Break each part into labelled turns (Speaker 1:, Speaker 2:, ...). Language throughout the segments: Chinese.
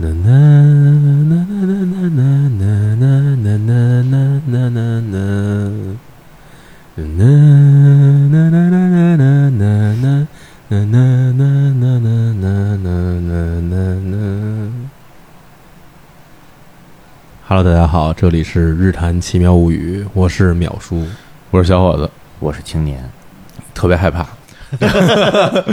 Speaker 1: 啦啦啦啦啦啦啦啦啦啦啦啦啦啦。啦啦啦啦啦啦啦啦啦啦啦啦啦啦啦啦啦啦。Hello，大家好，这里是《日谈奇妙物语》，我是淼叔，
Speaker 2: 我是小伙子，
Speaker 3: 我是青年，
Speaker 2: 特别害怕。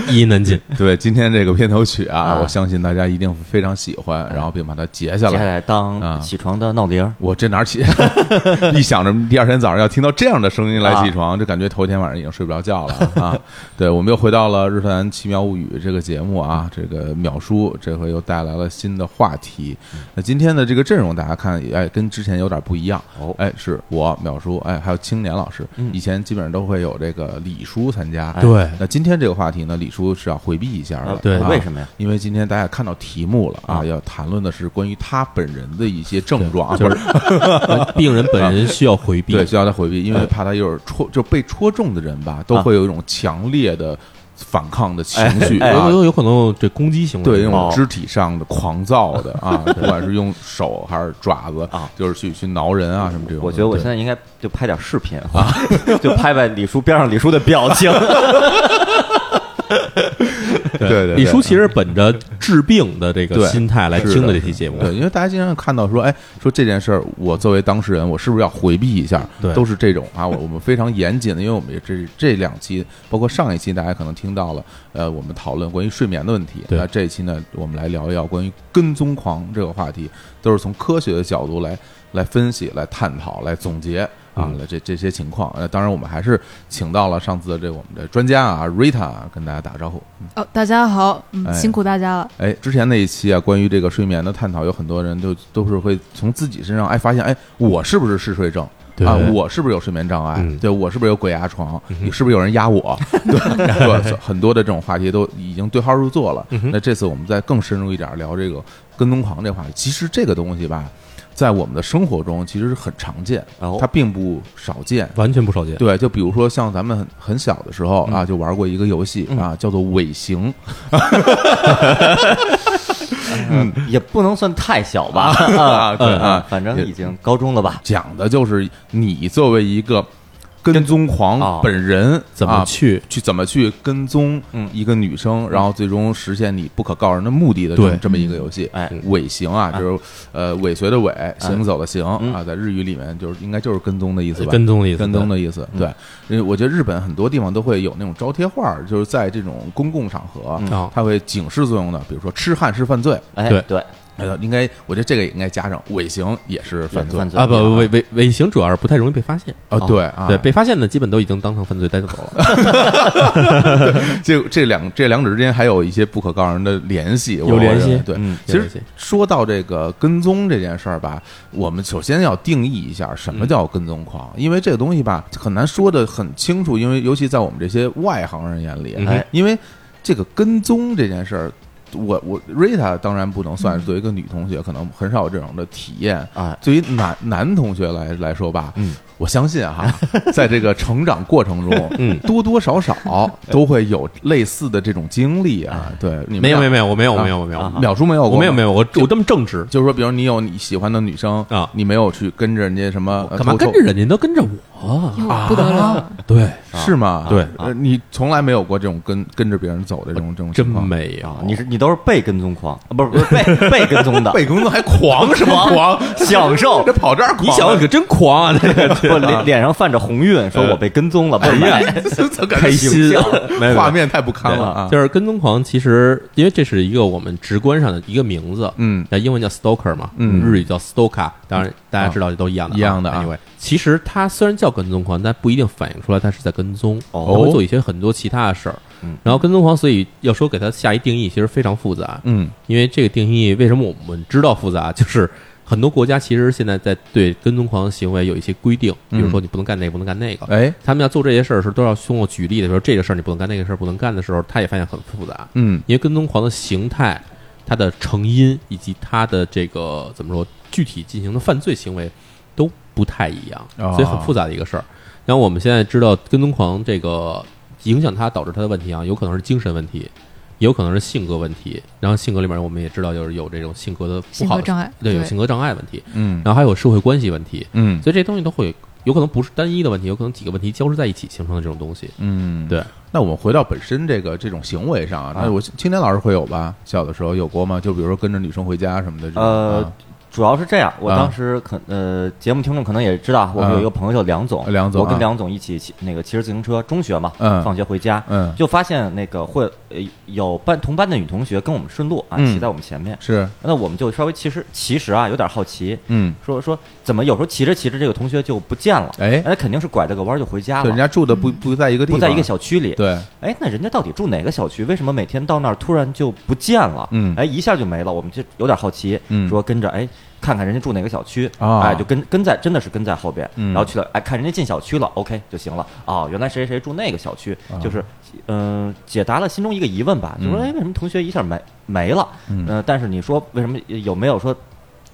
Speaker 1: 一言难尽。
Speaker 2: 对，今天这个片头曲啊，
Speaker 3: 啊
Speaker 2: 我相信大家一定非常喜欢，然后并把它截下
Speaker 3: 接下
Speaker 2: 来。
Speaker 3: 来
Speaker 2: 啊
Speaker 3: 当起床的闹铃儿。
Speaker 2: 我这哪儿起？ 一想着第二天早上要听到这样的声音来起床，这感觉头一天晚上已经睡不着觉了啊！ 对，我们又回到了《日坛奇妙物语》这个节目啊，这个淼叔这回又带来了新的话题。那今天的这个阵容，大家看，哎，跟之前有点不一样。
Speaker 3: 哦，
Speaker 2: 哎，是我淼叔，哎，还有青年老师，
Speaker 3: 嗯
Speaker 2: 以前基本上都会有这个李叔参加。
Speaker 1: 对，
Speaker 2: 哎那今天这个话题呢，李叔是要回避一下的
Speaker 3: 啊，
Speaker 1: 对
Speaker 2: 啊
Speaker 3: 为什么呀？
Speaker 2: 因为今天大家也看到题目了啊，
Speaker 3: 啊
Speaker 2: 要谈论的是关于他本人的一些症状啊，
Speaker 1: 就
Speaker 2: 不
Speaker 1: 是呃病人本人需要回避。
Speaker 2: 对，需要他回避，因为怕他一会儿戳，就被戳中的人吧，都
Speaker 3: 哎啊
Speaker 2: 会有一种强烈的反抗的情绪
Speaker 1: 有
Speaker 2: 啊
Speaker 1: 有。有可能这攻击行为，
Speaker 2: 对，那种
Speaker 3: 哎哦
Speaker 2: 肢体上的狂躁的 啊，不管是用手还是爪子
Speaker 3: 啊，
Speaker 2: 就是去去挠人啊什么这种的。
Speaker 3: 我觉得我
Speaker 2: 对
Speaker 3: 现在应该就拍点视频啊， 就拍拍李叔边上李叔的表 情。
Speaker 2: 对对对
Speaker 1: 李叔其实本着治病的这个
Speaker 2: 对
Speaker 1: 心态来
Speaker 2: 是的
Speaker 1: 听的这期节目，
Speaker 2: 对，因为大家经常看到说，哎，说这件事儿，我作为当事人，我是不是要回避一下？
Speaker 1: 对
Speaker 2: 都是这种啊，我我们非常严谨的，因为我们也这这两期，包括上一期，大家可能听到了，呃，我们讨论关于睡眠的问题。
Speaker 1: 对
Speaker 2: 那这一期呢，我们来聊一聊关于跟踪狂这个话题，都是从科学的角度来来分析、来探讨、来总结。啊
Speaker 1: 嗯，
Speaker 2: 来这这些情况，呃，当然我们还是请到了上次的这我们的专家啊，Rita 啊跟大家打个招呼。
Speaker 4: 哦，大家好，嗯，
Speaker 2: 哎
Speaker 4: 辛苦大家了。
Speaker 2: 哎，之前那一期啊，关于这个睡眠的探讨，有很多人就都是会从自己身上哎发现，哎，我是不是嗜睡症
Speaker 1: 对
Speaker 2: 啊？我是不是有睡眠障碍？
Speaker 1: 嗯
Speaker 2: 对我是不是有鬼压床？
Speaker 1: 哼
Speaker 2: 是不是有人压我？ 对，对很多的这种话题都已经对号入座了。
Speaker 1: 嗯哼
Speaker 2: 那这次我们再更深入一点聊这个跟踪狂这话题。其实这个东西吧，在我们的生活中其实是很常见，
Speaker 3: 哦
Speaker 2: 它并不少见。
Speaker 1: 完全不少见。
Speaker 2: 对，就比如说像咱们很很小的时候
Speaker 1: 嗯
Speaker 2: 啊，就玩过一个游戏啊，叫做尾行。
Speaker 3: 嗯，也不能算太小吧， 嗯
Speaker 2: 啊对啊
Speaker 3: 反正已经高中了吧？
Speaker 2: 讲的就是你作为一个跟踪狂
Speaker 3: 哦
Speaker 2: 本人，
Speaker 1: 怎么
Speaker 2: 啊
Speaker 1: 去
Speaker 2: 去怎么去跟踪
Speaker 3: 嗯
Speaker 2: 一个女生，然后最终实现你不可告人的目的的
Speaker 1: 对
Speaker 2: 这这么一个游戏。
Speaker 3: 哎，
Speaker 2: 尾行啊，就是呃尾随的尾，行走的行
Speaker 3: 嗯
Speaker 2: 啊，在日语里面就是应该就是跟踪的意思吧？
Speaker 1: 跟踪的意思，
Speaker 2: 跟踪的意思，对，因为我觉得日本很多地方都会有那种招贴画儿，就是在这种公共场合，
Speaker 3: 嗯
Speaker 1: 啊，
Speaker 2: 它会警示作用的，比如说痴汉是犯罪，
Speaker 3: 哎，
Speaker 1: 对
Speaker 3: 对，
Speaker 2: 呃，应该我觉得这个也应该加上尾行也是犯
Speaker 3: 也
Speaker 2: 罪
Speaker 3: 是犯罪
Speaker 1: 啊，不不尾尾尾行主要是不太容易被发现，
Speaker 2: 啊，
Speaker 3: 哦
Speaker 2: 对啊，
Speaker 1: 对，被发现的基本都已经当成犯罪带走 了。
Speaker 2: 这这两这两者之间还有一些不可告人的联系，我
Speaker 1: 有联系
Speaker 2: 我认为对，
Speaker 3: 嗯
Speaker 2: 其实
Speaker 1: 有联系
Speaker 2: 说到这个跟踪这件事儿吧，我们首先要定义一下什
Speaker 1: 嗯
Speaker 2: 么叫跟踪狂，因为这个东西吧很难说的很清楚，因为尤其在我们这些外行人眼里，
Speaker 1: 嗯
Speaker 3: 哎，
Speaker 2: 因为这个跟踪这件事儿。我我 Rita 当然不能算
Speaker 1: 嗯
Speaker 2: 是作为一个女同学，可能很少有这种的体验。
Speaker 3: 哎，
Speaker 2: 对于男男同学来来说吧，
Speaker 3: 嗯，
Speaker 2: 我相信哈， 在这个成长过程中，
Speaker 1: 嗯
Speaker 2: 多多少少都会有类似的这种经历啊。对，你们
Speaker 1: 哎没有
Speaker 2: 俩
Speaker 1: 没有没有，我没有
Speaker 2: 啊
Speaker 1: 我没有我没有
Speaker 3: 啊
Speaker 2: 淼叔没有过吗，
Speaker 1: 我没有没有，我我这么正直
Speaker 2: 就是说，比如你有你喜欢的女生
Speaker 1: 啊
Speaker 2: 你没有去跟着人家什么，呃
Speaker 1: 干嘛
Speaker 2: 偷
Speaker 1: 跟着
Speaker 2: 偷
Speaker 1: 人家都跟着我？
Speaker 4: 哟，不得了，
Speaker 1: 对，
Speaker 2: 是吗？
Speaker 1: 啊对
Speaker 2: 呃你从来没有过这种跟跟着别人走的这种这种
Speaker 1: 真
Speaker 2: 情况。
Speaker 1: 没
Speaker 3: 啊
Speaker 1: 有，
Speaker 3: 你是你都是被跟踪狂，啊不是 不是被被跟踪的，
Speaker 2: 被工作还狂什么狂？
Speaker 3: 享受
Speaker 2: 这。跑这儿狂，
Speaker 1: 你小子可真狂啊！ 这个
Speaker 3: 不脸脸上贩着红晕，说我被跟踪了，不是
Speaker 2: 哎
Speaker 3: 买
Speaker 2: 呀，这感觉
Speaker 3: 开心
Speaker 2: 形象
Speaker 1: 啊没有
Speaker 2: 画面太不堪
Speaker 1: 对
Speaker 2: 了啊！
Speaker 1: 就是跟踪狂，其实因为这是一个我们直观上的一个名字，
Speaker 2: 嗯
Speaker 1: 那英文叫 stalker 嘛，
Speaker 2: 嗯
Speaker 1: 日语叫 stalker，当然大家知道这都一样的啊、
Speaker 2: 一样的啊
Speaker 1: Anyway，其实它虽然叫跟踪狂，但不一定反映出来它是在跟踪，
Speaker 3: 哦
Speaker 1: 它会做一些很多其他的事儿。
Speaker 3: 嗯
Speaker 1: 然后跟踪狂，所以要说给它下一定义，其实非常复杂，
Speaker 2: 嗯
Speaker 1: 因为这个定义为什么我们知道复杂， 就是。很多国家其实现在在对跟踪狂的行为有一些规定，
Speaker 2: 嗯
Speaker 1: 比如说你不能干那个，不能干那个。
Speaker 2: 哎
Speaker 1: 他们要做这些事儿的时候，都要通过举例的时候，这个事儿你不能干，那个事儿不能干的时候，他也发现很复杂。
Speaker 2: 嗯
Speaker 1: 因为跟踪狂的形态、它的成因以及它的这个怎么说具体进行的犯罪行为都不太一样，
Speaker 2: 哦
Speaker 1: 所以很复杂的一个事儿。然后我们现在知道跟踪狂这个影响他导致他的问题啊，有可能是精神问题，也有可能是性格问题。然后性格里面我们也知道，就是有这种性格的不
Speaker 4: 性
Speaker 1: 好
Speaker 4: 格
Speaker 1: 的
Speaker 4: 障碍，
Speaker 1: 对，有性格障碍问题，
Speaker 2: 嗯
Speaker 1: 然后还有社会关系问题，
Speaker 2: 嗯
Speaker 1: 所以这些东西都会有可能不是单一的问题，有可能几个问题交织在一起形成的这种东西。
Speaker 2: 嗯，
Speaker 1: 对。
Speaker 2: 那我们回到本身这个这种行为上啊，那我青年老师会有吧？小的时候有过吗？就比如说跟着女生回家什么的这种。
Speaker 3: 呃，主要是这样，我
Speaker 2: 啊
Speaker 3: 当时可呃，节目听众可能也知道，我们有一个朋友叫梁总，
Speaker 2: 梁总
Speaker 3: 我跟
Speaker 2: 啊
Speaker 3: 梁总一起骑那个骑着自行车，中学嘛，
Speaker 2: 嗯
Speaker 3: 放学回家，
Speaker 2: 嗯
Speaker 3: 就发现那个会呃有班同班的女同学跟我们顺路啊，
Speaker 2: 嗯
Speaker 3: 骑在我们前面
Speaker 2: 啊，是，
Speaker 3: 那我们就稍微其实其实啊有点好奇，
Speaker 2: 嗯，
Speaker 3: 说说怎么有时候骑着骑着这个同学就不见了，
Speaker 2: 哎
Speaker 3: 那肯定是拐了个弯儿就回家
Speaker 2: 对，人家
Speaker 3: 了，
Speaker 2: 住的不不在一个地
Speaker 3: 哎嗯不
Speaker 2: 方，啊
Speaker 3: 在一个小区里，
Speaker 2: 对，
Speaker 3: 哎，那人家到底住哪个小区？为什么每天到那儿突然就不见了？
Speaker 2: 嗯
Speaker 3: 哎，一下就没了。我们就有点好奇，
Speaker 2: 嗯
Speaker 3: 说跟着哎看看人家住哪个小区，
Speaker 2: 啊
Speaker 3: 哎就跟跟在真的是跟在后边，
Speaker 2: 嗯
Speaker 3: 然后去了哎看人家进小区了，OK 就行了。哦，原来谁谁谁住那个小区，
Speaker 2: 啊
Speaker 3: 就是嗯、解答了心中一个疑问吧，就说
Speaker 2: 嗯
Speaker 3: 哎为什么同学一下没没了？
Speaker 2: 嗯
Speaker 3: 呃，但是你说为什么有没有说？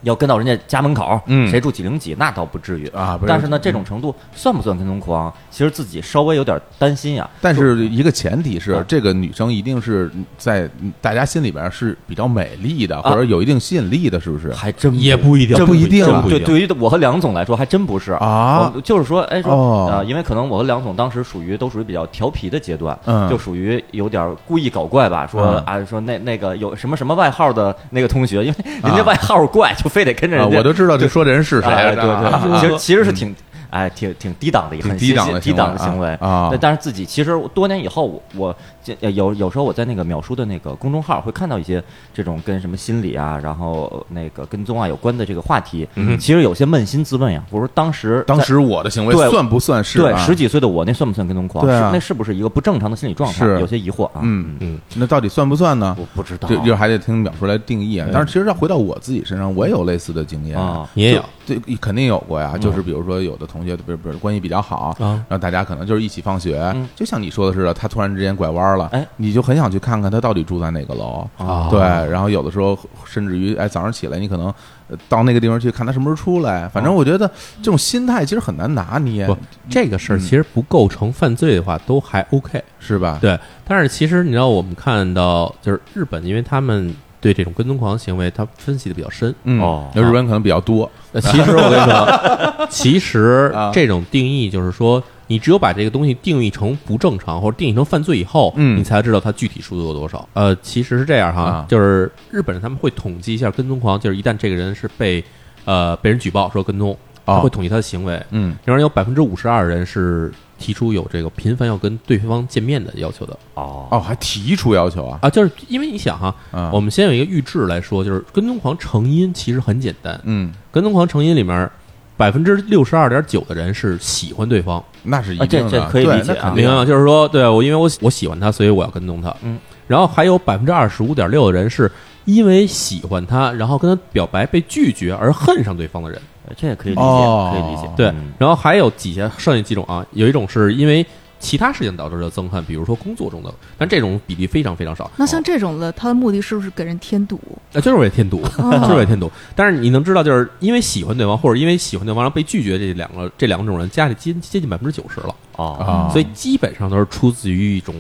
Speaker 3: 要跟到人家家门口，
Speaker 2: 嗯
Speaker 3: 谁住几零几，那倒不至于
Speaker 2: 啊不是
Speaker 3: 但是呢，这种程度算不算跟踪狂？其实自己稍微有点担心呀、
Speaker 2: 但是一个前提是
Speaker 3: 啊，
Speaker 2: 这个女生一定是在大家心里边是比较美丽的，
Speaker 3: 啊
Speaker 2: 或者有一定吸引力的，是不是？
Speaker 3: 还真
Speaker 1: 也不一定
Speaker 2: 这
Speaker 3: 真
Speaker 2: 不一定
Speaker 1: 真
Speaker 2: 啊
Speaker 1: 不一
Speaker 3: 对，
Speaker 1: 定
Speaker 3: 对于我和梁总来说，还真不是
Speaker 2: 啊
Speaker 3: 我就是说，哎，说
Speaker 2: 哦
Speaker 3: 呃因为可能我和梁总当时属于都属于比较调皮的阶段，
Speaker 2: 嗯
Speaker 3: 就属于有点故意搞怪吧，说
Speaker 2: 嗯
Speaker 3: 啊，说那那个有什么什么外号的那个同学，因为人
Speaker 2: 啊
Speaker 3: 家外号怪，就非得跟着
Speaker 2: 啊，
Speaker 3: 人家，
Speaker 2: 我都知道这说这人是谁
Speaker 3: 哎，
Speaker 2: 了，
Speaker 3: 对
Speaker 2: 啊
Speaker 3: 对，其实其实是挺。哎，挺挺低档的一个，
Speaker 2: 挺
Speaker 3: 很
Speaker 2: 低档的
Speaker 3: 新
Speaker 2: 行
Speaker 3: 低
Speaker 2: 为
Speaker 3: 档的
Speaker 2: 啊
Speaker 3: 行为
Speaker 2: 啊
Speaker 3: 对但是自己其实多年以后，我我这呃有有时候我在那个秒叔的那个公众号会看到一些这种跟什么心理啊，然后那个跟踪啊有关的这个话题。其实有些扪心自问呀，我说当时
Speaker 2: 嗯当
Speaker 3: 在
Speaker 2: 时我的行为
Speaker 3: 对
Speaker 2: 算不算是
Speaker 3: 对
Speaker 2: 啊？
Speaker 3: 十几岁的我那算不算跟踪狂？
Speaker 2: 对啊
Speaker 3: 是那是不是一个不正常的心理状态？
Speaker 2: 是
Speaker 3: 有些疑惑啊。
Speaker 2: 嗯
Speaker 1: 嗯，
Speaker 2: 那到底算不算呢？
Speaker 3: 我不知道。啊
Speaker 2: 就就还得听淼叔来定义啊。但是其实要回到我自己身上，我也有类似的经验
Speaker 3: 啊
Speaker 1: 你也有
Speaker 2: 对，肯定有过呀。就是比如说，有的同学，比如比如关系比较好，
Speaker 1: 啊
Speaker 2: 然后大家可能就是一起放学
Speaker 3: 嗯，
Speaker 2: 就像你说的似的，他突然之间拐弯了，
Speaker 3: 哎，
Speaker 2: 你就很想去看看他到底住在哪个楼。
Speaker 1: 啊
Speaker 2: 对，然后有的时候甚至于，哎，早上起来你可能呃到那个地方去看他什么时候出来。反正我觉得这种心态其实很难拿捏
Speaker 1: 不，这个
Speaker 2: 嗯
Speaker 1: 事儿其实不构成犯罪的话，都还 OK。
Speaker 2: 是吧？
Speaker 1: 对，但是其实你知道，我们看到就是日本，因为他们对这种跟踪狂行为，他分析的比较 深。
Speaker 2: 嗯
Speaker 3: 哦，
Speaker 2: 那日本可能比较多，
Speaker 1: 那其实我跟你说，其实
Speaker 2: 啊
Speaker 1: 这种定义就是说，你只有把这个东西定义成不正常或者定义成犯罪以后，
Speaker 2: 嗯
Speaker 1: 你才知道它具体数字有多少。呃，其实是这样哈，
Speaker 2: 啊
Speaker 1: 就是日本人他们会统计一下跟踪狂，就是一旦这个人是被呃被人举报说跟踪，他
Speaker 2: 哦
Speaker 1: 会统计他的行为，
Speaker 2: 嗯，
Speaker 1: 然后有百分之五十二人是提出有这个频繁要跟对方见面的要求的
Speaker 3: 哦，
Speaker 2: 哦，还提出要求啊，
Speaker 1: 啊，就是因为你想哈，
Speaker 2: 啊
Speaker 1: 我们先有一个预制来说，就是跟踪狂成因其实很简单，
Speaker 2: 嗯，
Speaker 1: 跟踪狂成因里面，百分之六十二点九的人是喜欢对方，
Speaker 2: 那是一
Speaker 3: 啊这
Speaker 2: 定的，
Speaker 3: 这可以
Speaker 2: 对
Speaker 3: 理解
Speaker 2: 那
Speaker 3: 啊
Speaker 2: 肯
Speaker 1: 明
Speaker 2: 定
Speaker 1: 白吗？就是说，对我，因为我喜我喜欢他，所以我要跟踪他。
Speaker 3: 嗯，
Speaker 1: 然后还有百分之二十五点六的人是因为喜欢他，然后跟他表白被拒绝而恨上对方的人。
Speaker 3: 这也可以理解，
Speaker 2: 哦
Speaker 3: 可以理解。
Speaker 1: 对
Speaker 3: 嗯，
Speaker 1: 然后还有几些剩下几种啊，有一种是因为其他事情导致的憎恨，比如说工作中的，但这种比例非常非常少。
Speaker 4: 那像这种的，他的目的是不是给人添堵？
Speaker 1: 啊，就是为了添堵，
Speaker 4: 哦
Speaker 1: 就是为了添堵。但是你能知道，就是因为喜欢对方，或者因为喜欢对方然后被拒绝，这两个这两种人加起来接接近百分之九十了。嗯
Speaker 3: 哦，
Speaker 2: 啊，
Speaker 1: 所以基本上都是出自于一种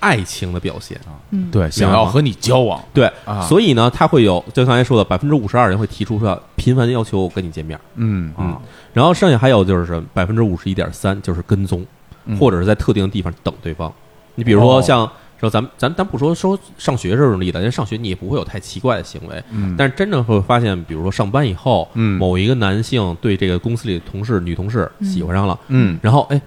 Speaker 1: 爱情的表现。
Speaker 3: 啊
Speaker 4: 嗯，，
Speaker 2: 对想要和你交往，
Speaker 1: 对，
Speaker 2: 啊
Speaker 1: 所以呢，他会有就刚才说的百分之五十二人会提出说频繁地要求我跟你见面，
Speaker 2: 嗯
Speaker 1: 嗯，然后剩下还有就是百分之五十一点三就是跟踪，
Speaker 2: 嗯
Speaker 1: 或者是在特定的地方等对方。你比如说
Speaker 2: 哦
Speaker 1: 像说咱们咱咱不说说上学这种例子，因为上学你也不会有太奇怪的行为，
Speaker 2: 嗯
Speaker 1: 但是真正会发现，比如说上班以后，
Speaker 2: 嗯
Speaker 1: 某一个男性对这个公司里的同事女同事喜欢上了，
Speaker 2: 嗯
Speaker 1: 然后哎，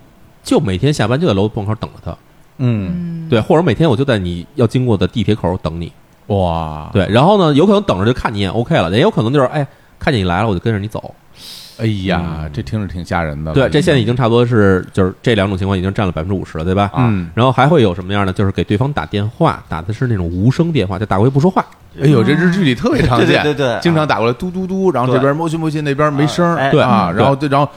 Speaker 1: 就每天下班就在楼门口等着她。
Speaker 2: 嗯，
Speaker 4: 嗯，
Speaker 1: 对，或者每天我就在你要经过的地铁口等你，
Speaker 2: 哇，，
Speaker 1: 对，然后呢，有可能等着就看你一眼 OK 了，也有可能就是哎，看见你来了我就跟着你走，
Speaker 2: 哎呀，这听着挺吓人的，
Speaker 1: 对，这现在已经差不多是就是这两种情况已经占了百分之五十了，对吧？
Speaker 2: 嗯，
Speaker 1: 然后还会有什么样呢？就是给对方打电话，打的是那种无声电话，就打过去不说话，
Speaker 2: 哎呦，这日剧里特别常见，
Speaker 3: 对对对对
Speaker 2: 经常打过来嘟嘟嘟，然后这
Speaker 3: 对
Speaker 2: 边摸去摸去，那边没声儿，
Speaker 3: 哎
Speaker 1: 对
Speaker 2: 啊，
Speaker 1: 嗯
Speaker 2: 然后就然后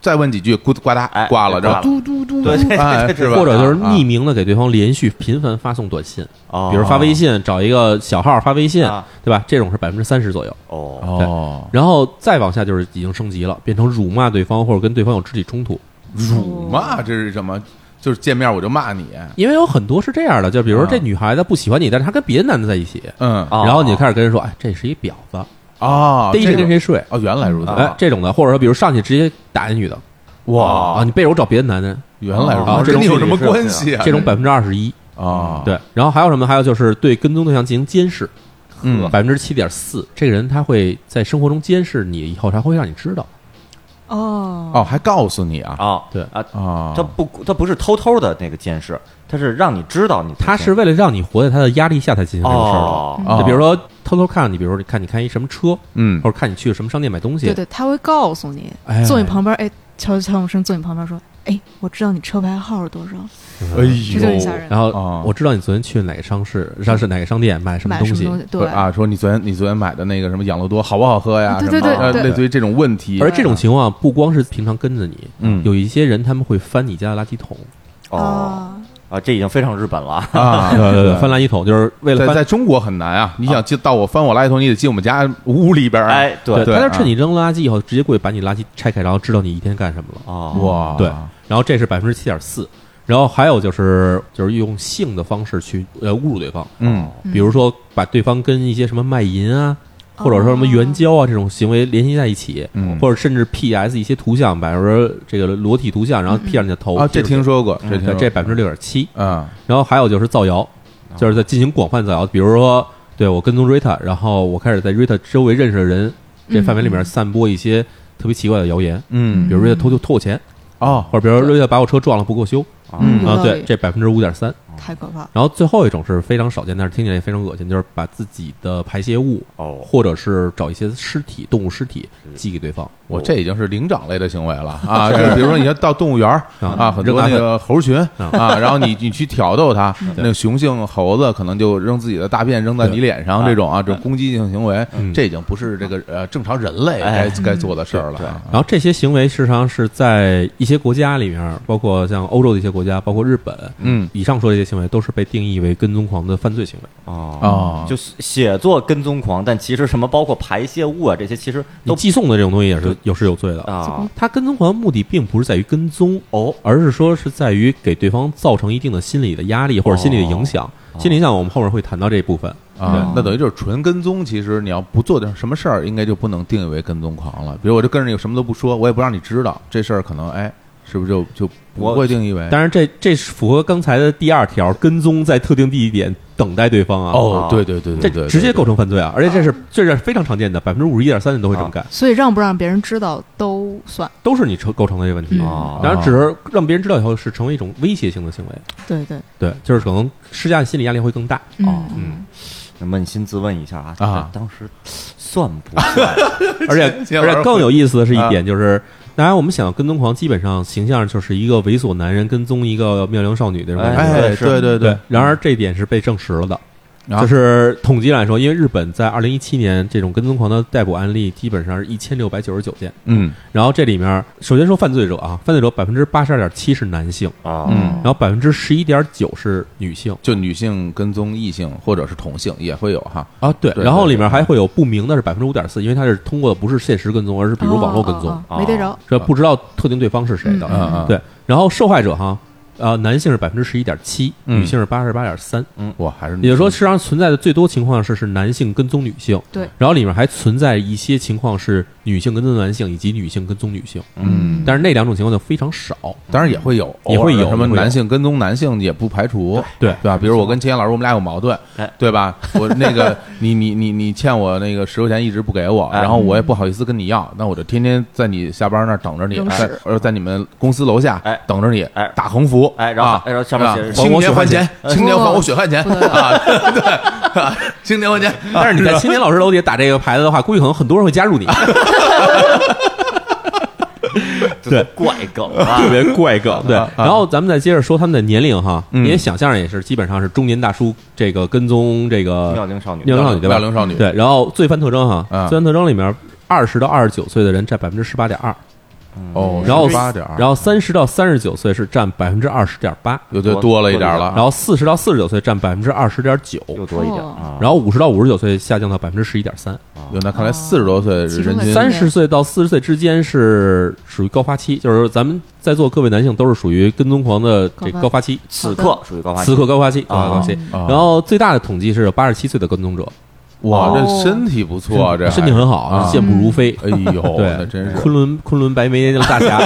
Speaker 2: 再问几句，咕呱
Speaker 3: 哎
Speaker 2: 嗒挂了，
Speaker 3: 挂
Speaker 2: 然
Speaker 3: 了
Speaker 2: 后嘟嘟嘟，
Speaker 3: 对对 对
Speaker 2: 哎
Speaker 3: 对
Speaker 2: 是吧？
Speaker 1: 或者就是
Speaker 2: 啊
Speaker 1: 匿名的给对方连续频繁发送短信，
Speaker 3: 哦
Speaker 1: 比如发微信，找一个小号发微信
Speaker 3: 啊，
Speaker 1: 对吧？这种是百分之三十左右。
Speaker 3: 哦，
Speaker 2: 哦，
Speaker 1: 然后再往下就是已经升级了，变成辱骂对方或者跟对方有肢体冲突。
Speaker 2: 辱骂这是什么？就是见面我就骂你，
Speaker 1: 因为有很多是这样的，就比如说
Speaker 2: 啊
Speaker 1: 这女孩子不喜欢你，但是她跟别的男的在一起，
Speaker 2: 嗯
Speaker 3: 哦
Speaker 1: 然后你就开始跟人说，哎，这是一婊子，
Speaker 2: 啊，
Speaker 1: 逮谁
Speaker 2: 这
Speaker 1: 跟
Speaker 2: 个
Speaker 1: 谁睡，
Speaker 2: 哦，原来如此，
Speaker 3: 啊
Speaker 1: 哎，这种的，或者说比如上去直接打那女的，
Speaker 2: 哇
Speaker 1: 啊，你背着我找别的男人，
Speaker 2: 原来如
Speaker 1: 啊
Speaker 2: 此，
Speaker 1: 这种
Speaker 2: 跟你有什么
Speaker 3: 是这样
Speaker 2: 关系啊？
Speaker 1: 这种百分之二十一，
Speaker 2: 啊，，
Speaker 1: 对。然后还有什么？还有就是对跟踪对象进行监视，
Speaker 2: 嗯，
Speaker 1: 百分之七点四，这个人他会在生活中监视你，以后他会让你知道，
Speaker 4: 哦
Speaker 2: 哦，还告诉你啊，
Speaker 3: 啊，
Speaker 1: 对
Speaker 3: 啊，
Speaker 2: 啊
Speaker 3: 他，不他不是偷偷的那个监视，他是让你知道你在
Speaker 1: 他
Speaker 3: 监
Speaker 1: 是为了让你活在他的压力下才进行这个事儿的。
Speaker 3: 哦
Speaker 2: 哦
Speaker 1: 就比如，说偷偷看你，比如说你看你看一什么车，
Speaker 2: 嗯
Speaker 1: 或，者看你去什么商店买东西，
Speaker 4: 对对，他会告诉你，
Speaker 1: 哎
Speaker 4: 坐你旁边，哎，悄悄无声坐你旁边说，哎，我知道你车牌号是多少，
Speaker 1: 嗯
Speaker 2: 哎
Speaker 4: 这就很吓
Speaker 2: 呦，
Speaker 4: 人。
Speaker 1: 然
Speaker 2: 哦
Speaker 1: 后我知道你昨天去哪个商市，商市哪个商店买什么
Speaker 4: 买
Speaker 1: 东
Speaker 4: 什么
Speaker 1: 西
Speaker 4: 东，西？对，
Speaker 1: 哦
Speaker 2: 啊，说你昨天你昨天买的那个什么养乐多好不好喝呀？
Speaker 4: 对对
Speaker 2: 什么的
Speaker 4: 对对
Speaker 2: 呃类似于这种问题，
Speaker 1: 而这种情况不光是平常跟着你，
Speaker 2: 嗯
Speaker 1: 有一些人他们会翻你家的垃圾桶，
Speaker 3: 哦
Speaker 4: 啊，
Speaker 3: 啊，这已经非常日本了。
Speaker 2: 啊，
Speaker 1: 翻垃圾桶就是为了
Speaker 2: 在
Speaker 1: 翻，
Speaker 2: 在中国很难啊！你想进到我翻我垃圾桶，你得进我们家屋里边儿啊。
Speaker 3: 哎，对
Speaker 2: 对
Speaker 1: 他就
Speaker 2: 啊
Speaker 1: 趁你扔垃圾以后，直接过去把你垃圾拆开，然后知道你一天干什么了。
Speaker 3: 哦，
Speaker 2: 哇，
Speaker 1: 对然后这是百分之七点四，然后还有就是就是用性的方式去呃侮辱对方，
Speaker 2: 嗯，
Speaker 4: 嗯
Speaker 1: 比如说把对方跟一些什么卖淫啊，或者说什么援交啊这种行为联系在一起，
Speaker 2: 嗯
Speaker 1: 或者甚至 P S 一些图像，比如说这个裸体图像，然后 P 上你的头
Speaker 2: 啊，这听说过，这听
Speaker 1: 嗯对
Speaker 2: 说
Speaker 1: 这百分之六点七，
Speaker 2: 啊，
Speaker 1: 然后还有就是造谣，
Speaker 2: 哦
Speaker 1: 就是在进行广泛造谣，比如说对我跟踪 Rita，然后我开始在 Rita 周围认识的人这范围里面散播一些特别奇怪的谣言，
Speaker 2: 嗯
Speaker 1: 比如 Rita 偷偷偷我钱，
Speaker 2: 哦，
Speaker 1: 或者比如说 Rita 把我车撞了不给我修
Speaker 2: 嗯
Speaker 4: 嗯
Speaker 1: 啊，
Speaker 4: 有道
Speaker 1: 对，
Speaker 4: 理
Speaker 1: 这百分之五点三。
Speaker 4: 太可怕了。
Speaker 1: 然后最后一种是非常少见，但是听起来也非常恶心，就是把自己的排泄物
Speaker 3: 哦，
Speaker 1: 或者是找一些尸体、动物尸体寄给对方。
Speaker 2: 我这已经是灵长类的行为了啊！就是比如说，你要到动物园儿
Speaker 1: 啊
Speaker 2: 啊，很多那个猴群
Speaker 1: 啊
Speaker 2: 啊，然后你你去挑逗它，那个雄性猴子可能就扔自己的大便扔在你脸上，
Speaker 3: 对
Speaker 2: 这种啊，这种攻击性行为，
Speaker 1: 嗯
Speaker 2: 这已经不是这个呃正常人类该
Speaker 3: 哎
Speaker 2: 该做的事儿了
Speaker 3: 对
Speaker 2: 啊。
Speaker 1: 然后这些行为时常是在一些国家里面，包括像欧洲的一些国家，包括日本，
Speaker 2: 嗯
Speaker 1: 以上说的这些行为都是被定义为跟踪狂的犯罪行为。
Speaker 3: 哦，
Speaker 2: 哦，
Speaker 3: 就写作跟踪狂，但其实什么包括排泄物啊这些，其实
Speaker 1: 你
Speaker 3: 都
Speaker 1: 寄送的这种东西也是有是有罪的。
Speaker 3: 啊
Speaker 1: 他跟踪狂的目的并不是在于跟踪哦，而是说是在于给对方造成一定的心理的压力或者心理的影响。心理影响我们后面会谈到这一部分。
Speaker 2: 啊，那等于就是纯跟踪。其实你要不做点什么事儿，应该就不能定义为跟踪狂了。比如我就跟着你，什么都不说，我也不让你知道这事儿，可能哎，是不是就就不
Speaker 3: 我
Speaker 2: 会定义为？
Speaker 1: 当然这，这是符合刚才的第二条，跟踪在特定地点等待对方啊。
Speaker 2: 哦，对对对对
Speaker 1: 这
Speaker 2: 对，对
Speaker 1: 直接构。成犯罪啊！而且这是这是非常常见的，百分之五十一点三的都会这么干，
Speaker 4: 所以让不让别人知道都算，
Speaker 1: 都是你成构成的这个问题。
Speaker 4: 嗯
Speaker 3: 啊
Speaker 1: 当然，只是让别人知道以后是成为一种威胁性的行为，
Speaker 4: 对对，
Speaker 1: 对，就是可能施加的心理压力会更 大。
Speaker 3: 哦
Speaker 4: 嗯，
Speaker 3: 扪心自问一下啊，
Speaker 2: 啊
Speaker 3: 这当时算不算？
Speaker 1: 而且
Speaker 2: 前
Speaker 1: 而
Speaker 2: 晚
Speaker 1: 且
Speaker 2: 上
Speaker 1: 更有意思的是
Speaker 2: 啊
Speaker 1: 一点就是，大家我们想到跟踪狂基本上形象就是一个猥琐男人跟踪一个妙龄少女的这种感觉。
Speaker 2: 哎，
Speaker 3: 对是
Speaker 2: 对对
Speaker 1: 对，，然而这一点是被证实了的。
Speaker 2: 啊
Speaker 1: 就是统计来说，因为日本在二零一七年这种跟踪狂的逮捕案例基本上是一千六百九十九件，
Speaker 2: 嗯
Speaker 1: 然后这里面，首先说犯罪者啊，犯罪者百分之八十二点七是男性，
Speaker 3: 啊，
Speaker 2: 嗯，
Speaker 1: 然后百分之十一点九是女性
Speaker 2: 就女性跟踪异性或者是同性也会有哈。
Speaker 1: 啊，对
Speaker 2: 对
Speaker 1: 然后
Speaker 2: 对
Speaker 1: 里面还会有不明的是百分之五点四，因为它是通过的不是现实跟踪，而是比如网络跟踪
Speaker 4: 哦，哦哦没逮着，
Speaker 1: 这、不知道特定对方是谁的。
Speaker 2: 嗯嗯，
Speaker 1: 对，然后受害者哈，呃，男性是百分之十一点七，
Speaker 2: 嗯
Speaker 1: 女性是八十八点三，
Speaker 2: 我还是
Speaker 1: 也就是说，实际上存在的最多情况是是男性跟踪女性，
Speaker 4: 对，
Speaker 1: 然后里面还存在一些情况是女性跟踪男性以及女性跟踪女性，
Speaker 2: 嗯，啊
Speaker 1: 但是那两种情况就非常 少。
Speaker 2: 当然也会有，
Speaker 1: 也会有
Speaker 2: 偶尔什么
Speaker 1: 也会有
Speaker 2: 男性跟踪男性也不排除，
Speaker 1: 对
Speaker 2: 对吧？比如我跟秦岩老师，我们俩有矛盾
Speaker 3: 哎，
Speaker 2: 对吧？我那个你你你你欠我那个十块钱一直不给我，
Speaker 3: 哎
Speaker 2: 然后我也不好意思跟你要，那我就天天在你下班那儿等着你，
Speaker 4: 扔
Speaker 2: 在
Speaker 4: 屎
Speaker 2: 呃在你们公司楼下
Speaker 3: 哎
Speaker 2: 等着你
Speaker 3: 哎，
Speaker 2: 打横幅，
Speaker 3: 哎然后
Speaker 2: 啊
Speaker 3: 哎然后下面
Speaker 2: 啊
Speaker 3: 写着
Speaker 2: 青年
Speaker 1: 还
Speaker 2: 还
Speaker 1: 我血
Speaker 2: 钱，青年还我血汗钱
Speaker 4: 不得了
Speaker 2: 啊，对啊，青年还钱，
Speaker 1: 但是你在青年老师楼底下打这个牌子的话，估计可能很多人会加入你，
Speaker 2: 啊
Speaker 3: 这都怪梗啊，
Speaker 1: 别怪梗。对，然后咱们再接着说他们的年龄哈，
Speaker 2: 嗯
Speaker 1: 你也想象也是，基本上是中年大叔这个跟踪这个
Speaker 3: 妙龄少女，
Speaker 1: 妙龄少女对吧
Speaker 2: 妙龄少女
Speaker 1: 对，然后罪犯特征哈，
Speaker 2: 嗯
Speaker 1: 罪犯特征里面，二十到二十九岁的人占百分之十八点二，
Speaker 2: 哦，
Speaker 1: 然后
Speaker 2: 八点二，啊
Speaker 1: 然后三十到三十九岁是占百分之二十点八，
Speaker 2: 又对多了一点了，
Speaker 1: 然后四十到四十九岁占百分之二十点九，
Speaker 3: 又多一点
Speaker 4: 哦
Speaker 3: 啊。
Speaker 1: 然后五十到五十九岁下降到百分之十一点三，
Speaker 2: 有那看来四十多岁
Speaker 4: 哦其实
Speaker 2: 人
Speaker 4: 我
Speaker 2: 均
Speaker 4: 觉得
Speaker 1: 三十岁到四十岁之间是属于高发期，就是咱们在座各位男性都是属于跟踪狂的这个高发期，
Speaker 3: 此刻属于高发期
Speaker 1: 此刻高发期，高发期。
Speaker 4: 嗯
Speaker 2: 啊
Speaker 1: 然后最大的统计是有八十七岁的跟踪者，
Speaker 2: 哇，
Speaker 4: 哦
Speaker 2: 这身体不错啊，这还
Speaker 1: 身体很好，
Speaker 2: 啊
Speaker 1: 健步如飞。
Speaker 2: 哎呦，
Speaker 1: 对
Speaker 2: 那真是
Speaker 1: 昆仑昆仑白眉大 侠，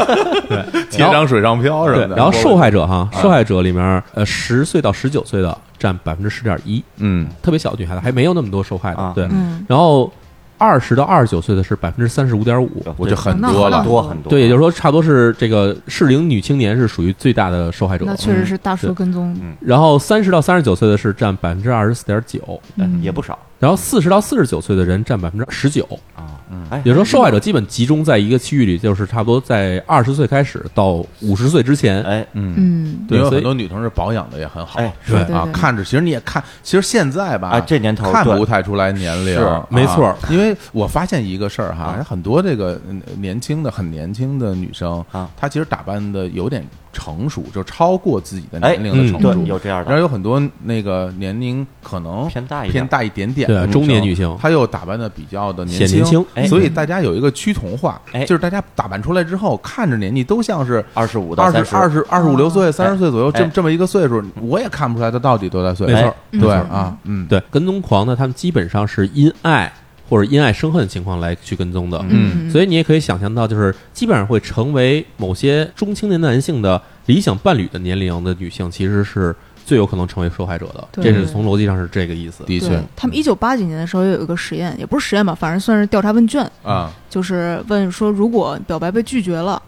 Speaker 1: 对，
Speaker 2: 铁
Speaker 1: 然后
Speaker 2: 掌水上漂什
Speaker 1: 对
Speaker 2: 么，的。啊
Speaker 1: 然后受
Speaker 2: 害，
Speaker 1: 害者哈，受害者里面呃十岁到十九岁的占百分之十点一，
Speaker 2: 嗯，
Speaker 1: 特别小的女孩子还没有那么多受害的
Speaker 3: 啊，
Speaker 1: 对。
Speaker 4: 嗯，
Speaker 1: 然后二十到二十九岁的是百分之三十五点五，
Speaker 3: 对
Speaker 2: 我就很
Speaker 4: 那
Speaker 2: 多
Speaker 4: 好
Speaker 2: 了
Speaker 4: 了，
Speaker 3: 多很多，
Speaker 1: 对，也就是说差不多是这个适龄女青年是属于最大的受害者
Speaker 4: 嗯那。确实是大数跟踪，
Speaker 1: 然后三十到三十九岁的是占百分之二十四点九，
Speaker 3: 嗯也不少
Speaker 1: 然后四十到四十九岁的人占百分之十九，
Speaker 3: 啊。
Speaker 2: 嗯
Speaker 3: 哎，
Speaker 1: 也就是说，受害者基本集中在一个区域里，就是差不多在二十岁开始到五十岁之前。
Speaker 3: 哎
Speaker 2: 嗯，
Speaker 4: 嗯，
Speaker 1: 对
Speaker 2: 因为
Speaker 1: 所以
Speaker 2: 很多女同志保养的也很好
Speaker 3: 哎，
Speaker 4: 对对
Speaker 2: 啊，
Speaker 4: 对
Speaker 2: 看着其实你也看，其实现在吧，
Speaker 1: 哎
Speaker 3: 啊这年头
Speaker 2: 看
Speaker 3: 对
Speaker 2: 不太出来年龄，
Speaker 3: 是
Speaker 2: 啊
Speaker 1: 没错儿
Speaker 2: 因为我发现一个事儿哈
Speaker 3: 啊，
Speaker 2: 很多这个嗯年轻的很年轻的女生
Speaker 3: 啊
Speaker 2: 她其实打扮的有点成熟，就超过自己的
Speaker 3: 哎
Speaker 2: 年龄的
Speaker 1: 嗯
Speaker 2: 成
Speaker 3: 对
Speaker 2: 熟，
Speaker 3: 有这样
Speaker 2: 然后
Speaker 3: 的，
Speaker 2: 有很多那个年龄可能
Speaker 3: 偏大一点
Speaker 2: 偏大一点点嗯
Speaker 1: 对
Speaker 2: 的
Speaker 1: 中年女性
Speaker 2: 她又打扮的比较的
Speaker 1: 显年轻
Speaker 3: 哎
Speaker 2: 所以大家有一个趋同化，
Speaker 3: 哎
Speaker 2: 就是大家打扮出来之后，看着年纪都像是
Speaker 3: 二十五到
Speaker 2: 二
Speaker 3: 三
Speaker 2: 十二十二十五六岁、三
Speaker 3: 哎
Speaker 2: 十岁左右这
Speaker 3: 哎
Speaker 2: 么这么一个岁数，我也看不出来她到底多大岁数。
Speaker 1: 没错
Speaker 4: 嗯
Speaker 2: 对
Speaker 4: 没错
Speaker 2: 啊，嗯，
Speaker 1: 对，跟踪狂呢，他们基本上是因爱或者因爱生恨的情况来去跟踪的。
Speaker 4: 嗯，
Speaker 1: 所
Speaker 4: 以
Speaker 1: 以你也可以想象到，就是基本上会成为某些中青年男性的理想伴侣的年龄的女性，其实是最有可能成为受害者的。
Speaker 4: 对
Speaker 1: 这是从逻辑上是这个意思。
Speaker 2: 的确
Speaker 4: 对他们一九八几年的时候也有一个实验，也不是实验吧，反正算是调查问卷，
Speaker 2: 啊，
Speaker 4: 就是问说如果表白被拒绝了，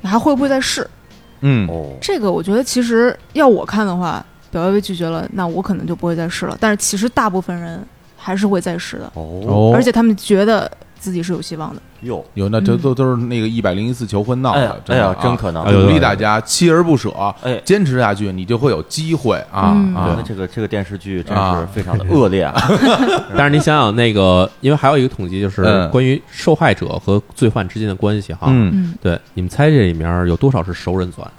Speaker 4: 你还会不会再试？
Speaker 2: 嗯，
Speaker 3: 哦，
Speaker 4: 这个我觉得其实要我看的话，表白被拒绝了，那我可能就不会再试了。但是其实大部分人还是会再试的，
Speaker 3: 哦
Speaker 2: 哦，
Speaker 4: 而且他们觉得自己是有希望的。
Speaker 3: 哟，
Speaker 2: 有那这
Speaker 4: 嗯
Speaker 2: 都都是那个一百零一次求婚闹
Speaker 3: 哎
Speaker 2: 的
Speaker 3: 呀，哎呀
Speaker 2: 的啊
Speaker 3: 真可能
Speaker 1: 哎呦
Speaker 2: 鼓励大家锲而不舍，
Speaker 3: 哎
Speaker 2: 坚持下去，你就会有机会啊
Speaker 4: 嗯
Speaker 3: 啊，
Speaker 2: 啊
Speaker 3: 那！这个这个电视剧真
Speaker 2: 啊哎
Speaker 3: 是非常的恶劣 啊！
Speaker 1: 但是你想想，那个因为还有一个统计，就是
Speaker 2: 嗯
Speaker 1: 关于受害者和罪犯之间的关系哈。
Speaker 2: 嗯，
Speaker 4: 嗯，
Speaker 1: 对，你们猜这里面有多少是熟人作案？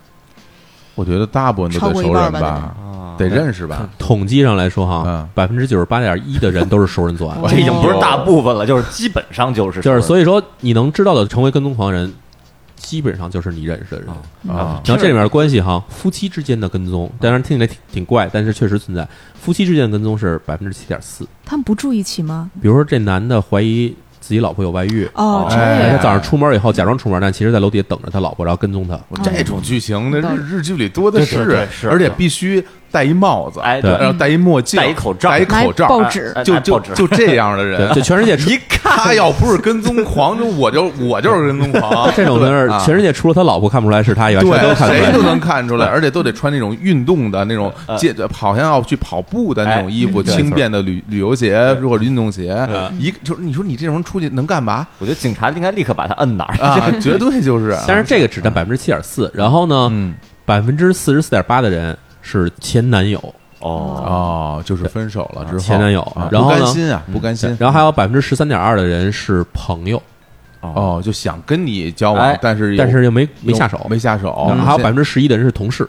Speaker 2: 我觉得大部分都
Speaker 4: 超
Speaker 2: 得
Speaker 4: 过一
Speaker 2: 熟
Speaker 4: 半
Speaker 2: 人
Speaker 4: 吧
Speaker 2: 吧，
Speaker 3: 啊
Speaker 2: 得认识吧？
Speaker 1: 统计上来说哈
Speaker 2: 嗯，
Speaker 1: 百分之九十八点一的人都是熟人作 案。
Speaker 4: 哦
Speaker 3: 这已经不是大部分了，就是基本上就是
Speaker 1: 就是
Speaker 3: 以
Speaker 1: 所以说，你能知道的成为跟踪狂人，基本上就是你认识的人。
Speaker 3: 啊
Speaker 2: 啊，
Speaker 1: 然后这里面的关系哈，夫妻之间的跟踪，当然听起来挺挺怪，但是确实存在。夫妻之间的跟踪是百分之七点四，
Speaker 4: 他们不住一起吗？
Speaker 1: 比如说这男的怀疑自己老婆有外遇，
Speaker 4: 哦，这
Speaker 2: 哎
Speaker 1: 哎他
Speaker 4: 样
Speaker 1: 早上出门以后假装出门，但其实在楼底下等着他老婆，然后跟踪他。
Speaker 2: 我这种剧情那
Speaker 4: 嗯
Speaker 2: 日日剧里多的
Speaker 3: 对对
Speaker 2: 是啊
Speaker 3: 对，是
Speaker 2: 而且必须戴一帽子，
Speaker 3: 哎对
Speaker 2: 然后戴一墨镜，
Speaker 3: 戴一口罩
Speaker 2: 戴一口罩，
Speaker 4: 拿一报纸
Speaker 2: 哎就就就这样的
Speaker 1: 对，
Speaker 2: 人
Speaker 1: 就，全世界出
Speaker 2: 一看他要不是跟踪狂，就我就我就是跟踪狂，
Speaker 1: 这种人
Speaker 2: 对啊
Speaker 1: 是全世界除了他老婆看不出来是他以外，谁都
Speaker 2: 对，
Speaker 1: 看
Speaker 2: 谁
Speaker 1: 出
Speaker 2: 都
Speaker 1: 来。
Speaker 2: 能看出来，而且都得穿那种运动的那种
Speaker 3: 呃
Speaker 2: 借好像要去跑步的那种衣服，
Speaker 1: 对
Speaker 2: 轻便的旅旅游鞋或者运动鞋，一就是你说你这种人出去能干嘛
Speaker 3: 我觉得警察应该立刻把他摁哪儿
Speaker 2: 啊？绝对就是啊，
Speaker 1: 但是这个只占百分之七点四，然后呢，
Speaker 2: 嗯
Speaker 1: 百分之四十四点八的人是前男友，
Speaker 3: 哦，
Speaker 2: 哦，就是分手了之后
Speaker 1: 前男友
Speaker 2: 啊
Speaker 1: 然后
Speaker 2: 不
Speaker 1: 呢嗯
Speaker 2: 甘心啊，不甘心，
Speaker 1: 然后还有百分之十三点二的人是朋友，
Speaker 2: 哦，就想跟你交往
Speaker 3: 哎，
Speaker 2: 但是有
Speaker 1: 但是又没没
Speaker 2: 有
Speaker 1: 下手。
Speaker 2: 没下手，嗯
Speaker 1: 然后还有
Speaker 2: 现
Speaker 1: 百分之十一的人是同事，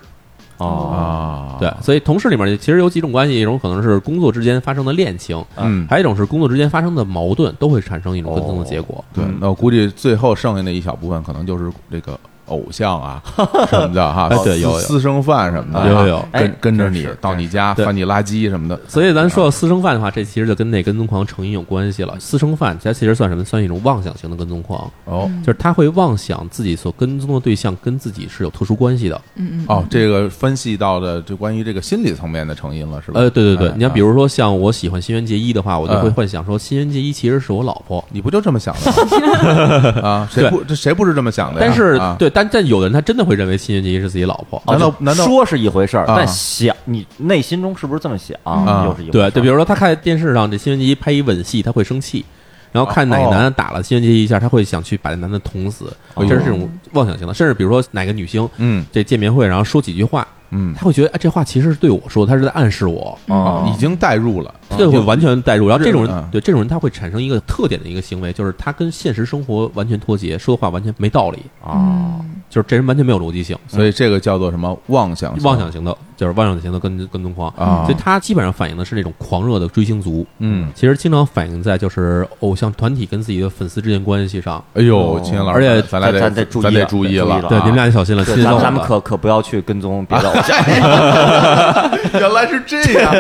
Speaker 3: 哦，
Speaker 2: 啊，
Speaker 1: 对，，所以同事里面其实有几种关系，一种可能是工作之间发生的恋情，
Speaker 2: 嗯，
Speaker 1: 还有一种是工作之间发生的矛盾，都会产生一种跟踪的结果。
Speaker 2: 对，那我估计最后剩下那一小部分可能就是这个偶像 啊什么的哈
Speaker 1: 哎，对
Speaker 2: 私
Speaker 1: 有有
Speaker 2: 私生饭什么的啊，
Speaker 1: 有有有
Speaker 3: 哎
Speaker 2: 跟跟着你
Speaker 3: 真是
Speaker 2: 到你家
Speaker 1: 对
Speaker 2: 翻你垃圾什么的，
Speaker 1: 所以咱说到私生饭的话，这其实就跟那跟踪狂成因有关系了。私生饭它其实算什么？算一种妄想型的跟踪狂，
Speaker 2: 哦
Speaker 1: 就是他会妄想自己所跟踪的对象跟自己是有特殊关系的。
Speaker 4: 嗯嗯，
Speaker 2: 哦，这个分析到的就关于这个心理层面的成因了，是吧？
Speaker 1: 呃，对对对
Speaker 2: 哎，
Speaker 1: 你看，比。
Speaker 2: 啊
Speaker 1: 如说像我喜欢新垣结衣的话，我就会
Speaker 2: 嗯
Speaker 1: 幻想说新垣结衣其实是我老婆。
Speaker 2: 啊你不就这么想 的吗啊？谁
Speaker 1: 对
Speaker 2: 不这谁不是这么想的呀？
Speaker 1: 但是
Speaker 2: 啊，
Speaker 1: 对，但但有的人他真的会认为新垣结衣是自己老婆。
Speaker 2: 难道难道
Speaker 3: 哦说是一回事儿，
Speaker 2: 啊
Speaker 3: 但想你内心中是不是这么想，又是一回事
Speaker 1: 对
Speaker 3: 儿
Speaker 1: 对，比如说他看电视上这新垣结衣拍一吻戏，他会生气，然后看哪个
Speaker 2: 哦
Speaker 1: 男的打了新垣结衣一下，他会想去把那男的捅死，
Speaker 2: 哎呦
Speaker 1: 这是这种妄想型的。甚至比如说哪个女星
Speaker 2: 嗯
Speaker 1: 这见面会，然后说几句话，
Speaker 2: 嗯，
Speaker 1: 他会觉得哎，这话其实是对我说的，他是在暗示我，
Speaker 4: 嗯
Speaker 2: 啊
Speaker 3: 哦
Speaker 2: 已经代入了，
Speaker 1: 这个会完全代入。然后这种
Speaker 2: 哦是
Speaker 1: 人
Speaker 2: 嗯，
Speaker 1: 对这种人，他会产生一个特点的一个行为，就是他跟现实生活完全脱节，说的话完全没道理，
Speaker 3: 啊，
Speaker 4: 嗯
Speaker 1: 就是这人完全没有逻辑性，
Speaker 2: 所以这个叫做什么妄
Speaker 3: 啊
Speaker 2: 想
Speaker 1: 嗯妄想型的，就是妄想型的跟跟踪狂。
Speaker 2: 啊
Speaker 1: 所以，他基本上反映的是那种狂热的追星族，
Speaker 2: 嗯，
Speaker 1: 其实经常反映在就是偶像团体跟自己的粉丝之间关系
Speaker 3: 啊
Speaker 1: 上。
Speaker 2: 哎呦，秦岩老师，
Speaker 1: 而且
Speaker 2: 咱俩
Speaker 3: 咱
Speaker 2: 得
Speaker 1: 啊
Speaker 3: 得注意
Speaker 2: 咱得
Speaker 3: 了
Speaker 2: 注
Speaker 3: 得
Speaker 2: 意
Speaker 3: 注意
Speaker 2: 了
Speaker 3: 了，
Speaker 1: 对，你们俩得小心了，
Speaker 3: 对
Speaker 1: 亲
Speaker 3: 咱
Speaker 1: 到
Speaker 3: 们咱
Speaker 1: 火
Speaker 3: 们
Speaker 1: 了
Speaker 3: 可可不要去跟踪别的偶 像，
Speaker 2: 原来是这样，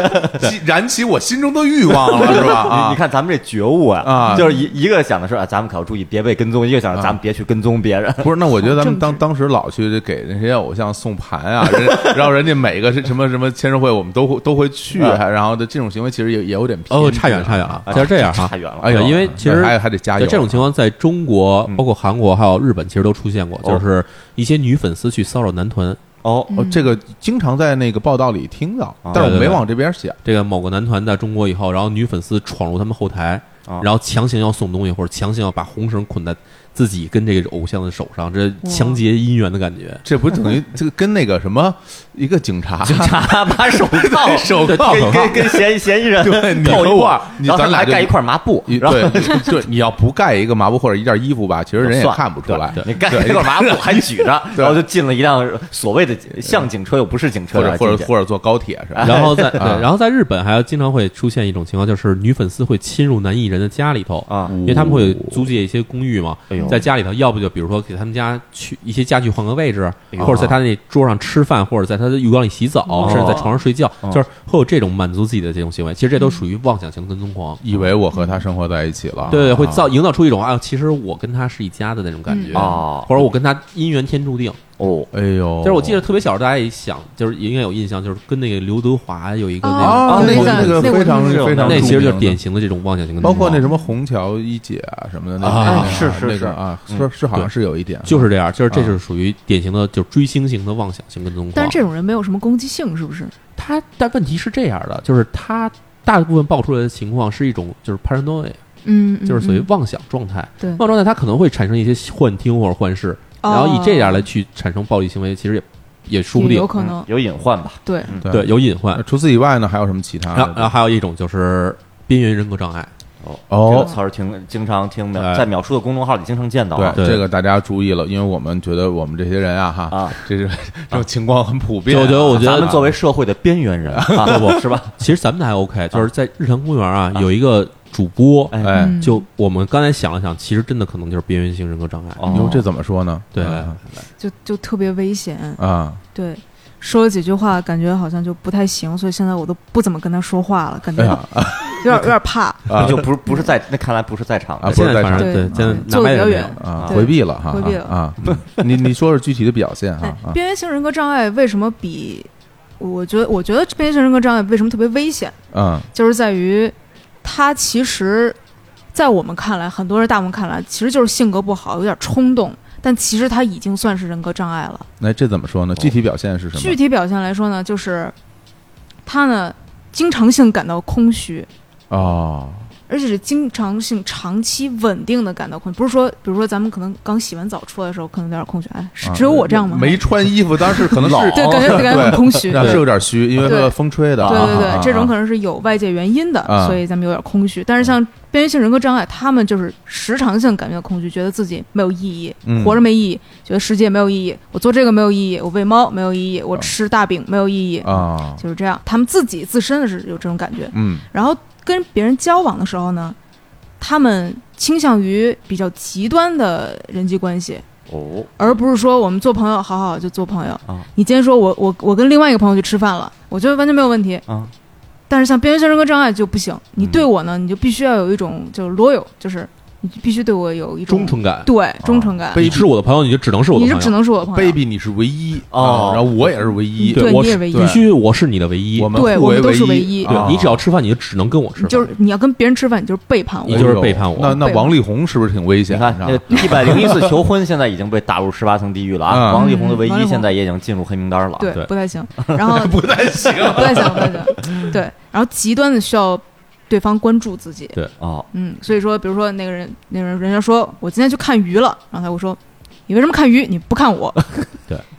Speaker 2: 激燃起 我心中的欲 望了，是吧？
Speaker 3: 你
Speaker 2: 啊，
Speaker 3: 你看咱们这觉悟啊，
Speaker 2: 啊
Speaker 3: 就是一一个想的是啊，咱们可要注意别被跟踪，一个想着咱们别去跟踪别人。
Speaker 2: 不是，那我觉得咱们当
Speaker 4: 好政治
Speaker 2: 当时老去给那些偶像送盘 啊，人然后人家每个是什么什么签售会，我们都会都会去，
Speaker 3: 啊
Speaker 2: 然后的这种行为其实也也有点偏
Speaker 1: 哦，
Speaker 2: 激
Speaker 1: 差远
Speaker 2: 啊
Speaker 1: 差远了，就是这样哈
Speaker 3: 差。远了。
Speaker 1: 哎呀，因为其实
Speaker 2: 还还得加油
Speaker 1: 对
Speaker 2: 啊，
Speaker 1: 这种情况，在中国、包括韩国还有日本，其实都出现过，
Speaker 3: 嗯哦
Speaker 1: 就是一些女粉丝去骚扰男团。
Speaker 3: 哦，
Speaker 2: 哦，这个经常在那个报道里听到
Speaker 3: 啊，
Speaker 2: 但是我
Speaker 1: 嗯对对
Speaker 2: 没
Speaker 1: 对
Speaker 2: 往这边想。
Speaker 1: 这个某个男团在中国以后，然后女粉丝闯入他们后台，
Speaker 3: 啊
Speaker 1: 然后强行要送东西，或者强行要把红绳捆在自己跟这个偶像的手上，这强结姻缘的感觉。
Speaker 2: 这不等于这个跟那个什么一个 警察
Speaker 3: 警察把手 铐
Speaker 2: 手铐
Speaker 3: 跟跟 跟嫌嫌疑人
Speaker 2: 对你
Speaker 3: 扣
Speaker 2: 和
Speaker 3: 一
Speaker 2: 我
Speaker 3: 块儿，
Speaker 2: 你
Speaker 3: 然后
Speaker 2: 咱俩
Speaker 3: 还
Speaker 2: 就
Speaker 3: 盖一块麻布，
Speaker 2: 一
Speaker 3: 然后
Speaker 2: 对对，你要不盖一个麻布或者一件衣服吧，其实人也
Speaker 3: 算了
Speaker 2: 看不出来
Speaker 3: 对。你盖一块麻布还举着，
Speaker 2: 对
Speaker 3: 然后就进了一辆所谓的像警车又不是警车
Speaker 2: 或者
Speaker 3: 的
Speaker 2: 或者
Speaker 3: 进去
Speaker 2: 或者坐高铁是
Speaker 3: 哎
Speaker 2: 吧？
Speaker 1: 然后在对，
Speaker 2: 啊
Speaker 1: 然后在日本还有经常会出现一种情况，就是女粉丝会侵入男艺人的家里头
Speaker 3: 啊
Speaker 1: 因为他们会租借一些公寓嘛
Speaker 3: 哎呦，
Speaker 1: 在家里头，要不就比如说给他们家去一些家具换个位置，
Speaker 3: 哎呦哦
Speaker 1: 或者在他那桌上吃饭，或者在他的浴缸里洗澡，甚至在床上睡觉，就是会有这种满足自己的这种行为。其实这都属于妄想型跟踪狂，
Speaker 2: 以为我和他生活在一起了，
Speaker 1: 对对，会
Speaker 2: 啊
Speaker 1: 造营造出一种啊，其实我跟他是一家的那种感觉
Speaker 4: 嗯
Speaker 3: 哦
Speaker 1: 或者我跟他姻缘天注定。
Speaker 3: 哦
Speaker 2: 哎呦，
Speaker 1: 但是我记得特别小，大家一想就是应该有印象，就是跟那个刘德华有一个那个
Speaker 2: 啊，
Speaker 4: 哦
Speaker 2: 那
Speaker 4: 那
Speaker 2: 个
Speaker 4: 个
Speaker 2: 个非常
Speaker 4: 那
Speaker 3: 个
Speaker 2: 非常，
Speaker 1: 那其实就是典
Speaker 2: 点，
Speaker 1: 型的这种妄想型跟
Speaker 2: 包
Speaker 1: 踪狂，
Speaker 2: 括那什么虹桥一姐啊什么的，那
Speaker 1: 啊
Speaker 2: 那个
Speaker 3: 是是
Speaker 2: 那
Speaker 3: 是
Speaker 2: 个啊，是是好像是有一点，啊
Speaker 1: 就是这样，就是这就是属于典型的就是追星型的妄想型跟踪狂。
Speaker 4: 但是这种人没有什么攻击性，是不是？
Speaker 1: 他但问题是这样的，就是他大部分爆出来的情况是一种就是 paranoia，
Speaker 4: 嗯，嗯
Speaker 1: 就是属于
Speaker 4: 嗯
Speaker 1: 妄想状态。
Speaker 4: 对
Speaker 1: 妄想状态他可能会产生一些幻听或者幻视，然后以这样来去产生暴力行为，其实也也说不
Speaker 4: 哦也
Speaker 1: 定
Speaker 4: 有。可能
Speaker 3: 有隐患吧？
Speaker 4: 对
Speaker 1: 对，有啊隐患
Speaker 2: 那。除此以外呢，还有什么其他
Speaker 1: 然后，然后
Speaker 2: 的？
Speaker 1: 还有一种就是边缘人格障碍，
Speaker 3: 这个
Speaker 2: 哦，
Speaker 3: 词儿挺经常听的，
Speaker 1: 哎
Speaker 3: 在秒叔的公众号里经常见到啊。
Speaker 2: 对
Speaker 1: 对
Speaker 2: 这个大家注意了，因为我们觉得我们这些人啊，哈，
Speaker 3: 啊，
Speaker 2: 这是 这种情况很普遍
Speaker 1: 就
Speaker 2: 啊。
Speaker 1: 我觉得，我觉
Speaker 3: 咱们
Speaker 1: 得
Speaker 3: 作为社会的边缘人， 啊，不是吧？
Speaker 1: 其实咱们还 OK，就是在日常公园啊，有一个主播，
Speaker 3: 哎
Speaker 2: 哎，
Speaker 4: 嗯
Speaker 1: 就我们刚才想了想，其实真的可能就是边缘性人格障碍。
Speaker 3: 哦
Speaker 4: 嗯
Speaker 2: 哟，这怎么说呢？
Speaker 1: 对
Speaker 2: 啊
Speaker 4: 就就特别危险。
Speaker 2: 啊，
Speaker 4: 对，说了几句话，感觉好像就不太行，所以现在我都不怎么跟他说话了，感觉
Speaker 2: 哎呀
Speaker 4: 有点有点怕。
Speaker 2: 啊
Speaker 3: 那就不是不是在那看来不是在场
Speaker 2: 啊
Speaker 3: 的
Speaker 1: 现在
Speaker 2: 不是在
Speaker 1: 反
Speaker 2: 场
Speaker 1: 正对
Speaker 4: 对，
Speaker 1: 现在
Speaker 4: 对
Speaker 1: 拿
Speaker 4: 坐得
Speaker 1: 麦也
Speaker 4: 比较
Speaker 1: 没有
Speaker 4: 远
Speaker 2: 啊，
Speaker 4: 对
Speaker 2: 回避了哈，
Speaker 4: 回避了
Speaker 2: 啊。啊 嗯你你说说具体的表现哈
Speaker 4: 哎，
Speaker 2: 啊，
Speaker 4: 边缘性人格障碍为什么比我觉得我觉得边缘性人格障碍为什么特别危险，
Speaker 2: 嗯
Speaker 4: 就是在于他其实，在我们看来，很多人大部分看来其实就是性格不好，有点冲动。但其实他已经算是人格障碍了。
Speaker 2: 那这怎么说呢？具体表现是什
Speaker 4: 具
Speaker 2: 么？
Speaker 4: 体表现来说呢，就是他呢经常性感到空虚，
Speaker 2: 哦，
Speaker 4: 而且是经常性、长期稳定的感到空虚，不是说，比如说咱们可能刚洗完澡出来的时候，可能有点空虚，哎，是
Speaker 2: 啊
Speaker 4: 只有我这样吗？
Speaker 2: 没穿衣服，当时可能是
Speaker 4: 对，感觉感觉很空虚。
Speaker 2: 那
Speaker 4: 对
Speaker 2: 是有点虚，因为
Speaker 4: 对
Speaker 2: 风吹的。
Speaker 4: 对对
Speaker 2: 啊
Speaker 4: 对，这种可
Speaker 2: 啊
Speaker 4: 能是有外界原因的，
Speaker 2: 啊嗯
Speaker 4: 所以咱们有点空虚。但是像边缘性人格障碍，他们就是时常性感觉到空虚，觉得自己没有意义，
Speaker 2: 嗯
Speaker 4: 活着没意义，觉得世界没有意义，我做这个没有意义，我喂猫没有意义，我吃大饼没有意义，
Speaker 2: 啊，
Speaker 4: 就是这样。他们自己自身的是有这种感觉，
Speaker 2: 嗯
Speaker 4: 然后跟别人交往的时候呢，他们倾向于比较极端的人际关系，
Speaker 3: 哦，
Speaker 4: 而不是说我们做朋友好好就做朋友。
Speaker 3: 啊
Speaker 4: 你今天说我我我跟另外一个朋友去吃饭了，我觉得完全没有问题。
Speaker 3: 啊
Speaker 4: 但是像边缘性人格障碍就不
Speaker 1: 嗯
Speaker 4: 行，你对我呢，你就必须要有一种就是 loyal，就是你必须对我有一种
Speaker 1: 忠，诚感。
Speaker 4: 对忠诚感，
Speaker 2: 被
Speaker 1: 你是我的朋友，你就只能是我的
Speaker 4: 你
Speaker 1: 朋
Speaker 4: 就
Speaker 1: 友。
Speaker 4: 只能是我的朋友。
Speaker 2: ，baby，你是唯一
Speaker 3: 哦
Speaker 2: 啊然后我也是唯一，
Speaker 4: 对
Speaker 1: 我
Speaker 4: 你也
Speaker 1: 是
Speaker 4: 唯一
Speaker 1: 必须我是你的唯一。
Speaker 2: 我们
Speaker 4: 对
Speaker 2: 互
Speaker 4: 我
Speaker 2: 为
Speaker 4: 们都是唯
Speaker 2: 一，
Speaker 4: 一
Speaker 1: 对
Speaker 2: 啊
Speaker 1: 你只要吃饭，你就只能跟我吃
Speaker 4: 你
Speaker 1: 饭。
Speaker 4: 就是你要跟别人吃饭，你就是背叛我
Speaker 1: 你。就是背叛我
Speaker 2: 哎那那
Speaker 4: 背叛
Speaker 2: 王力宏是不是挺危
Speaker 3: 你
Speaker 2: 险？
Speaker 3: 看，
Speaker 2: 你知道
Speaker 3: 那
Speaker 2: 吗
Speaker 3: 一百零一次求婚现在已经被打入十八层地狱了啊！
Speaker 2: 嗯
Speaker 3: 王力宏的唯
Speaker 4: 王力
Speaker 3: 一
Speaker 4: 宏
Speaker 3: 现在也已经进入黑名单了。啊
Speaker 4: 对
Speaker 1: 对，
Speaker 4: 不太行。然 后
Speaker 2: 不太行。
Speaker 4: 不太行，不太行。对，然后极端的需要对方关注自己。
Speaker 3: 哦，
Speaker 4: 嗯，所以说，比如说那个人，那个人人家说我今天去看鱼了，然后他会说你为什么看鱼？你不看我？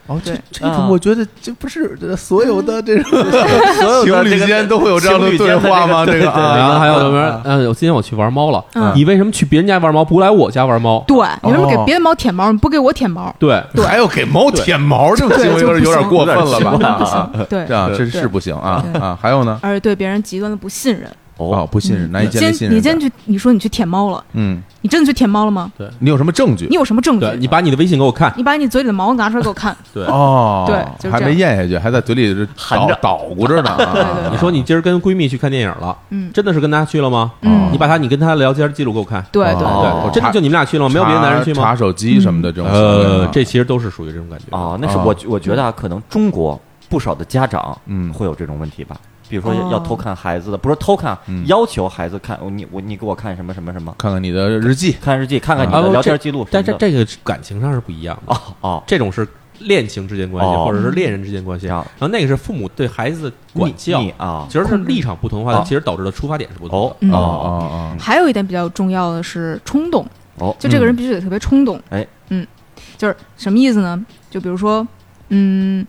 Speaker 2: 哦，这
Speaker 4: 对
Speaker 2: 这种我觉得这不是这所有的这 种
Speaker 3: 所有
Speaker 2: 情
Speaker 3: 的
Speaker 2: 侣
Speaker 3: 这
Speaker 2: 间
Speaker 3: 个
Speaker 2: 都会有这样
Speaker 3: 情
Speaker 2: 的
Speaker 3: 侣间
Speaker 2: 对
Speaker 3: 的
Speaker 2: 话
Speaker 3: 这个
Speaker 2: 吗？这
Speaker 3: 对
Speaker 2: 个
Speaker 3: 对
Speaker 2: 啊然
Speaker 3: 对然
Speaker 2: 后
Speaker 3: 后
Speaker 2: 还
Speaker 3: 还
Speaker 2: 有
Speaker 3: 有
Speaker 2: 什
Speaker 3: 什
Speaker 2: 么
Speaker 3: 么？
Speaker 1: 嗯，我今天我去玩猫了，
Speaker 4: 嗯
Speaker 1: 你为什么去别人家玩猫，不来我家玩猫？
Speaker 4: 对，你为什么
Speaker 2: 哦
Speaker 4: 给别的猫舔毛，你不给我舔毛？
Speaker 1: 对，
Speaker 4: 对
Speaker 2: 还有哎给猫舔毛这种
Speaker 4: 对
Speaker 2: 行为，
Speaker 4: 就
Speaker 2: 有点
Speaker 4: 不
Speaker 2: 有点过
Speaker 4: 行
Speaker 2: 分了吧
Speaker 3: 有？点
Speaker 2: 啊
Speaker 3: 不行
Speaker 2: 啊
Speaker 4: 对
Speaker 2: 这，样这
Speaker 3: 对
Speaker 2: 是不行啊
Speaker 4: 对
Speaker 2: 啊！还有呢？
Speaker 4: 而且对别人极端的不信任。嗯
Speaker 2: 哦，不信任，难以
Speaker 4: 你
Speaker 2: 建立信
Speaker 4: 今
Speaker 2: 任
Speaker 4: 你
Speaker 2: 感。
Speaker 4: 今天去，你说你去舔猫了，
Speaker 2: 嗯，
Speaker 4: 你真的去舔猫了吗？
Speaker 2: 你有什么证据
Speaker 4: 你？有什么证据
Speaker 1: 对？你把你的微信给我看，
Speaker 4: 你把你嘴里的毛拿出来给我看。
Speaker 2: 哦，
Speaker 4: 对就是
Speaker 2: 还
Speaker 4: 这样
Speaker 2: 没咽下去，还在嘴里就
Speaker 3: 含
Speaker 2: 捣
Speaker 3: 着
Speaker 2: 捣鼓着呢。啊
Speaker 4: 对对对
Speaker 1: 你说你今儿跟闺蜜去看电影了，
Speaker 4: 嗯，
Speaker 1: 真的是跟她去了吗？
Speaker 4: 嗯
Speaker 1: 你把她你跟她聊天记录给我看，
Speaker 4: 对
Speaker 2: 哦
Speaker 4: 对，
Speaker 1: 对，真的就你们俩去了吗？没有别的男人去
Speaker 2: 查查
Speaker 1: 吗？
Speaker 2: 手机什么的这种行为
Speaker 1: 呃
Speaker 2: 啊，，
Speaker 1: 这其实都是属于这种感觉
Speaker 3: 啊，那是
Speaker 2: 啊
Speaker 3: 我我觉得啊，可能中国不少的家长
Speaker 2: 嗯
Speaker 3: 会有这种问题吧。比如说
Speaker 4: 哦
Speaker 3: 要偷看孩子的，不是偷看
Speaker 2: 嗯，
Speaker 3: 要求孩子看，哦你我你给我看什么什么什么，
Speaker 2: 看看你的日记，
Speaker 3: 看日记，看看你
Speaker 1: 啊
Speaker 3: 的
Speaker 1: 我
Speaker 3: 聊
Speaker 1: 这
Speaker 3: 天记录什
Speaker 1: 但
Speaker 3: 么
Speaker 1: 这
Speaker 3: 的。
Speaker 1: 这个是感情上是不一样的，
Speaker 3: 哦哦，
Speaker 1: 这种是恋情之间关系，
Speaker 3: 哦嗯
Speaker 1: 或者是恋人之间关系，
Speaker 3: 这
Speaker 1: 然
Speaker 3: 样
Speaker 1: 后那个是父母对孩子的管教
Speaker 3: 你，啊，
Speaker 1: 其实是立场不同的话，
Speaker 3: 哦
Speaker 1: 其实导致的出发点是不同
Speaker 3: 哦
Speaker 1: 的。
Speaker 4: 嗯
Speaker 2: 哦哦
Speaker 4: 还有一点比较重要的是冲动，
Speaker 3: 哦，
Speaker 1: 嗯
Speaker 4: 就这个人必须得特别冲动。
Speaker 3: 哎，
Speaker 4: 嗯，就是什么意思呢？就比如说，嗯，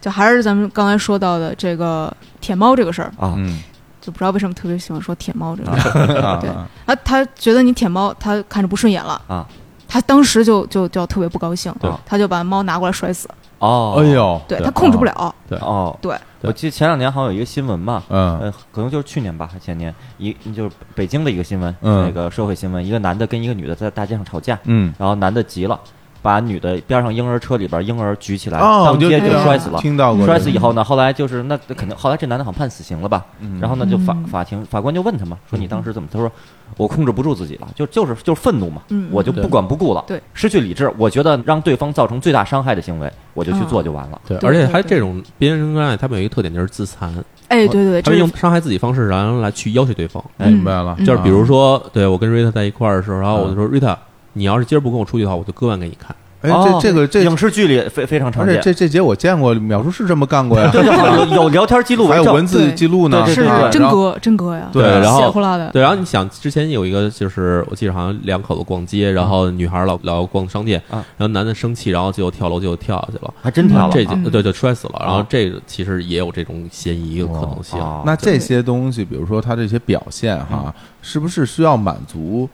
Speaker 4: 就还是咱们刚才说到的这个舔猫这个事儿，
Speaker 2: 哦，
Speaker 3: 啊
Speaker 2: 嗯，
Speaker 4: 就不知道为什么特别喜欢说舔猫这个事儿。
Speaker 2: 啊
Speaker 4: 对 啊，他觉得你舔猫，他看着不顺眼了
Speaker 3: 啊，
Speaker 4: 他当时就就就特别不高兴
Speaker 1: 对，
Speaker 4: 他就把猫拿过来摔死，
Speaker 3: 哦，
Speaker 2: 哎呦，
Speaker 4: 对
Speaker 1: 对啊
Speaker 4: 他控制不了，
Speaker 3: 哦，
Speaker 4: 对，
Speaker 1: 对
Speaker 3: 我记得前两年好像有一个新闻吧，
Speaker 2: 嗯
Speaker 3: 呃，可能就是去年吧，还前年一就是北京的一个新闻，
Speaker 2: 嗯
Speaker 3: 那个社会新闻，一个男的跟一个女的在大街上吵架，
Speaker 2: 嗯，
Speaker 3: 然后男的急了，把女的边上婴儿车里边婴儿举起来，
Speaker 2: 哦，
Speaker 3: 当街
Speaker 2: 我
Speaker 3: 就
Speaker 2: 知道
Speaker 3: 摔死了。
Speaker 2: 听到过这个，
Speaker 3: 摔死以后呢，后来就是那那肯定，后来这男的好像判死刑了吧？
Speaker 2: 嗯
Speaker 3: 然后呢，就法
Speaker 4: 嗯
Speaker 3: 法庭法官就问他嘛，说你当时怎么？他说我控制不住自己了，就就是就是愤怒嘛，
Speaker 4: 嗯
Speaker 3: 我就不管不顾了，
Speaker 4: 对
Speaker 3: 失去理智。我觉得让对方造成最大伤害的行为，我就去做就完了。
Speaker 1: 对，
Speaker 4: 对
Speaker 1: 而且还
Speaker 4: 对对
Speaker 1: 这种边缘关系，他们有一个特点就是自残，
Speaker 4: 哎，对对对，
Speaker 1: 他
Speaker 4: 这
Speaker 1: 们
Speaker 4: 是
Speaker 1: 用伤害自己方式，然后来去要挟对方。
Speaker 3: 哎
Speaker 2: 明白了，
Speaker 4: 嗯
Speaker 1: 就是比如说，对我跟瑞塔在一块儿的时候，然后我就
Speaker 2: 嗯
Speaker 1: 说瑞塔，你要是今儿不跟我出去的话，我就割腕给你看。
Speaker 2: 哎，
Speaker 3: 哦
Speaker 2: 这这个这，
Speaker 3: 影视剧里非非常常
Speaker 2: 而且
Speaker 3: 见，
Speaker 2: 这这节我见过，淼叔是这么干过呀，
Speaker 3: 对对对有有聊天记录
Speaker 2: 还
Speaker 3: 为
Speaker 2: 有
Speaker 3: 证，
Speaker 2: 文字记录呢，
Speaker 3: 对对
Speaker 4: 是
Speaker 3: 对
Speaker 2: 啊
Speaker 3: 对
Speaker 4: 真
Speaker 2: 然后
Speaker 4: 哥真哥呀，
Speaker 1: 对然后
Speaker 4: 血呼啦的，
Speaker 1: 对，然后你想，之前有一个就是，我记得好像两口子逛街，然后女孩老老逛商店，
Speaker 3: 啊
Speaker 1: 然后男的生气，然后就跳楼就跳下去了，
Speaker 3: 还真跳了
Speaker 1: 这
Speaker 3: 啊
Speaker 1: 就对就摔死了。然后
Speaker 3: 啊
Speaker 1: 这个其实也有这种嫌疑的可能性。
Speaker 3: 哦
Speaker 2: 那这些东西，比如说他这些表现
Speaker 3: 嗯
Speaker 2: 哈，是不是需要满足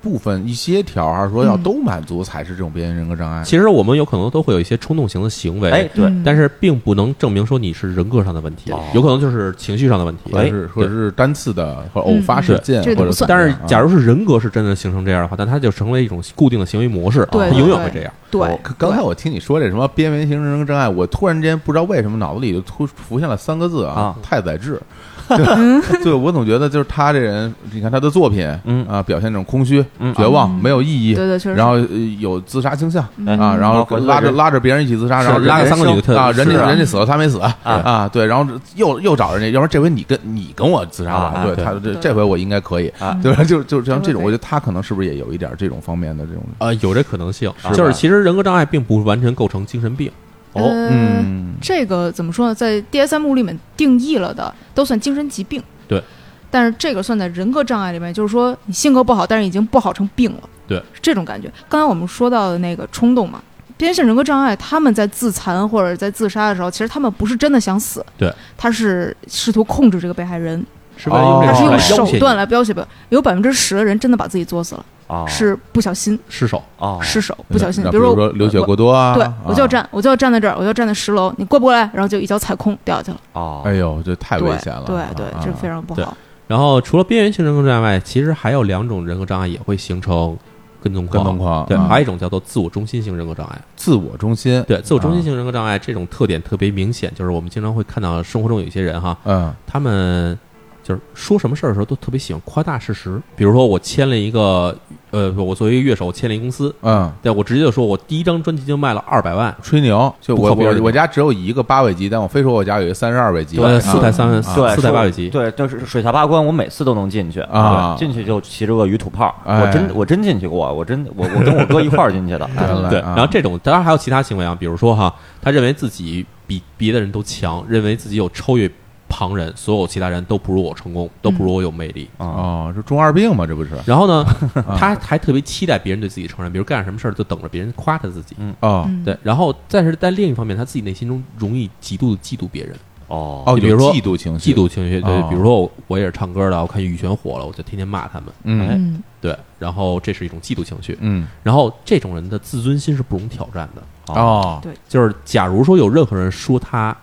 Speaker 2: 部分一些条，还是说要
Speaker 4: 嗯
Speaker 2: 都满足才是这种边缘人格障碍？
Speaker 1: 其实我们有可能都会有一些冲动型的行为，
Speaker 3: 哎对，
Speaker 4: 嗯
Speaker 1: 但是并不能证明说你是人格上的问题，
Speaker 3: 哦
Speaker 1: 有可能就是情绪上的问题。
Speaker 2: 或者
Speaker 3: 哎
Speaker 2: 是或者是单次的或者偶发事件，
Speaker 4: 嗯这个
Speaker 2: 或者
Speaker 4: 不算
Speaker 1: 但是，假
Speaker 2: 如
Speaker 1: 如是人格是真的形成这样的话，那它就成为一种固定的行为模式，
Speaker 4: 对
Speaker 1: 它
Speaker 4: 对
Speaker 1: 永远会
Speaker 4: 对
Speaker 1: 这样。
Speaker 4: 对，
Speaker 2: 哦刚才我听你说这什么边缘型人格障碍，我突然间不知道为什么脑子里就突浮现了三个字
Speaker 3: 啊
Speaker 2: 太宰治。对，我总觉得就是他这人，你看他的作品，
Speaker 3: 嗯
Speaker 2: 啊，表现这种空虚、
Speaker 3: 嗯
Speaker 2: 绝望、
Speaker 4: 嗯
Speaker 2: 没有意义，
Speaker 4: 对对确实
Speaker 2: 然后呃有自杀倾向
Speaker 3: 哎
Speaker 4: 嗯
Speaker 2: 啊，然后
Speaker 3: 包括
Speaker 2: 拉着
Speaker 3: 人
Speaker 2: 拉着别人一起自杀，然后
Speaker 1: 是拉
Speaker 2: 人
Speaker 1: 个三个女的特
Speaker 2: 啊，人
Speaker 1: 是
Speaker 2: 家
Speaker 1: 啊
Speaker 2: 人家死了，他没死啊，对，然后又又找人家，要不然这回你跟你跟我自杀吧，
Speaker 3: 啊
Speaker 2: 对
Speaker 1: 对
Speaker 2: 他这
Speaker 4: 对
Speaker 2: 这回我应该可以
Speaker 3: 啊，
Speaker 2: 对吧？就就像这种，
Speaker 4: 对
Speaker 2: 我觉得他可能是不是也有一点这种方面的这种，
Speaker 1: 呃，有这可能性，
Speaker 3: 是
Speaker 1: 就是
Speaker 3: 吧
Speaker 1: 其实人格障碍并不完全构成精神病。
Speaker 4: 呃，
Speaker 2: 嗯，
Speaker 4: 这个怎么说呢，在 DSM 里面定义了的都算精神疾病，
Speaker 1: 对，
Speaker 4: 但是这个算在人格障碍里面，就是说你性格不好，但是已经不好成病了，
Speaker 1: 对，
Speaker 4: 是这种感觉。刚才我们说到的那个冲动嘛。边缘性人格障碍，他们在自残或者在自杀的时候，其实他们不是真的想死，
Speaker 1: 对，
Speaker 4: 他是试图控制这个被害人，
Speaker 1: 是为了用
Speaker 2: 哦
Speaker 1: 这
Speaker 4: 他
Speaker 1: 个
Speaker 4: 是
Speaker 1: 来要
Speaker 4: 用手
Speaker 1: 挟你
Speaker 4: 段来要挟别人。有百分之十的人真的把自己作死了，
Speaker 3: 啊
Speaker 4: 是不小心
Speaker 1: 失手，
Speaker 3: 啊
Speaker 4: 失手，不小心，
Speaker 2: 哦那比
Speaker 4: 如
Speaker 2: 如
Speaker 4: 说
Speaker 2: 说
Speaker 4: 我
Speaker 2: 流血过多啊，
Speaker 4: 对
Speaker 2: 啊，
Speaker 4: 我就要站，我就要站在这儿，我就要站在十楼，你过不过来？然后就一脚踩空掉下去了，
Speaker 3: 啊
Speaker 2: 哎呦，这太危
Speaker 4: 对
Speaker 2: 险了，
Speaker 4: 对对
Speaker 2: 啊，
Speaker 4: 这非常不
Speaker 1: 对
Speaker 4: 好。
Speaker 1: 然后除了边缘性人格障碍，其实还有两种人格障碍也会形成跟踪
Speaker 2: 跟
Speaker 1: 狂。
Speaker 2: 踪狂，
Speaker 1: 对，
Speaker 2: 啊
Speaker 1: 还有一种叫做自我中心性人格障碍。
Speaker 2: 自我中心，
Speaker 1: 对，自我中心性人格障碍这种特点特别明显，就是我们经常会看到生活中有一些人哈，
Speaker 2: 嗯，
Speaker 1: 他们就是说什么事儿的时候都特别喜欢夸大事实。比如说我签了一个，呃，我作为一个乐手，我签了一个公司，
Speaker 2: 嗯。
Speaker 1: 对我直接就说我第一张专辑就卖了二百万，
Speaker 2: 吹牛，就
Speaker 1: 不
Speaker 2: 我
Speaker 1: 靠谱
Speaker 2: 我
Speaker 1: 这种
Speaker 2: 我家只有一个八位机，但我非说我家有一个三十二位机，
Speaker 1: 呃
Speaker 2: 啊
Speaker 1: 四台三
Speaker 3: 对
Speaker 1: 四台八尾级。
Speaker 3: 对，就是水下八关，我每次都能进去
Speaker 2: 啊
Speaker 3: 对进去就骑着鳄鱼吐泡。
Speaker 2: 哎
Speaker 3: 我真我真进去过，我真我我跟我哥一块儿进去的。哎
Speaker 2: 原来
Speaker 1: 对，
Speaker 2: 啊
Speaker 1: 然后这种当然还有其他行为啊，比如说哈，他认为自己比别的人都强，认为自己有超越旁人，所有其他人都不如我成功，都不如我有魅力。
Speaker 3: 啊，
Speaker 2: 哦，这中二病嘛，这不是？
Speaker 1: 然后 呢，
Speaker 2: 啊
Speaker 1: 他还特别期待别人对自己承认，比如干什么事儿就等着别人夸他自己。
Speaker 2: 哦
Speaker 4: 嗯
Speaker 1: 对，然后但是在另一方面，他自己内心中容易极度地嫉妒别人，
Speaker 3: 哦，
Speaker 2: 哦，
Speaker 1: 就比如说
Speaker 2: 有嫉妒情绪，
Speaker 1: 嫉妒情绪。对
Speaker 2: 哦，
Speaker 1: 比如说我我也是唱歌的，我看羽泉火了，我就天天骂他们。
Speaker 2: 嗯
Speaker 4: 嗯
Speaker 1: 对，然后这是一种嫉妒情绪。
Speaker 2: 嗯
Speaker 1: 然后这种人的自尊心是不容挑战的。
Speaker 2: 哦
Speaker 4: 对
Speaker 1: 就是假如说有任何人说他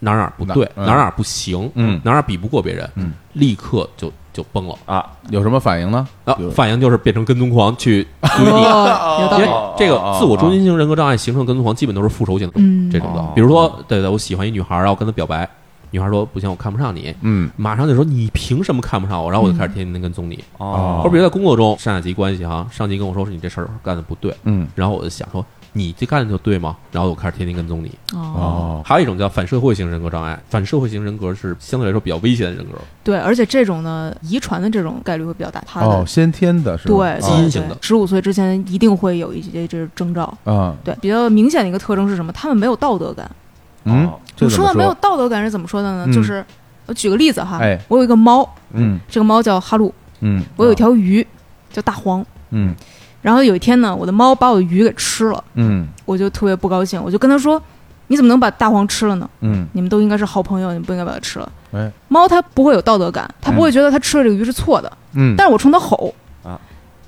Speaker 1: 哪儿哪儿不对，
Speaker 2: 哪
Speaker 1: 哪儿哪儿不行，
Speaker 2: 嗯
Speaker 1: 哪儿哪儿比不过别人，
Speaker 2: 嗯，
Speaker 1: 立刻就就崩了。
Speaker 3: 啊，
Speaker 2: 有什么反应呢？
Speaker 1: 啊
Speaker 2: 比如，
Speaker 1: 反应就是变成跟踪狂去
Speaker 4: 哦，有道
Speaker 1: 因为
Speaker 4: 理，
Speaker 1: 这个自我中心型人格障碍形成跟踪狂，基本都是复仇型的
Speaker 4: 嗯
Speaker 1: 这种的
Speaker 3: 哦。
Speaker 1: 比如说，对对，我喜欢一女孩，然后我跟她表白，女孩说不行，我看不上你，
Speaker 2: 嗯
Speaker 1: 马上就说你凭什么看不上我？然后我就开始天天跟踪你。
Speaker 3: 哦
Speaker 1: 或者比如在工作中，上下级关系哈，上级跟我说是你这事儿干的不对，
Speaker 2: 嗯
Speaker 1: 然后我就想说你这干的就对吗？然后我开始天天跟踪你。
Speaker 4: 哦，
Speaker 2: 哦
Speaker 1: 还有一种叫反社会型人格障碍，反社会型人格是相对来说比较危险的人格，
Speaker 4: 对，而且这种呢，遗传的这种概率会比较大，他
Speaker 2: 哦，
Speaker 4: 的
Speaker 2: 先天的是吧哦
Speaker 4: 对
Speaker 1: 基因型的
Speaker 4: 十五岁之前一定会有一些这征兆。
Speaker 2: 啊
Speaker 4: 对，比较明显的一个特征是什么？他们没有道德感。
Speaker 2: 嗯
Speaker 3: 哦，
Speaker 2: 这
Speaker 4: 我
Speaker 2: 怎
Speaker 4: 说
Speaker 2: 么
Speaker 4: 到没有道德感是怎么说的呢？
Speaker 2: 嗯
Speaker 4: 就是我举个例子哈
Speaker 2: 哎，
Speaker 4: 我有一个猫，
Speaker 2: 嗯
Speaker 4: 这个猫叫哈鲁，
Speaker 2: 嗯
Speaker 4: 我有一条鱼叫大黄。
Speaker 2: 嗯
Speaker 4: 然后有一天呢，我的猫把我的鱼给吃了，
Speaker 2: 嗯
Speaker 4: 我就特别不高兴，我就跟他说：“你怎么能把大黄吃了呢？
Speaker 2: 嗯
Speaker 4: 你们都应该是好朋友，你不应该把它吃了。
Speaker 2: 哎”
Speaker 4: 猫它不会有道德感，它不会觉得它吃了这个鱼是错的，
Speaker 2: 嗯，
Speaker 4: 但是我冲它吼
Speaker 3: 啊，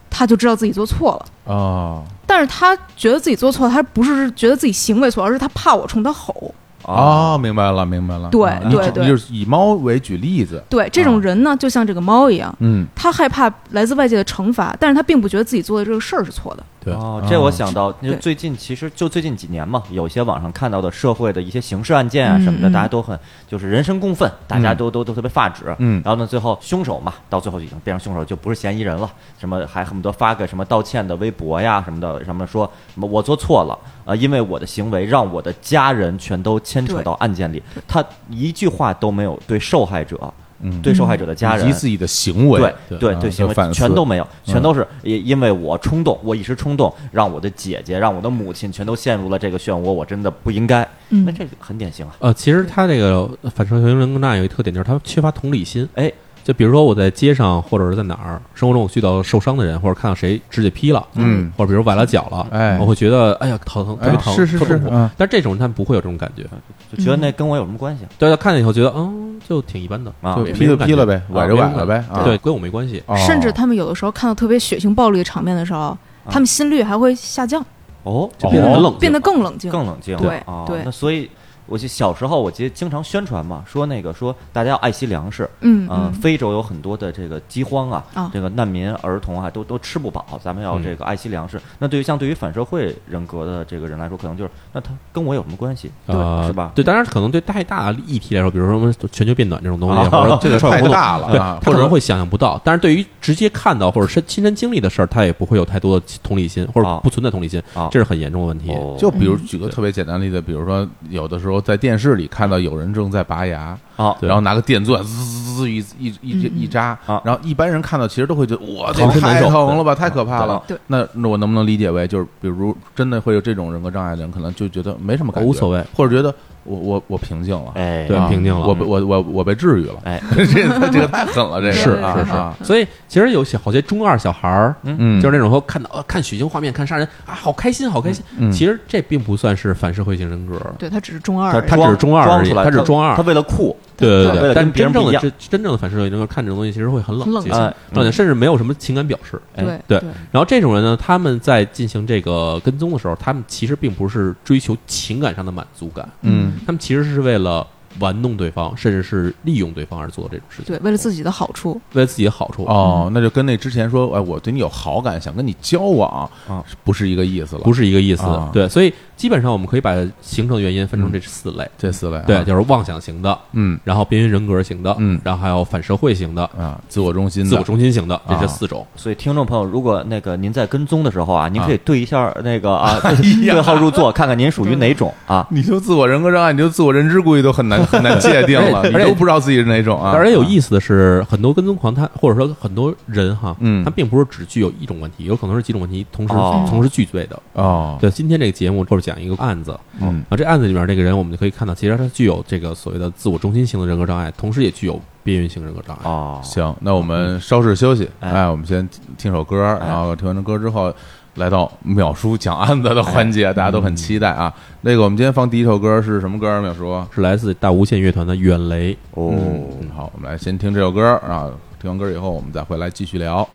Speaker 4: 它就知道自己做错了。
Speaker 2: 哦
Speaker 4: 但是他觉得自己做错，他不是觉得自己行为错，而是他怕我冲他吼。
Speaker 2: 哦，明白了明白了，
Speaker 4: 对
Speaker 2: 啊你
Speaker 4: 对
Speaker 2: 只
Speaker 4: 对
Speaker 2: 你就是以猫为举例子，
Speaker 4: 对，这种人呢，就像这个猫一样，
Speaker 2: 嗯
Speaker 4: 他害怕来自外界的惩罚，但是他并不觉得自己做的这个事儿是错的。
Speaker 1: 对
Speaker 3: 哦，这
Speaker 2: 啊
Speaker 3: 我想到，就
Speaker 4: 对
Speaker 3: 最近其实就最近几年嘛，有一些网上看到的社会的一些刑事案件啊什么的，
Speaker 4: 嗯嗯
Speaker 3: 大家都很就是人神共愤，大家
Speaker 2: 嗯
Speaker 3: 都都都特别发指。
Speaker 2: 嗯
Speaker 3: 然后呢，最后凶手嘛，到最后已经变成凶手，就不是嫌疑人了。什么还恨不得发个什么道歉的微博呀，什么的，什么说什么我做错了，呃，因为我的行为让我的家人全都牵扯
Speaker 4: 对
Speaker 3: 到案件里，他一句话都没有对受害者、
Speaker 2: 嗯，
Speaker 3: 对受害者的家人、
Speaker 2: 以及自己的行为，
Speaker 3: 对
Speaker 2: 啊
Speaker 3: 对，行
Speaker 2: 就反
Speaker 3: 为
Speaker 2: 思
Speaker 3: 全都没有，全
Speaker 2: 嗯
Speaker 3: 都是因因为我冲动，我一时冲动，让我的姐姐，让我的母亲全都陷入了这个漩涡，我真的不应该。
Speaker 4: 嗯
Speaker 3: 那这个很典型啊。
Speaker 1: 呃，其实他这个反社会型人格障碍有一特点，就是他缺乏同理心。
Speaker 3: 哎，
Speaker 1: 就比如说我在街上，或者是在哪儿生活中，我遇到受伤的人，或者看到谁指甲劈了，
Speaker 2: 嗯
Speaker 1: 或者比如崴了脚了，
Speaker 2: 哎
Speaker 1: 我会觉得哎呀头疼，特别
Speaker 2: 哎
Speaker 1: 疼，
Speaker 2: 是是
Speaker 1: 特痛
Speaker 2: 是
Speaker 1: 苦
Speaker 2: 嗯。
Speaker 1: 但这种人他们不会有这种感觉，
Speaker 3: 就
Speaker 4: 嗯
Speaker 3: 觉得那跟我有什么关系
Speaker 1: 对他看见以后觉得嗯就挺一般的，
Speaker 3: 啊
Speaker 2: 就？
Speaker 1: 也
Speaker 2: 劈就劈了呗，崴就
Speaker 1: 没
Speaker 2: 崴
Speaker 1: 有
Speaker 2: 了呗，啊
Speaker 1: 对，，跟我没关系。
Speaker 2: 哦
Speaker 4: 嗯甚至他们有的时候看到特别血腥暴力的场面的时候，他们心率还会下降，
Speaker 3: 哦，
Speaker 1: 就变得很冷静
Speaker 4: 变得更冷静。
Speaker 3: 更冷静。
Speaker 4: 对
Speaker 3: 啊，
Speaker 4: 对
Speaker 3: 那所以。我记得小时候，我记得经常宣传嘛，说那个说大家要爱惜粮食，
Speaker 4: 嗯
Speaker 1: 啊
Speaker 3: 呃，
Speaker 4: 嗯
Speaker 3: 非洲有很多的这个饥荒啊，
Speaker 4: 啊
Speaker 3: 这个难民儿童啊，都都吃不饱，咱们要
Speaker 1: 嗯
Speaker 3: 这个爱惜粮食。那对于像对于反社会人格的这个人来说，可能就是那他跟我有什么关系？
Speaker 1: 呃
Speaker 3: 是吧？
Speaker 1: 对，当然可能对太大的议题来说，比如说什么全球变暖这种东西，
Speaker 3: 啊
Speaker 1: 或者
Speaker 2: 这个
Speaker 1: 社会
Speaker 2: 太
Speaker 1: 活动
Speaker 2: 大了
Speaker 1: 对，
Speaker 2: 啊
Speaker 1: 他可能会想象不到。但是对于直接看到或者身亲身经历的事儿，他也不会有太多的同理心，或者
Speaker 3: 啊
Speaker 1: 不存在同理心
Speaker 3: 啊，
Speaker 1: 这是很严重的问题。
Speaker 3: 哦
Speaker 2: 就比如
Speaker 4: 嗯
Speaker 2: 举个特别简单的例子，比如说有的时候在电视里看到有人正在拔牙，
Speaker 3: 啊，
Speaker 1: 对
Speaker 2: 然后拿个电钻滋滋滋一一一
Speaker 4: 嗯嗯
Speaker 2: 一扎
Speaker 3: 啊，
Speaker 2: 然后一般人看到其实都会觉得哇，这
Speaker 1: 疼
Speaker 2: 太
Speaker 1: 难受
Speaker 2: 疼了吧，太可怕了
Speaker 4: 对。
Speaker 2: 那那我能不能理解为就是，比如真的会有这种人格障碍的人，可能就觉得没什么感觉，
Speaker 1: 无所谓，
Speaker 2: 或者觉得我我我平静了，
Speaker 3: 哎，
Speaker 1: 对
Speaker 2: 啊
Speaker 1: 平静了嗯
Speaker 2: 我被我我我被治愈了，
Speaker 3: 哎，
Speaker 2: 这这个太狠了，这个
Speaker 4: 是
Speaker 2: 啊
Speaker 4: 是是
Speaker 2: 啊，
Speaker 1: 所以其实有些好些中二小孩儿，
Speaker 2: 嗯，
Speaker 1: 就是那种说看到呃看血腥画面、看杀人啊，好开心，好开心。
Speaker 2: 嗯
Speaker 1: 其实这并不算是反社会型人格，
Speaker 4: 对他只是中二
Speaker 3: 他
Speaker 4: 而已，
Speaker 1: 他只是中二
Speaker 3: 装
Speaker 1: 而已
Speaker 3: 出来
Speaker 1: 他只是装二
Speaker 3: 他为了酷，
Speaker 1: 对
Speaker 4: 对
Speaker 1: 对
Speaker 3: 为了
Speaker 1: 但
Speaker 3: 跟别
Speaker 1: 真
Speaker 3: 人
Speaker 1: 正
Speaker 3: 不一
Speaker 1: 的
Speaker 3: 样
Speaker 1: 真真正的反社会型人格看这种东西，其实会很冷
Speaker 4: 冷
Speaker 1: 静，
Speaker 4: 静
Speaker 1: 冷
Speaker 3: 哎
Speaker 1: 静，甚至没有什么情感表示。
Speaker 3: 哎
Speaker 1: 对
Speaker 4: 对
Speaker 1: 然后这种人呢，他们在进行这个跟踪的时候，他们其实并不是追求情感上的满足感，
Speaker 2: 嗯
Speaker 1: 他们其实是为了玩弄对方，甚至是利用对方而做这种事情，
Speaker 4: 对，为了自己的好处，
Speaker 1: 为了自己的好处。
Speaker 2: 哦，那就跟那之前说，哎，我对你有好感，想跟你交往
Speaker 3: 啊，
Speaker 2: 不是一个意思了，
Speaker 1: 嗯不
Speaker 2: 是
Speaker 1: 是一个意思，
Speaker 2: 啊
Speaker 1: 对，所以基本上我们可以把形成的原因分成这四类，
Speaker 2: 这四类啊，
Speaker 1: 对，就是妄想型的，
Speaker 2: 嗯
Speaker 1: 然后边缘人格型的，
Speaker 2: 嗯
Speaker 1: 然后还有反社会型的、
Speaker 2: 啊，自我中心的，
Speaker 1: 自我中心型的，这
Speaker 2: 啊
Speaker 1: 是四种。
Speaker 3: 所以听众朋友，如果那个您在跟踪的时候啊，您可以对一下那
Speaker 1: 哎
Speaker 3: 个啊对号入座，看看您属于哪种啊。
Speaker 2: 你就自我人格障碍，你就自我认知，估计都很难难很难界定了，
Speaker 1: 而且
Speaker 2: 你都不知道自己是哪种啊。
Speaker 1: 而且有
Speaker 2: 思，
Speaker 1: 意思的是，很多跟踪狂他或者说很多人哈，
Speaker 2: 嗯
Speaker 1: 他并不是只具有一种问题，有可能是几种问题同时
Speaker 3: 哦
Speaker 1: 同时具备的。
Speaker 2: 哦，
Speaker 1: 对，今天这个节目或者讲一个案子，
Speaker 2: 嗯
Speaker 1: 啊，这案子里面这个人，我们就可以看到，其实他具有这个所谓的自我中心型的人格障碍，同时也具有边缘性人格障碍。
Speaker 3: 哦，
Speaker 2: 行，那我们稍事休息，
Speaker 3: 哎
Speaker 2: 哎，我们先听听首歌，
Speaker 3: 哎
Speaker 2: 然后听完歌之后，来到淼叔讲案
Speaker 3: 哎
Speaker 2: 子的环节，大家
Speaker 3: 嗯
Speaker 2: 都很期待啊。那个，我们今天放第一首歌是什么歌儿？啊淼叔，
Speaker 1: 是来自大无限乐团的《远雷》。
Speaker 3: 哦，
Speaker 2: 嗯，好，我们来先听这首歌啊，听完歌以后，我们再回来继续聊。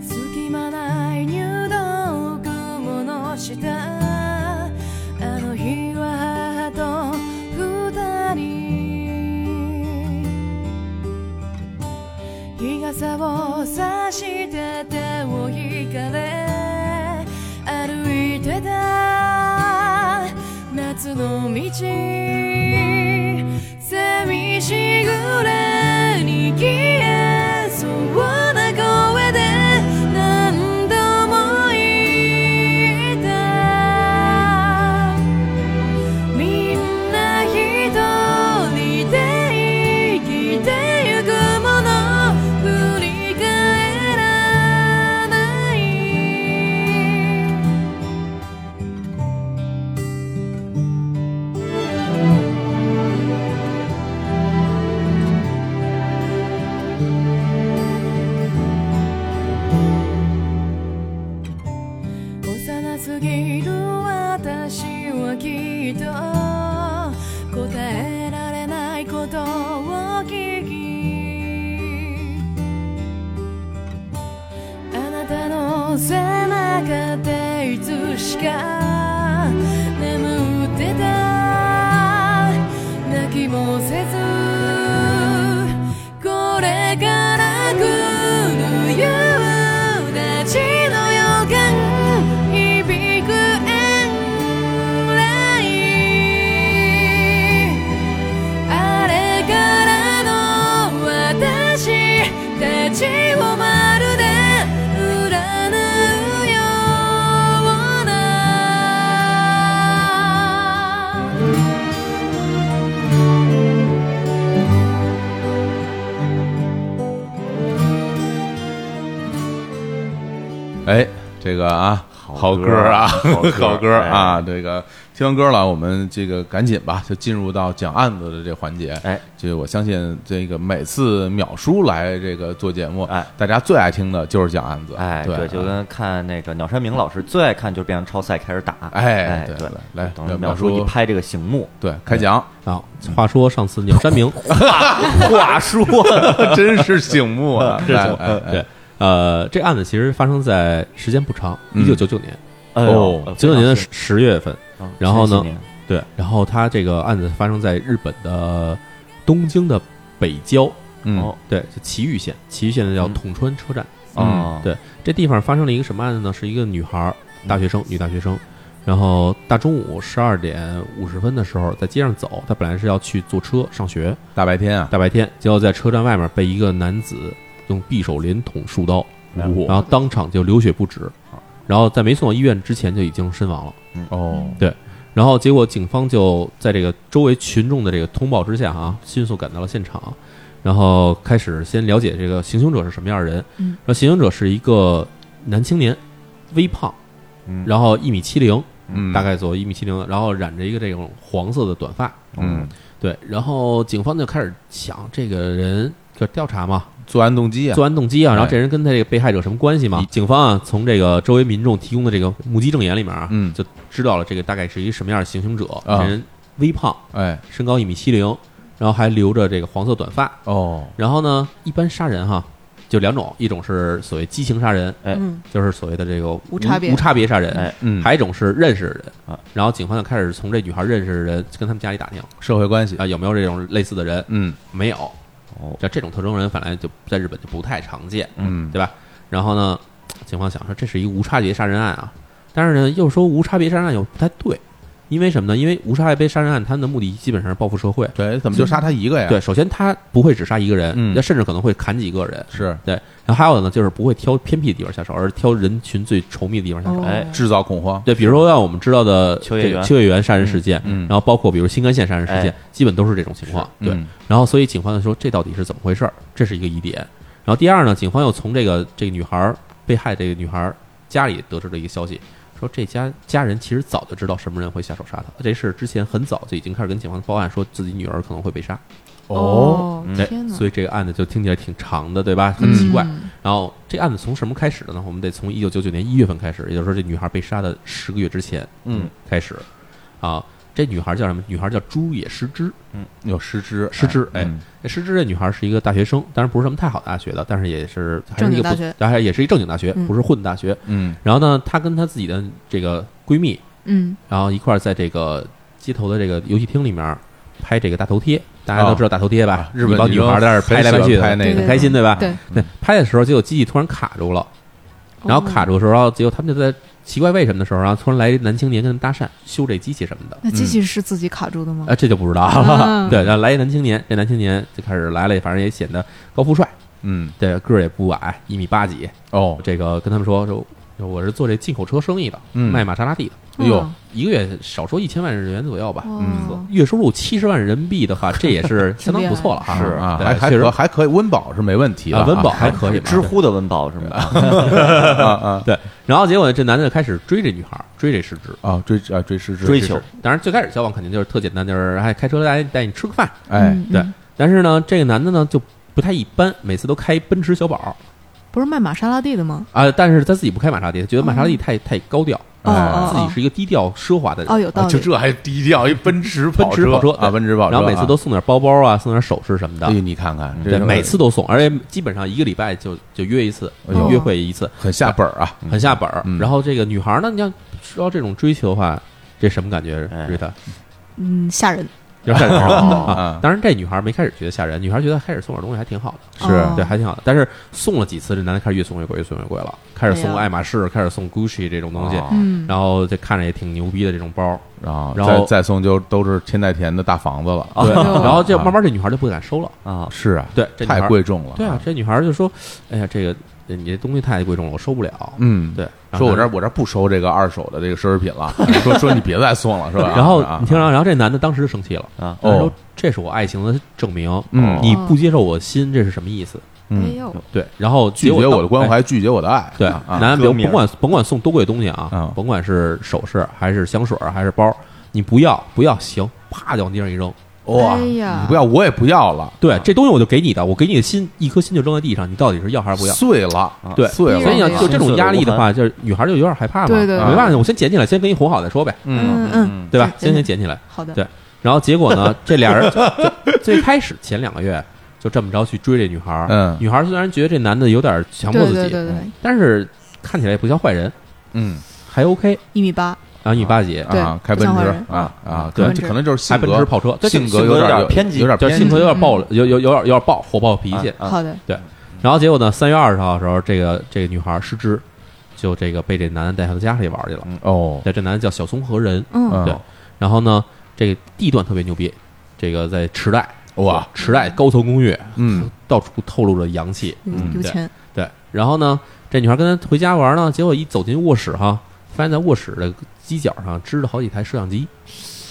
Speaker 5: 隙間ない入道雲の下あの日はあと二人日傘を差して手を引かれ歩いてた夏の道寂しぐれに消えそうな声で何度も言ったみんな一人で生きてゆくもの振り返らない幼すぎる私はきっと答えられないことを聞きあなたの背中でいつしか眠ってた泣きもせずこれから来る夕立ちの予感響く遠来あれからの私たちをまるで占うような
Speaker 2: 哎，这个啊，好歌啊，
Speaker 3: 好歌哎
Speaker 2: 好歌啊，这个听完歌了，我们这个赶紧吧，就进入到讲案子的这环节。
Speaker 3: 哎，
Speaker 2: 这我相信这个每次淼叔来这个做节目，
Speaker 3: 哎，
Speaker 2: 大家最爱听的就是讲案子，
Speaker 3: 哎，
Speaker 2: 对，啊
Speaker 3: 就跟看那个鸟山明老师最爱看就是变成超赛开始打，
Speaker 2: 哎
Speaker 3: 哎，
Speaker 2: 对
Speaker 3: 对
Speaker 2: 来，来
Speaker 3: 等
Speaker 2: 淼
Speaker 3: 淼
Speaker 2: 叔
Speaker 3: 叔一拍这个醒 目，
Speaker 2: 对开讲，
Speaker 1: 啊，话说上次鸟山 明，
Speaker 3: 话说
Speaker 2: 哦真是醒目啊，
Speaker 1: 是
Speaker 2: 来
Speaker 1: 醒目
Speaker 2: 哎哎
Speaker 1: 对，呃，这案子其实发生在时间不长，
Speaker 2: 嗯
Speaker 1: 一九九九年，
Speaker 3: 哎
Speaker 2: 哦
Speaker 3: 呦，
Speaker 1: 九九年的
Speaker 3: 非
Speaker 1: 十月份。
Speaker 3: 常新
Speaker 1: 然后呢，
Speaker 3: 前些年
Speaker 1: 对，然后他这个案子发生在日本的东京的北郊，
Speaker 2: 嗯
Speaker 3: 哦
Speaker 1: 对，就埼玉县，埼玉县的叫
Speaker 3: 嗯
Speaker 1: 统川车站。
Speaker 3: 哦，
Speaker 1: 对这地方发生了一个什么案子呢？是一个女孩儿，大学生，女大学生。然后大中午十二点五十分的时候，在街上走，她本来是要去坐车上学，
Speaker 2: 大白天啊，
Speaker 1: 大白天，结果在车站外面被一个男子用匕首连捅数刀，然
Speaker 2: 我
Speaker 1: 后当场就流血不止，然后在没送到医院之前就已经身亡了。
Speaker 2: 哦，
Speaker 1: 然后结果警方就在这个周围群众的这个通报之下啊，迅速赶到了现场，然后开始先了解这个行凶者是什么样的人。
Speaker 4: 嗯，
Speaker 1: 然后行凶者是一个男青年，微胖，
Speaker 3: 嗯
Speaker 1: 然后一米七零，
Speaker 2: 嗯，
Speaker 1: 大概左右一米七零，然后染着一个这种黄色的短发。
Speaker 2: 嗯，
Speaker 1: 对，然后警方就开始想这个人。就调查嘛，
Speaker 2: 作案动机啊，
Speaker 1: 作案动机啊，
Speaker 2: 哎
Speaker 1: 然后这人跟他这个被害者什么关
Speaker 2: 嗯
Speaker 1: 系嘛？警方啊，从这个周围民众提供的这个目击证言里面啊，
Speaker 2: 嗯
Speaker 1: 就知道了这个大概是一个什么样的行凶者。
Speaker 2: 啊
Speaker 1: 这人微胖，
Speaker 2: 哎
Speaker 1: 身高一米七零，然后还留着这个黄色短发。
Speaker 2: 哦，
Speaker 1: 然后呢，一般杀人哈就两种，一种是所谓激情杀人，
Speaker 3: 哎
Speaker 4: 嗯，
Speaker 1: 就是所谓的这个无
Speaker 4: 无差别
Speaker 1: 无差别杀人。
Speaker 3: 哎
Speaker 2: 嗯，
Speaker 1: 还有一种是认识的人
Speaker 3: 啊，
Speaker 1: 然后警方就开始从这女孩认识的人跟他们家里打听
Speaker 2: 社会关系，
Speaker 1: 啊，有没有这种类似的人？
Speaker 2: 嗯
Speaker 1: 没有，
Speaker 3: 哦
Speaker 1: 像这种特征人本来就在日本就不太常见，
Speaker 2: 嗯，
Speaker 1: 对吧？然后呢，警方想说这是一无差别杀人案啊，但是呢又说无差别杀人案又不太对，因为什么呢？因为无差别杀人案，他们的目的基本上是报复社会。
Speaker 2: 对，怎么就杀他一个呀？
Speaker 1: 对，，首先他不会只杀一个人，
Speaker 2: 嗯
Speaker 1: 那甚至可能会砍几个人。
Speaker 2: 是
Speaker 1: 对，然后还有的呢，就是不会挑偏僻地方下手，而是挑人群最稠密的地方下手。
Speaker 4: 哦
Speaker 3: 哎
Speaker 2: 制造恐慌。
Speaker 1: 对，比如说像我们知道的
Speaker 3: 秋叶原
Speaker 1: 这个秋叶原杀人事件，
Speaker 2: 嗯嗯
Speaker 1: 然后包括比如新干线杀人事件，
Speaker 3: 哎
Speaker 1: 基本都是这种情况。对，
Speaker 2: 嗯
Speaker 1: 然后所以警方就说这到底是怎么回事儿？这是一个疑点。然后第二呢，警方又从这个这个女孩儿被害这个女孩儿家里得知了一个消息，说这家家人其实早就知道什么人会下手杀她，这事儿之前很早就已经开始跟警方报案，说自己女儿可能会被杀。
Speaker 4: 哦
Speaker 1: 对，
Speaker 4: 天哪，
Speaker 1: 哎所以这个案子就听起来挺长的，对吧？很奇怪。
Speaker 4: 嗯
Speaker 1: 然后这案子从什么开始的呢？我们得从一九九九年一月份开始，也就是说这女孩被杀的十个月之前，
Speaker 2: 嗯，
Speaker 1: 开始。啊，这女孩叫什么？女孩叫朱野诗织。
Speaker 2: 有失之
Speaker 1: 失之哎
Speaker 2: 嗯
Speaker 1: 这诗织这女孩是一个大学生，当然不是什么太好的大学的，但是也是还
Speaker 4: 正
Speaker 1: 是一
Speaker 4: 经
Speaker 1: 个
Speaker 4: 大
Speaker 1: 不
Speaker 4: 学，
Speaker 1: 还也是一正经大学，
Speaker 4: 嗯
Speaker 1: 不是混大学。
Speaker 2: 嗯
Speaker 1: 然后呢，她跟她自己的这个闺蜜，
Speaker 4: 嗯，
Speaker 1: 然后一块儿在这个街头的这个游戏厅里面拍这个大头贴，大家都知道大头贴吧？
Speaker 2: 啊日本
Speaker 1: 一帮女孩在那儿拍来拍去的，
Speaker 2: 拍那
Speaker 4: 对
Speaker 1: 很
Speaker 2: 个，
Speaker 1: 开心对吧？
Speaker 4: 对哦
Speaker 1: 对，拍的时候结果机器突然卡住了，然后卡
Speaker 4: 着，
Speaker 1: 住的时候，然后结果他们就在奇怪为什么的时候，然后突然来一男青年跟他们搭讪修这机器什么的。
Speaker 4: 那机器是自己卡住的吗？
Speaker 1: 啊，这就不知道了。
Speaker 4: 嗯
Speaker 1: 对，然后来一男青年，这男青年就开始来了，反正也显得高富帅，
Speaker 2: 嗯
Speaker 1: 对，个儿也不矮，一米八几。
Speaker 2: 哦，
Speaker 1: 这个跟他们说，说我是做这进口车生意的，
Speaker 2: 嗯
Speaker 1: 卖玛莎拉蒂的，
Speaker 2: 哎呦
Speaker 4: 哇，哦
Speaker 1: 一个月少说一千万日元左右吧。
Speaker 4: 哇，
Speaker 1: 月收入七十万人民币的话，这也是相当不错了哈。
Speaker 2: 是啊，
Speaker 1: 对
Speaker 2: 还还
Speaker 1: 确
Speaker 2: 可
Speaker 1: 实
Speaker 2: 还可以，温饱是没问题的
Speaker 1: 啊，
Speaker 2: 啊，
Speaker 1: 温饱还可以嘛。
Speaker 3: 知乎的温饱是吗？
Speaker 2: 啊啊
Speaker 1: 对，然后结果呢，这男的就开始追这女孩，追这失之。
Speaker 2: 啊，追啊追失之
Speaker 3: 追求，
Speaker 1: 当然，最开始交往肯定就是特简单，就是哎还开车来带你吃个饭。
Speaker 2: 哎，
Speaker 4: 嗯
Speaker 1: 对
Speaker 4: 嗯
Speaker 1: 但是呢，这个男的呢就不太一般，每次都开奔驰小宝，
Speaker 4: 不是卖玛莎拉蒂的吗？
Speaker 1: 啊，但是他自己不开玛莎拉蒂，觉得玛莎拉蒂
Speaker 4: 哦
Speaker 1: 太太高调，
Speaker 4: 哦
Speaker 2: 哎
Speaker 4: 哦，
Speaker 1: 自己是一个低调奢华的人。
Speaker 4: 哦，有道理，
Speaker 2: 就这还低调，一奔驰
Speaker 1: 奔驰
Speaker 2: 跑
Speaker 1: 跑车
Speaker 2: 啊，
Speaker 1: 对
Speaker 2: 奔驰跑车，
Speaker 1: 然后每次都
Speaker 2: 啊，
Speaker 1: 送点包包啊，送点首饰什么
Speaker 2: 哎呦，
Speaker 1: 的。
Speaker 2: 你看看，
Speaker 1: 对，
Speaker 2: 这
Speaker 1: 每次都送，而且基本上一个礼拜就就约一次，
Speaker 2: 哎呦
Speaker 1: 约会一次，
Speaker 2: 很下本儿啊，
Speaker 1: 很下本儿
Speaker 2: 嗯。
Speaker 1: 然后这个女孩呢，你要说这种追求的话，这什么感觉
Speaker 3: 哎
Speaker 1: ？Rita
Speaker 4: 嗯，吓人，
Speaker 1: 有点吓人啊
Speaker 2: 哦
Speaker 1: 啊！ 当然，这女孩没开始觉得吓人，女孩觉得开始送点东西还挺好的。
Speaker 4: 哦
Speaker 1: 对，还挺好的。但是送了几次，这男的开始越送越贵，越送越贵了，开始
Speaker 4: 哎
Speaker 1: 送
Speaker 4: 呀
Speaker 1: 爱马仕，开始送 Gucci 这种东西，
Speaker 2: 哦
Speaker 3: 啊
Speaker 4: 嗯，
Speaker 1: 然后这看着也挺牛逼的这种包，
Speaker 2: 然后
Speaker 1: 然
Speaker 2: 再
Speaker 1: 后
Speaker 2: 再送就都是千代田的大房子了，
Speaker 1: 对，
Speaker 4: 哦
Speaker 1: 然后就慢慢这女孩就不敢收了，
Speaker 3: 啊，
Speaker 2: 是啊，
Speaker 1: 对，这女孩
Speaker 2: 太，贵重了，
Speaker 1: 对啊，，这女孩就说，哎呀，这个呃你这东西太贵重了，我收不了，
Speaker 2: 嗯，。
Speaker 1: 对，然后
Speaker 2: 说我
Speaker 1: 她
Speaker 2: 这儿我这儿不收这个二手的这个奢侈品了，说说你别再送了，是吧？
Speaker 1: 然后
Speaker 2: 啊
Speaker 1: 你听着，然后这男的当时就生气了
Speaker 3: 啊
Speaker 1: 他说
Speaker 2: 哦
Speaker 1: 这是我爱情的证明，
Speaker 2: 嗯
Speaker 1: 你不接受我心，这是什么意思？
Speaker 4: 哎
Speaker 2: 嗯，
Speaker 4: 呦，
Speaker 1: 对，然后
Speaker 2: 拒
Speaker 1: 结果
Speaker 2: 绝
Speaker 1: 到
Speaker 2: 我的关。怀，拒绝我的爱，
Speaker 1: 哎对，
Speaker 2: 啊，
Speaker 1: 男的
Speaker 3: 歌
Speaker 1: 甭
Speaker 3: 名
Speaker 1: 甭管甭管送多贵的东西啊
Speaker 2: 啊，
Speaker 1: 甭管是首饰还是香水还是包，你不要不要，行，啪就往地上一
Speaker 2: 嗯
Speaker 1: 扔。
Speaker 2: 哇，
Speaker 4: 哎
Speaker 2: 你
Speaker 4: 呀
Speaker 2: 不要我也不要了，
Speaker 1: 对，这东西我就给你的，我给你的心一颗心就扔在地上，你到底是要还是不要？
Speaker 2: 碎了，啊
Speaker 1: 对，
Speaker 2: 碎了，
Speaker 1: 所以呢，
Speaker 4: 对
Speaker 1: 就这种压力的话，就是女孩就有点害怕嘛。
Speaker 4: 对
Speaker 2: 对
Speaker 4: 对
Speaker 1: 没办法，我先捡起来，先给你哄好再说呗，
Speaker 4: 嗯嗯
Speaker 1: 对吧？
Speaker 4: 对
Speaker 1: 先先捡起来。
Speaker 4: 好的，
Speaker 1: 对然后结果呢，这俩人就就最开始前两个月就这么着去追这女孩儿。
Speaker 2: 嗯
Speaker 1: 女孩儿虽然觉得这男的有点强迫
Speaker 4: 对
Speaker 1: 自己，
Speaker 4: 对
Speaker 1: 嗯
Speaker 4: 对对，
Speaker 1: 但是看起来也不像坏人，
Speaker 2: 嗯
Speaker 1: 还 OK。
Speaker 4: 一米八，
Speaker 1: 然后一米八几，
Speaker 4: 对
Speaker 2: 啊，开
Speaker 4: 不
Speaker 2: 奔
Speaker 4: 像
Speaker 2: 驰
Speaker 4: 坏人嗯
Speaker 2: 啊啊，
Speaker 1: 对
Speaker 2: 可能这可能就是
Speaker 1: 还
Speaker 2: 性
Speaker 1: 奔驰
Speaker 2: 格
Speaker 1: 跑车，对
Speaker 2: 性
Speaker 3: 性格
Speaker 2: 有
Speaker 3: 有
Speaker 2: 点
Speaker 3: 点偏激
Speaker 2: 有点
Speaker 1: 就
Speaker 2: 偏
Speaker 1: 性格有点
Speaker 4: 嗯
Speaker 1: 暴，有有有点有点暴火爆脾气。
Speaker 3: 啊
Speaker 4: 好的，
Speaker 1: 然后结果呢，三月二十号的时候，这个这个女孩失之，就这个被这男的带到家里玩去了。
Speaker 2: 哦，
Speaker 1: 对，这男的叫小松和人，
Speaker 4: 嗯
Speaker 2: 嗯
Speaker 1: 对然后呢，这个地段特别牛逼，这个在池袋，
Speaker 2: 哇，
Speaker 1: 池袋高层公寓，
Speaker 2: 嗯，
Speaker 1: 到处透露着洋气。
Speaker 4: 有
Speaker 2: 嗯
Speaker 4: 有
Speaker 1: 对
Speaker 4: 钱，
Speaker 1: 对，然后呢，这女孩跟他回家玩呢，结果一走进卧室哈，发现在卧室的犄角上支了好几台摄像机，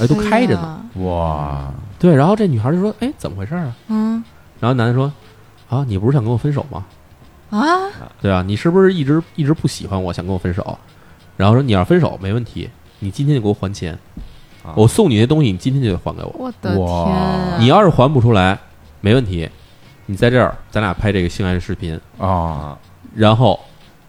Speaker 1: 哎，都开着呢。
Speaker 4: 呢，
Speaker 2: 哇，
Speaker 1: 对，然后这女孩就说：“哎，怎么回事啊
Speaker 4: 嗯？”
Speaker 1: 然后男的说：“啊，你不是想跟我分手吗？”
Speaker 4: 啊，
Speaker 1: 对啊，你是不是一直一直不喜欢我，想跟我分手？然后说你要分手没问题，你今天就给我还钱，
Speaker 3: 啊
Speaker 1: 我送你那东西，你今天就得还给我。
Speaker 4: 我的天
Speaker 2: 哇
Speaker 4: 啊，
Speaker 1: 你要是还不出来，没问题，你在这儿咱俩拍这个性爱视频，
Speaker 2: 啊，
Speaker 1: 然后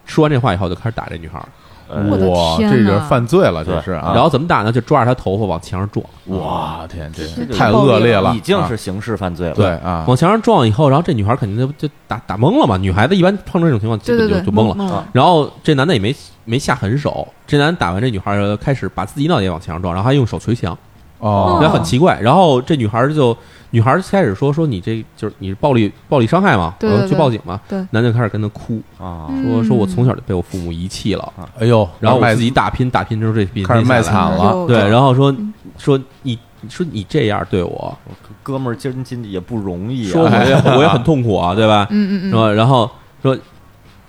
Speaker 1: 说完这话以后就开始打这女孩儿，
Speaker 3: 呃
Speaker 4: 我的
Speaker 2: 哇，
Speaker 4: 天
Speaker 2: 这人
Speaker 4: 呐
Speaker 2: 犯罪了，这
Speaker 3: 对
Speaker 2: 是啊，
Speaker 1: 然后怎么打呢？就抓着她头发往墙上撞，
Speaker 2: 哇，天，这
Speaker 4: 这
Speaker 2: 太
Speaker 4: 暴力
Speaker 2: 恶劣
Speaker 4: 了
Speaker 2: 了，
Speaker 3: 已经
Speaker 2: 啊
Speaker 3: 是刑事犯罪了。
Speaker 2: 对啊，
Speaker 1: 往墙上撞以后，然后这女孩儿肯定就就打打懵了嘛。女孩子一般碰到这种情况，基
Speaker 4: 对
Speaker 1: 本
Speaker 4: 对
Speaker 1: 就
Speaker 4: 对，
Speaker 1: 就懵了。
Speaker 4: 懵
Speaker 3: 啊
Speaker 4: 了，
Speaker 1: 然后这男的也没没下狠手，这男的打完这女孩儿以后，开始把自己脑袋也往墙上撞，然后还用手捶墙。
Speaker 4: 嗯
Speaker 2: 哦
Speaker 1: 那很奇怪。然后这女孩儿就女孩儿开始说说你这就是你是暴力暴力伤害嘛，
Speaker 4: 对
Speaker 1: 我说
Speaker 4: 对
Speaker 1: 去
Speaker 4: 对
Speaker 1: 报警嘛。
Speaker 4: 对
Speaker 1: 男的开始跟她哭，
Speaker 3: 啊，
Speaker 1: 说说我
Speaker 4: 嗯
Speaker 1: 从小就被我父母遗弃了，
Speaker 2: 哎呦，
Speaker 1: 然后我
Speaker 2: 卖
Speaker 1: 自己打拼打拼之后这笔
Speaker 2: 开始卖惨了，
Speaker 4: 了
Speaker 1: 对，然后说
Speaker 4: 嗯
Speaker 1: 说你说你这样对我，
Speaker 3: 哥们儿今儿今也不容易啊，
Speaker 1: 说我也 我也很痛苦啊，对吧？然
Speaker 4: 嗯嗯嗯，
Speaker 1: 后然后说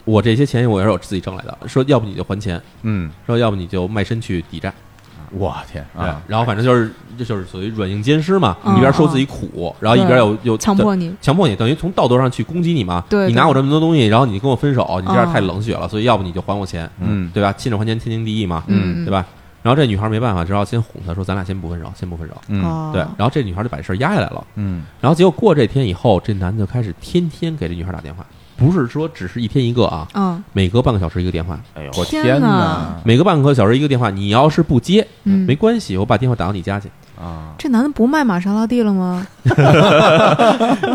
Speaker 1: 我这些钱我也是我自己挣来的，说要不你就还钱，
Speaker 2: 嗯，
Speaker 1: 说要不你就卖身去抵债。
Speaker 2: 我天啊，
Speaker 1: 然后反正就是这就是属于软硬兼施嘛，
Speaker 4: 嗯
Speaker 1: 一边说自己苦，然后一边又又
Speaker 4: 强迫你，
Speaker 1: 强迫你，等于从道德上去攻击你嘛。
Speaker 4: 对
Speaker 1: 你拿我这么多东西，然后你跟我分手，你这样
Speaker 4: 嗯
Speaker 1: 太冷血了，所以要不你就还我钱，
Speaker 2: 嗯
Speaker 1: 对吧？亲手还钱，天经地义嘛，
Speaker 4: 嗯，
Speaker 1: 对吧？然后这女孩没办法，只好先哄她说：“咱俩先不分手，先不分手。
Speaker 2: 嗯
Speaker 4: 嗯？哦
Speaker 1: 对，然后这女孩就把这事儿压下来了。
Speaker 2: 嗯，
Speaker 1: 然后结果过这天以后，这男的就开始天天给这女孩打电话，不是说只是一天一个啊，
Speaker 4: 嗯，
Speaker 1: 每隔半个小时一个电话，
Speaker 3: 哎呦，
Speaker 2: 我
Speaker 4: 天
Speaker 2: 天
Speaker 4: 哪
Speaker 1: 每隔半个小时一个电话。你要是不接，
Speaker 4: 嗯
Speaker 1: 没关系，我把电话打到你家去。
Speaker 2: 啊，
Speaker 4: 这男的不卖玛莎拉蒂了吗？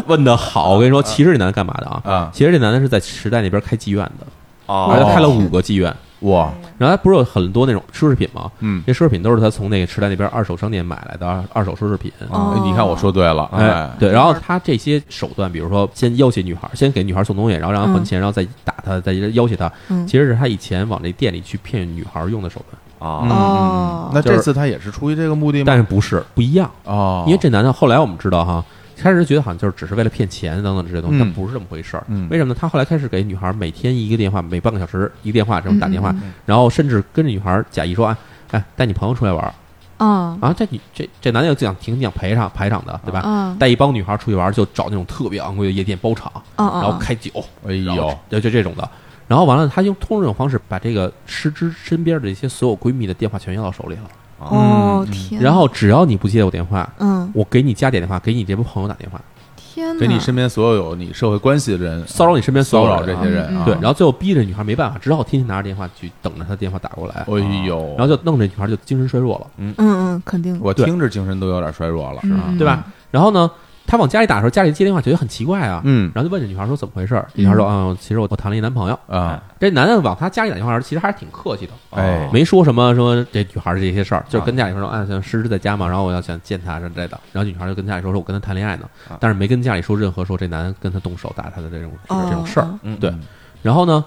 Speaker 1: 问的好，我跟你说，其实这男的干嘛的啊？
Speaker 2: 啊
Speaker 1: 其实这男的是在时代那边开妓院的，
Speaker 3: 哦
Speaker 1: 而且开了五个妓院。
Speaker 4: 哦
Speaker 2: 哇，
Speaker 1: 然后他不是有很多那种奢侈品吗？
Speaker 2: 嗯，
Speaker 1: 这奢侈品都是他从那个时代那边二手商店买来的二二手奢侈品。
Speaker 4: 哦
Speaker 2: 哎你看我说对了，
Speaker 1: 哎
Speaker 2: 哎，，
Speaker 1: 对，然后他这些手段，比如说先要挟女孩，先给女孩送东西，然后让她还钱，然后再打她，再要挟她，
Speaker 4: 嗯，
Speaker 1: 其实是他以前往这店里去骗女孩用的手段，
Speaker 2: 嗯
Speaker 3: 啊，
Speaker 4: 哦
Speaker 2: 嗯那
Speaker 1: 就是
Speaker 2: 这次他也是出于这个目的吗？
Speaker 1: 但是不是不一样？
Speaker 2: 哦，
Speaker 1: 因为这男的后来我们知道哈，开始觉得好像就是只是为了骗钱等等这些东西，
Speaker 2: 嗯
Speaker 1: 但不是这么回事儿。
Speaker 2: 嗯
Speaker 1: 为什么呢？他后来开始给女孩每天一个电话，每半个小时一个电话这
Speaker 4: 嗯
Speaker 1: 种打电话，然后甚至跟着女孩假意说哎哎带你朋友出来玩儿
Speaker 4: 嗯
Speaker 1: 啊，这女这这男的又讲挺讲陪场排场的，对吧？
Speaker 4: 嗯
Speaker 1: 带一帮女孩出去玩儿，就找那种特别昂贵的夜店包场，
Speaker 4: 嗯
Speaker 1: 然后
Speaker 4: 嗯，
Speaker 1: 开酒，
Speaker 2: 哎
Speaker 1: 然后
Speaker 2: 呦，
Speaker 1: 就就这种的。然后完了，他用通过这种方式把这个失之身边的这些所有闺蜜的电话全要到手里了。
Speaker 3: 啊
Speaker 4: 哦
Speaker 2: 嗯嗯
Speaker 4: 天，
Speaker 1: 然后只要你不接我电话，
Speaker 4: 嗯，
Speaker 1: 我给你家打电话，给你这帮朋友打电话，
Speaker 4: 天哪，
Speaker 2: 给你身边所有有你社会关系的人
Speaker 1: 骚扰你身边所
Speaker 2: 骚
Speaker 1: 有
Speaker 2: 扰
Speaker 1: 人
Speaker 2: 这
Speaker 1: 啊
Speaker 2: 些人啊，
Speaker 1: 对，然后最后逼着女孩没办法，只好天天拿着电话去等着她电话打过来，啊
Speaker 2: 哎呦，
Speaker 1: 然后就弄这女孩就精神衰弱了，
Speaker 4: 嗯嗯，肯定
Speaker 2: 我
Speaker 1: 对
Speaker 2: 听着精神都有点衰弱了，啊是吧？
Speaker 4: 嗯
Speaker 1: 对吧？然后呢，他往家里打的时候，家里接电话觉得很奇怪啊，
Speaker 2: 嗯
Speaker 1: 然后就问这女孩说怎么回事儿，女孩说
Speaker 4: 嗯
Speaker 1: 啊，其实我我谈了一男朋友。
Speaker 2: 啊，
Speaker 1: 这男的往他家里打电话时，其实还是挺客气的，
Speaker 2: 哎
Speaker 1: 没说什么说这女孩儿这些事儿，就是
Speaker 2: 啊
Speaker 1: 跟家里说，啊，像诗诗在家嘛，然后我要想见她之类的。然后女孩儿就跟家里说，说我跟她谈恋爱呢，
Speaker 2: 啊
Speaker 1: 但是没跟家里说任何说这男的跟她动手打她的这种
Speaker 4: 哦
Speaker 1: 这种事儿。
Speaker 4: 哦
Speaker 2: 嗯
Speaker 1: 对
Speaker 2: 嗯
Speaker 1: 然后呢，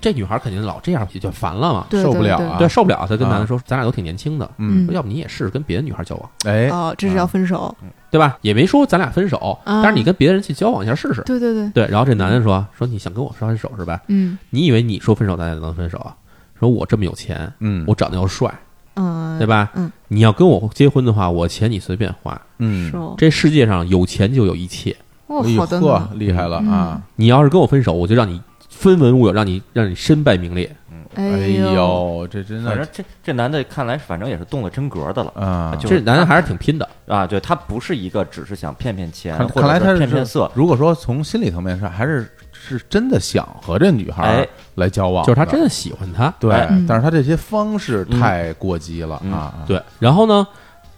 Speaker 1: 这女孩儿肯定老这样也就烦了嘛，
Speaker 4: 对
Speaker 2: 受不
Speaker 4: 对
Speaker 2: 了
Speaker 4: 对
Speaker 2: 啊
Speaker 1: 对，受不了。她跟男的说，咱俩都挺年轻的，
Speaker 2: 嗯，
Speaker 4: 嗯
Speaker 1: 要不你也试试跟别的女孩儿交往，
Speaker 2: 哎，
Speaker 4: 哦，这是要分手，
Speaker 1: 对吧？也没说咱俩分手，
Speaker 4: 啊
Speaker 1: 但是你跟别人去交往一下试试。
Speaker 4: 对对对，
Speaker 1: 对，然后这男的说，说你想跟我说分手是吧？
Speaker 4: 嗯
Speaker 1: 你以为你说分手咱俩能分手啊？说我这么有钱，
Speaker 2: 嗯，
Speaker 1: 我长得又帅。
Speaker 4: 嗯，
Speaker 1: 对吧？
Speaker 4: 嗯，
Speaker 1: 你要跟我结婚的话，我钱你随便花。
Speaker 2: 嗯，
Speaker 4: 手，
Speaker 1: 这世界上有钱就有一切。
Speaker 4: 哇
Speaker 2: 哎，呦
Speaker 4: 好的
Speaker 2: 呵
Speaker 4: 呢，，嗯
Speaker 2: 厉害了啊！
Speaker 1: 你要是跟我分手，我就让你分文无有，让你让你身败名裂。
Speaker 4: 哎
Speaker 2: 哎
Speaker 4: 呦，
Speaker 2: 呦，这真
Speaker 3: 反正
Speaker 2: 的
Speaker 3: 这这男的看来，反正也是动了真格的了
Speaker 2: 啊，
Speaker 3: 就
Speaker 1: 这男的还是挺拼的。
Speaker 3: 啊！对他不是一个只是想骗骗钱，
Speaker 2: 看
Speaker 3: 或
Speaker 2: 看来
Speaker 3: 者
Speaker 2: 他
Speaker 3: 是
Speaker 2: 是
Speaker 3: 骗骗色，
Speaker 2: 如果说从心理层面上，还是是真的想和这女孩儿
Speaker 3: 哎
Speaker 2: 来交往，
Speaker 1: 就是他真的喜欢她。
Speaker 2: 对
Speaker 3: 哎，
Speaker 4: 嗯
Speaker 2: 但是他这些方式太过激了
Speaker 3: 嗯
Speaker 2: 啊！
Speaker 1: 对，然后呢，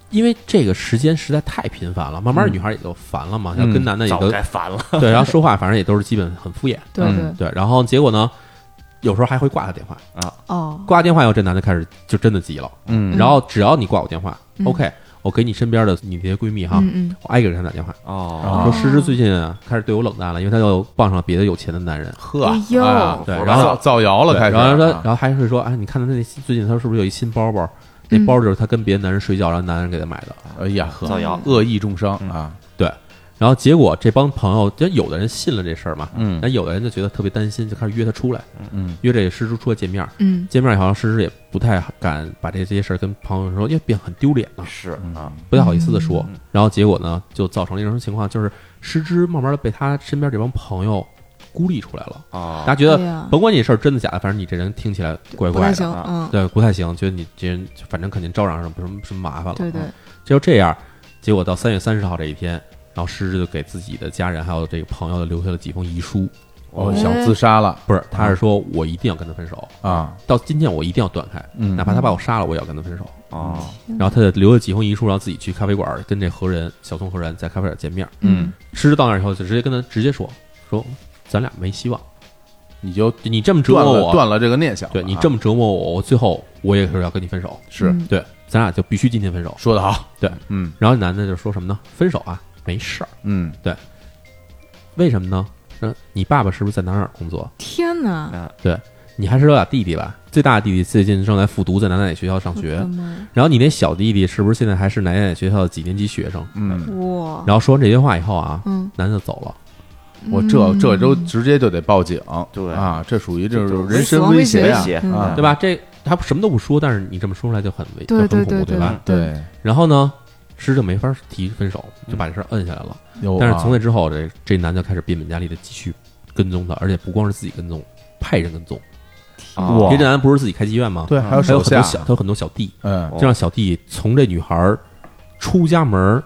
Speaker 1: 因为这个时间实在太频繁了，慢慢女孩也就烦了嘛，
Speaker 2: 嗯
Speaker 1: 要跟男的也
Speaker 3: 早
Speaker 1: 都
Speaker 3: 该烦了。
Speaker 1: 对，然后说话反正也都是基本很敷衍。
Speaker 4: 对对
Speaker 2: 嗯，
Speaker 1: 对，然后结果呢，有时候还会挂他电话，
Speaker 4: 哦，
Speaker 1: 挂电话以后，这男的开始就真的急了。
Speaker 2: 嗯，
Speaker 1: 然后只要你挂我电话
Speaker 4: 嗯
Speaker 1: ，OK，我给你身边的你这些闺蜜哈，
Speaker 4: 嗯嗯，
Speaker 1: 我挨个给她打电话。
Speaker 3: 哦，
Speaker 2: 哦
Speaker 1: 说诗诗最近啊开始对我冷淡了，因为她又傍上了别的有钱的男人。
Speaker 2: 呵
Speaker 4: 哎呦
Speaker 2: 啊
Speaker 1: 对
Speaker 2: 造
Speaker 1: 然后
Speaker 2: 造谣了，
Speaker 1: 对
Speaker 2: 开始
Speaker 1: 然后她，
Speaker 2: 啊
Speaker 1: 然后还会说，哎，你看她那新最近她是不是有一新包包？那
Speaker 4: 嗯
Speaker 1: 包就是她跟别的男人睡觉，然后男人给她买的。
Speaker 2: 哎呀呵，
Speaker 3: 造谣
Speaker 2: 恶意重伤啊！
Speaker 1: 然后结果这帮朋友，就有的人信了这事儿嘛，
Speaker 2: 嗯
Speaker 1: 那有的人就觉得特别担心，就开始约她出来，
Speaker 2: 嗯，
Speaker 1: 约这诗诗出来见面。
Speaker 4: 嗯
Speaker 1: 见面好像诗诗也不太敢把这这些事儿跟朋友说，因为变很丢脸了。
Speaker 2: 嗯
Speaker 3: 是啊，
Speaker 1: 不太好意思的说。然后结果呢，就造成了一种情况，就是失之慢慢的被他身边这帮朋友孤立出来了。大
Speaker 3: 哦，
Speaker 1: 家觉
Speaker 4: 哎
Speaker 1: 得
Speaker 4: 呀
Speaker 1: 甭管你事儿真的假的，反正你这人听起来怪
Speaker 4: 不
Speaker 1: 怪
Speaker 4: 太
Speaker 1: 的
Speaker 4: 行，
Speaker 3: 啊
Speaker 4: 嗯，
Speaker 1: 对，不太行，觉得你这人反正肯定招嚷上什么什么麻烦了。
Speaker 4: 对对，
Speaker 1: 就这样，结果到三月三十号这一天，然后失之就给自己的家人还有这个朋友留下了几封遗书。
Speaker 2: 哦，
Speaker 4: 哎
Speaker 2: 想自杀了
Speaker 1: 不是，他是说我一定要跟他分手，
Speaker 2: 啊！
Speaker 1: 到今天我一定要断开，
Speaker 2: 嗯
Speaker 1: 哪怕他把我杀了，我也要跟他分手。
Speaker 3: 哦，
Speaker 1: 然后他就留了几封遗书，然后自己去咖啡馆跟这何人小宋何人在咖啡馆见面。
Speaker 2: 嗯，
Speaker 1: 吃到那儿以后，就直接跟他直接说说，咱俩没希望。
Speaker 2: 你就
Speaker 1: 就你这么折
Speaker 2: 断
Speaker 1: 磨
Speaker 2: 了
Speaker 1: 我，
Speaker 2: 断了这个念想了啊，
Speaker 1: 对你这么折磨我，我最后我也是要跟你分手。
Speaker 2: 是
Speaker 4: 嗯
Speaker 1: 对，咱俩就必须今天分手。
Speaker 2: 说的好，
Speaker 1: 对，
Speaker 2: 嗯
Speaker 1: 然后男的就说什么呢？分手啊，没事儿。
Speaker 2: 嗯，
Speaker 1: 为什么呢？那你爸爸是不是在哪儿哪儿工作？
Speaker 4: 天哪！
Speaker 1: 你还是有俩弟弟吧？最大的弟弟最近正在复读，在哪哪哪学校上学。
Speaker 4: 我的妈
Speaker 1: 然后你那小弟弟是不是现在还是哪哪哪学校几年级学生？
Speaker 2: 嗯，
Speaker 4: 哇，
Speaker 1: 然后说完这些话以后啊，
Speaker 4: 嗯，
Speaker 1: 男的走了。
Speaker 2: 我这这都直接就得报警，
Speaker 3: 对
Speaker 2: 啊，这属于这
Speaker 3: 这
Speaker 2: 种
Speaker 3: 种
Speaker 2: 人身
Speaker 4: 死亡
Speaker 2: 威
Speaker 4: 威胁
Speaker 2: 胁呀
Speaker 3: 威胁，
Speaker 4: 嗯
Speaker 2: 啊，
Speaker 1: 对吧？这他什么都不说，但是你这么说出来就很危，就
Speaker 4: 对
Speaker 1: 很
Speaker 4: 对
Speaker 1: 恐怖，
Speaker 4: 对
Speaker 1: 吧？
Speaker 2: 对，
Speaker 1: 然后呢，师就没法提分手，就把这事儿摁下来了。
Speaker 2: 有
Speaker 1: 但是
Speaker 2: 啊
Speaker 1: 从那之后，这这男的就开始变本加厉的继续跟踪他，而且不光是自己跟踪，派人跟踪。
Speaker 3: 啊
Speaker 1: 因为这男的不是自己开妓院吗？
Speaker 2: 对还
Speaker 1: 还
Speaker 2: 有
Speaker 1: 有
Speaker 2: 手
Speaker 1: 很多
Speaker 2: 下，
Speaker 1: 小，他有很多小弟，
Speaker 2: 嗯
Speaker 3: 哦
Speaker 1: 就让小弟从这女孩儿出家门儿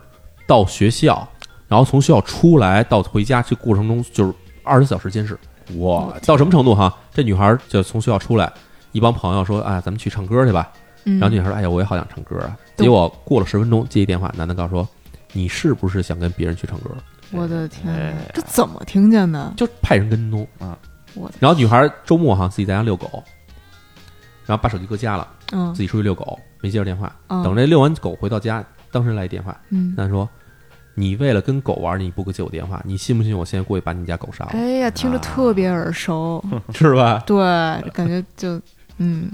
Speaker 1: 到学校，然后从学校出来到回家，这过程中就是二十四小时监视。哇，到什么程度哈？这女孩儿就从学校出来，一帮朋友说：“哎，咱们去唱歌去吧。”
Speaker 4: 然
Speaker 1: 然后女孩说：“哎呀，我也好想唱歌啊。”
Speaker 4: 对
Speaker 1: 结果过了十分钟，接一电话，男的告诉说：“你是不是想跟别人去唱歌
Speaker 4: 我的天
Speaker 3: 哎
Speaker 4: 哪，这怎么听见的？”？
Speaker 1: 就派人跟踪
Speaker 3: 啊
Speaker 4: 我
Speaker 1: 然后女孩周末哈自己在家遛狗，然后把手机搁家了，
Speaker 4: 嗯
Speaker 1: 自己出去遛狗，没接着电话。
Speaker 4: 嗯
Speaker 1: 等这遛完狗回到家，当时来一电话，
Speaker 4: 嗯，
Speaker 1: 男的说：“你为了跟狗玩，你不给接我电话，你信不信我现在过去把你家狗杀了？
Speaker 4: 哎呀，
Speaker 1: 啊
Speaker 4: 听着特别 耳熟，
Speaker 1: 是吧？
Speaker 4: 对，感觉就嗯，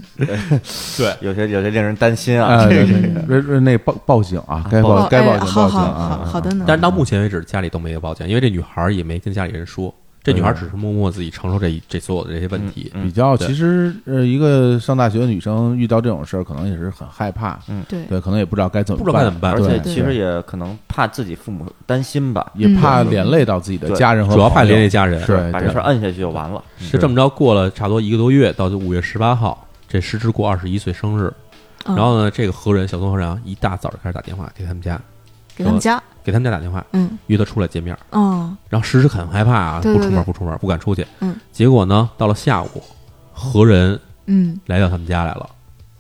Speaker 3: 有些有些令人担心啊
Speaker 2: 哎，，
Speaker 3: 这
Speaker 2: 对
Speaker 3: 个
Speaker 2: 对对对对，那报报警啊，该报
Speaker 4: 哦
Speaker 2: 该报
Speaker 4: 哎，
Speaker 2: 警
Speaker 4: 好
Speaker 2: 报警
Speaker 4: 好
Speaker 2: 啊
Speaker 4: 好，好的呢。
Speaker 1: 但是到目前为止，家里都没有报警，因为这女孩也没跟家里人说，
Speaker 4: 嗯
Speaker 1: 这女孩只是默默自己承受这一这所有的这些问题。
Speaker 3: 嗯
Speaker 2: 比较，
Speaker 1: 对
Speaker 2: 其实呃，一个上大学的女生遇到这种事儿，可能也是很害怕，
Speaker 4: 对，
Speaker 2: 对，可能也不知道该怎么
Speaker 1: 不知道该怎么办
Speaker 3: 而
Speaker 2: 对
Speaker 3: 且
Speaker 2: 对
Speaker 3: 其实也可能怕自己父母担心吧，
Speaker 2: 也怕
Speaker 4: 嗯
Speaker 2: 连累到自己的
Speaker 3: 对
Speaker 2: 家人和
Speaker 1: 主要怕
Speaker 2: 朋友
Speaker 1: 连累家人。
Speaker 2: 对
Speaker 3: 把这事儿摁下去就完了。
Speaker 1: 就这么着过了差不多一个多月，到五月十八号，这失之过二十一岁生日。
Speaker 4: 嗯
Speaker 1: 然后呢，这个何人小松和人啊，一大早就开始打电话给他们家，
Speaker 4: 给他们家，
Speaker 1: 给他们家打电话
Speaker 4: 嗯
Speaker 1: 约他出来见面。
Speaker 4: 嗯，
Speaker 1: 然后石石很害怕啊，
Speaker 4: 对
Speaker 1: 不
Speaker 4: 对
Speaker 1: 出门
Speaker 4: 对
Speaker 1: 不出门，不敢出去。
Speaker 4: 嗯，
Speaker 1: 结果呢，到了下午，何人
Speaker 4: 嗯
Speaker 1: 来到他们家来了，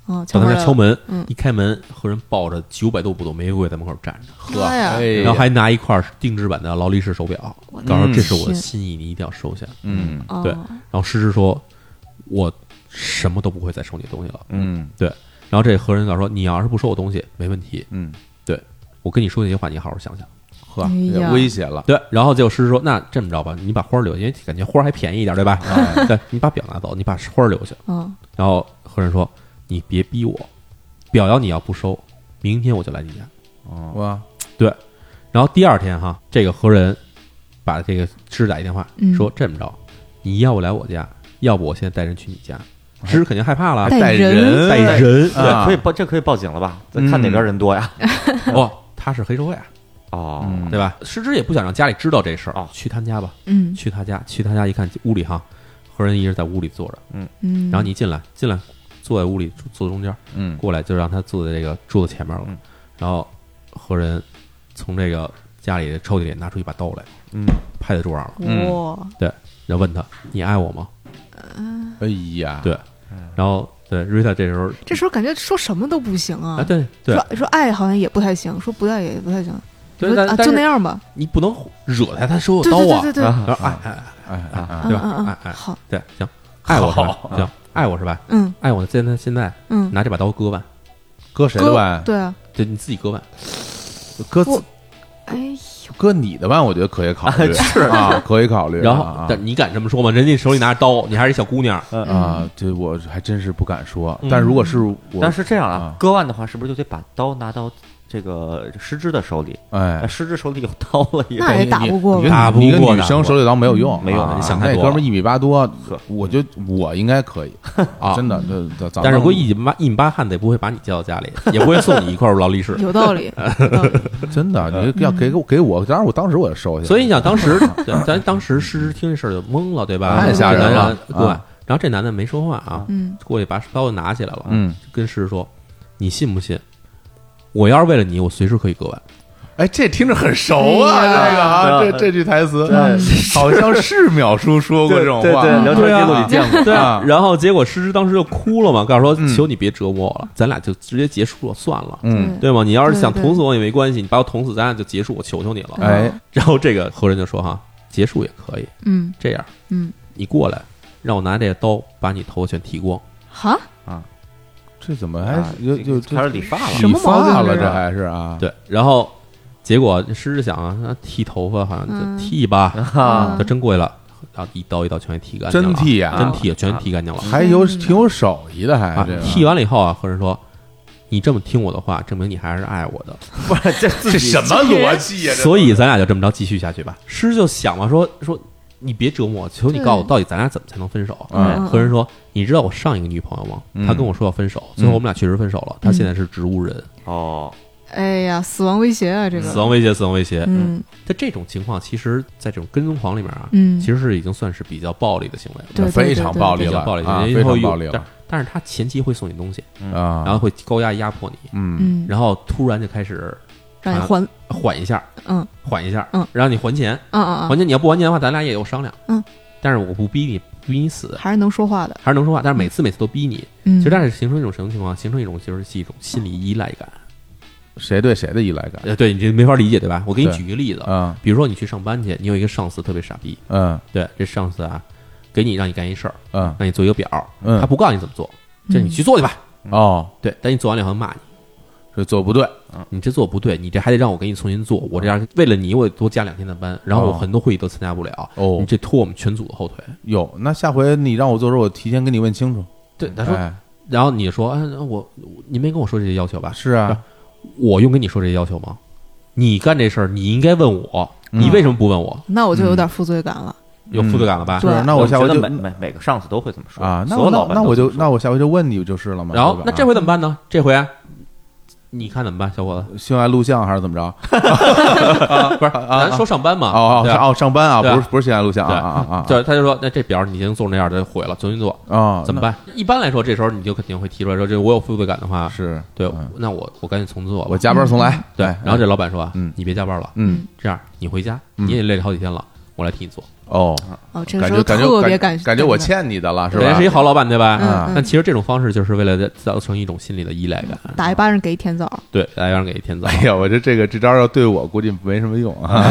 Speaker 4: 嗯，
Speaker 1: 到他们家敲门，
Speaker 4: 嗯
Speaker 1: 一开门，何人抱着九百多朵玫瑰在门口站着，
Speaker 4: 妈呀
Speaker 2: 哎呀
Speaker 1: 然后还拿一块定制版的劳力士手表，
Speaker 4: 我
Speaker 1: 告诉说
Speaker 2: 嗯
Speaker 1: 这是我的
Speaker 4: 天
Speaker 1: 心意，你一定要收下。
Speaker 2: 嗯
Speaker 4: 哦
Speaker 1: 对然后石石说，我什么都不会再收你的东西了。
Speaker 2: 嗯
Speaker 1: 然后这何人告诉说，你要是不收我东西，没问题，
Speaker 2: 嗯，
Speaker 1: 我跟你说那些话，你好好想想。
Speaker 2: 呵，
Speaker 4: 哎
Speaker 2: 也
Speaker 4: 呀
Speaker 2: 危险了，
Speaker 1: 对，然后结果诗诗说，那这么着吧，你把花儿留下，因为感觉花儿还便宜一点，对吧？ 对，你把表拿走，你把花儿留下。
Speaker 4: 嗯，
Speaker 1: 然后何人说：“你别逼我，表要你要不收，明天我就来你家。
Speaker 3: 嗯
Speaker 2: 嗯
Speaker 3: 啊
Speaker 1: 嗯
Speaker 2: 哇，”
Speaker 1: 然后第二天哈，这个何人把这个芝打一电话
Speaker 4: 嗯
Speaker 1: 说：“这么着，你要不来我家，要不我现在带人去你家。”芝芝肯定害怕了，
Speaker 4: 带
Speaker 2: 人
Speaker 4: 人
Speaker 1: 带人
Speaker 2: 啊嗯
Speaker 3: 对，可以报，这可以报警了吧？咱看哪边人多呀？
Speaker 1: 哦，他是黑社会啊，
Speaker 3: 哦，
Speaker 2: 嗯
Speaker 1: 对吧？芝芝也不想让家里知道这事儿
Speaker 3: 哦，
Speaker 1: 去他家吧，
Speaker 4: 嗯
Speaker 1: 去他家，去他家一看屋里哈，何人一直在屋里坐着，
Speaker 4: 嗯，
Speaker 1: 然后你进来，进来坐在屋里坐中间，
Speaker 2: 嗯
Speaker 1: 过来就让他坐在这个桌子前面了。
Speaker 3: 嗯
Speaker 1: 然后何人从这个家里的抽屉里拿出一把刀来，
Speaker 3: 嗯，
Speaker 1: 拍在桌上了，
Speaker 2: 嗯
Speaker 4: 哇，
Speaker 1: 然后问他：“你爱我吗
Speaker 2: 哎呀，
Speaker 1: 对？”
Speaker 2: 嗯
Speaker 1: 然后对瑞塔这时候
Speaker 4: 这时候感觉说什么都不行啊
Speaker 1: 啊，，对对
Speaker 4: 说说爱好像也不太行，说不爱也不太行，
Speaker 1: 对，
Speaker 4: 说
Speaker 1: 但
Speaker 4: 啊
Speaker 1: 但
Speaker 4: 就那
Speaker 1: 是
Speaker 4: 样吧，
Speaker 1: 你不能惹他，他手有
Speaker 4: 对
Speaker 1: 刀
Speaker 4: 对
Speaker 1: 啊，
Speaker 4: 对对对，
Speaker 3: 啊
Speaker 1: 然后哎哎哎
Speaker 2: 哎哎哎，
Speaker 1: 对
Speaker 4: 嗯
Speaker 1: 吧
Speaker 4: 嗯
Speaker 1: 哎哎
Speaker 4: 嗯，好，
Speaker 1: 对行，爱我是吧？行，爱我是吧？哎
Speaker 4: 嗯
Speaker 1: 爱我现在现在
Speaker 4: 嗯，
Speaker 1: 拿这把刀割腕，
Speaker 2: 搁谁的
Speaker 4: 割
Speaker 2: 腕？
Speaker 4: 对啊，
Speaker 1: 对你自己割腕，
Speaker 2: 搁
Speaker 4: 我哎，
Speaker 2: 搁你的腕，我觉得可以考虑，是啊，可以考虑啊。
Speaker 1: 然后
Speaker 2: 啊
Speaker 1: 但你敢这么说吗？人家手里拿着刀，你还是一小姑娘，
Speaker 2: 啊，这我还真是不敢说
Speaker 1: 嗯。
Speaker 2: 但如果是我，
Speaker 3: 但是这样
Speaker 2: 啊
Speaker 3: 啊，割腕的话，是不是就得把刀拿到这个失之的手里？
Speaker 2: 哎
Speaker 3: 哎，，失之手里有刀了，也
Speaker 4: 那也打不过
Speaker 2: 你跟
Speaker 4: 吧？
Speaker 1: 打不过
Speaker 2: 你跟女
Speaker 1: 打不
Speaker 2: 生
Speaker 1: 过
Speaker 2: 手里刀没有用，
Speaker 3: 没用
Speaker 2: 啊
Speaker 1: 你想
Speaker 2: 那
Speaker 1: 太多
Speaker 2: 哥们儿一米八多
Speaker 3: 呵，
Speaker 2: 我就我应该 可以
Speaker 1: 啊
Speaker 2: 真的，这早
Speaker 1: 但是
Speaker 2: 我
Speaker 1: 估计一米八一米八汉子也不会把你叫到家里，也不会送你一块劳力 士。
Speaker 4: 嗯有道理，有道理
Speaker 2: 真的，你要给我给我，当然我当时我就收下了，
Speaker 1: 所以你想，当时对咱当时诗诗听这事儿就懵了，对吧？
Speaker 2: 太吓人了
Speaker 1: 对，过来
Speaker 2: 啊
Speaker 1: 然后这男的没说话啊，
Speaker 4: 嗯
Speaker 1: 过去把刀拿起来了，
Speaker 2: 嗯，
Speaker 1: 跟诗诗说：“你信不信？我要是为了你，我随时可以割腕。
Speaker 2: 哎，这听着很熟啊，
Speaker 4: 哎呀
Speaker 2: 这个啊，
Speaker 3: 对
Speaker 2: 这这句台词
Speaker 3: 对
Speaker 2: 哎好像是淼叔说过这种
Speaker 3: 对
Speaker 2: 话，
Speaker 3: 对，聊
Speaker 1: 对
Speaker 3: 天
Speaker 1: 啊
Speaker 3: 记录里见 过。
Speaker 1: 对
Speaker 2: 啊
Speaker 1: 然后结果诗诗当时就哭了嘛，告诉说：“
Speaker 2: 嗯
Speaker 1: 求你别折磨我了，咱俩就直接结束了，算了，
Speaker 2: 嗯，
Speaker 1: 对吗？你要是想
Speaker 4: 对对
Speaker 1: 捅死我也没关系，你把我捅死，咱俩就结束，我求求你了。
Speaker 4: 对
Speaker 2: 哎，
Speaker 1: 然后这个何人就说：“哈，结束也可以，
Speaker 4: 嗯
Speaker 1: 这样
Speaker 4: 嗯，
Speaker 1: 你过来，让我拿这个刀把你头发全剃光。”
Speaker 4: 哈，
Speaker 2: 这怎么
Speaker 3: 啊
Speaker 2: 还又
Speaker 3: 这
Speaker 2: 又
Speaker 3: 这开始理发了
Speaker 4: 什么毛病
Speaker 2: 发了？
Speaker 4: 这是
Speaker 2: 这还是啊？
Speaker 1: 对，然后结果狮子想啊，那剃头发好像
Speaker 4: 嗯
Speaker 1: 就剃吧，
Speaker 3: 啊，
Speaker 1: 他真过来了，然后一刀一刀全给剃干净了，
Speaker 2: 真剃呀，
Speaker 1: 真剃，全剃干净了。
Speaker 2: 还有挺有手艺的，还
Speaker 1: 啊
Speaker 2: 这个，
Speaker 1: 剃完了以后啊，和人说。你这么听我的话，证明你还是爱我 的，
Speaker 3: 不是这自
Speaker 2: 这
Speaker 3: 己
Speaker 2: 什么逻辑啊呀？这
Speaker 1: 所以咱俩就这么着继续下去吧。狮就想嘛，说说你别折磨我，求你告诉我到底咱俩怎么才能分手。
Speaker 2: 嗯
Speaker 1: 哎何人说，你知道我上一个女朋友吗？
Speaker 2: 嗯
Speaker 1: 她跟我说要分手，最后我们俩确实分手了。
Speaker 4: 嗯
Speaker 1: 她现在是植物人，
Speaker 3: 哦，
Speaker 4: 哎呀，死亡威胁啊，这
Speaker 1: 死
Speaker 4: 个，
Speaker 1: 亡威胁，死亡威胁。
Speaker 4: 嗯
Speaker 1: 在这种情况，其实，在这种跟踪狂里面啊，
Speaker 4: 嗯，
Speaker 1: 其实是已经算是比较暴力的行为了，
Speaker 4: 对对
Speaker 2: 非常暴力
Speaker 1: 比
Speaker 2: 了
Speaker 1: 较暴力的
Speaker 2: 啊，
Speaker 1: 行为，
Speaker 2: 非
Speaker 1: 然后
Speaker 2: 常
Speaker 1: 有
Speaker 2: 暴力
Speaker 1: 但
Speaker 2: 了
Speaker 1: 但是他前期会送你东西，
Speaker 2: 啊。
Speaker 1: 然后会高压压迫你，
Speaker 2: 嗯，
Speaker 4: 嗯，
Speaker 1: 然后突然就开始
Speaker 4: 让你还，
Speaker 1: 缓一下，
Speaker 4: 嗯，
Speaker 1: 缓一下，
Speaker 4: 嗯，
Speaker 1: 让你还钱，
Speaker 4: 嗯嗯
Speaker 1: 还钱你要不还钱的话，咱俩也有商量，
Speaker 4: 嗯，
Speaker 1: 但是我不逼你，不逼你死
Speaker 4: 嗯，。还是能说话的，
Speaker 1: 还是能说话，但是每次每次都逼你，
Speaker 4: 嗯，
Speaker 1: 其实但是形成一种什么情况？形成一种就是一种心理依赖感。
Speaker 2: 谁对谁的依赖感？
Speaker 1: 呃，对你这没法理解，对吧？我给你
Speaker 2: 对
Speaker 1: 举一个例子，
Speaker 2: 嗯
Speaker 1: 比如说你去上班去，你有一个上司特别傻逼，
Speaker 2: 嗯
Speaker 1: 对，这上司啊，给你让你干一事儿，
Speaker 2: 嗯
Speaker 1: 让你做一个表儿，
Speaker 2: 嗯
Speaker 1: 他不告诉你怎么做，这你去做去吧，
Speaker 2: 哦，
Speaker 1: 对，但你做完了以后骂你，
Speaker 2: 这做不对，
Speaker 1: 你这做不对，你这还得让我给你重新做，我这样为了你，我得多加两天的班，然后我
Speaker 2: 哦
Speaker 1: 很多会议都参加不了，
Speaker 2: 哦
Speaker 1: 你这拖我们全组的后腿。
Speaker 2: 哟，那下回你让我做时候，我提前跟你问清楚。
Speaker 1: 对，他说，
Speaker 2: 哎
Speaker 1: 然后你说，哎，我您没跟我说这些要求吧？
Speaker 2: 是啊，
Speaker 1: 我用跟你说这些要求吗？你干这事儿，你应该问我，你
Speaker 2: 嗯
Speaker 1: 为什么不问我？
Speaker 4: 那我就有点负罪感了，
Speaker 1: 有负罪感了吧？
Speaker 4: 嗯对
Speaker 2: 是那我下回
Speaker 3: 觉
Speaker 2: 就
Speaker 3: 得每每每个上司都会这么说
Speaker 2: 啊，那
Speaker 3: 所有
Speaker 2: 我
Speaker 3: 老
Speaker 2: 那
Speaker 3: 板
Speaker 2: 那
Speaker 3: 都
Speaker 2: 我
Speaker 3: 这么
Speaker 2: 就
Speaker 3: 说
Speaker 2: 那我下回就问你就是了嘛。
Speaker 1: 然后
Speaker 2: 对吧
Speaker 1: 那这回怎么办呢？这回啊你看怎么办，小伙子？
Speaker 2: 啊性爱录像还是怎么着？啊
Speaker 1: 不是，咱说上班嘛，
Speaker 2: 哦哦
Speaker 1: 啊对吧
Speaker 2: 上哦，上班啊，
Speaker 1: 对啊
Speaker 2: 不是不是性爱录像啊
Speaker 1: 对
Speaker 2: 啊啊啊！
Speaker 1: 就是他就说，那 这表你已经做成这样，这毁了，重新做，
Speaker 2: 啊，
Speaker 1: 怎么办？一般来说，这时候你就肯定会提出来说，这我有负罪感的话，
Speaker 2: 那？是
Speaker 1: 对
Speaker 2: 嗯，
Speaker 1: 那我我赶紧重做吧。
Speaker 2: 我加班从来。
Speaker 1: 嗯对，
Speaker 2: 哎
Speaker 1: 然后这老板说啊
Speaker 2: 嗯，
Speaker 1: 你别加班了，
Speaker 2: 嗯
Speaker 1: 这样你回家，你也累了好几天了，我来替你做。
Speaker 2: 哦，
Speaker 4: 哦，这个
Speaker 2: 感
Speaker 4: 时
Speaker 2: 觉感
Speaker 4: 候特别
Speaker 2: 觉
Speaker 4: 感
Speaker 2: 感感觉我欠你的了，是
Speaker 1: 人家
Speaker 2: 吧？
Speaker 1: 是一好老板，对吧？
Speaker 4: 嗯嗯
Speaker 1: 但其实这种方式就是为了造成一种心理的依赖感，
Speaker 4: 打一巴掌给一甜枣，
Speaker 1: 对，来让人给天造。
Speaker 2: 哎呀，我这这个这招要对我估计没什么用啊。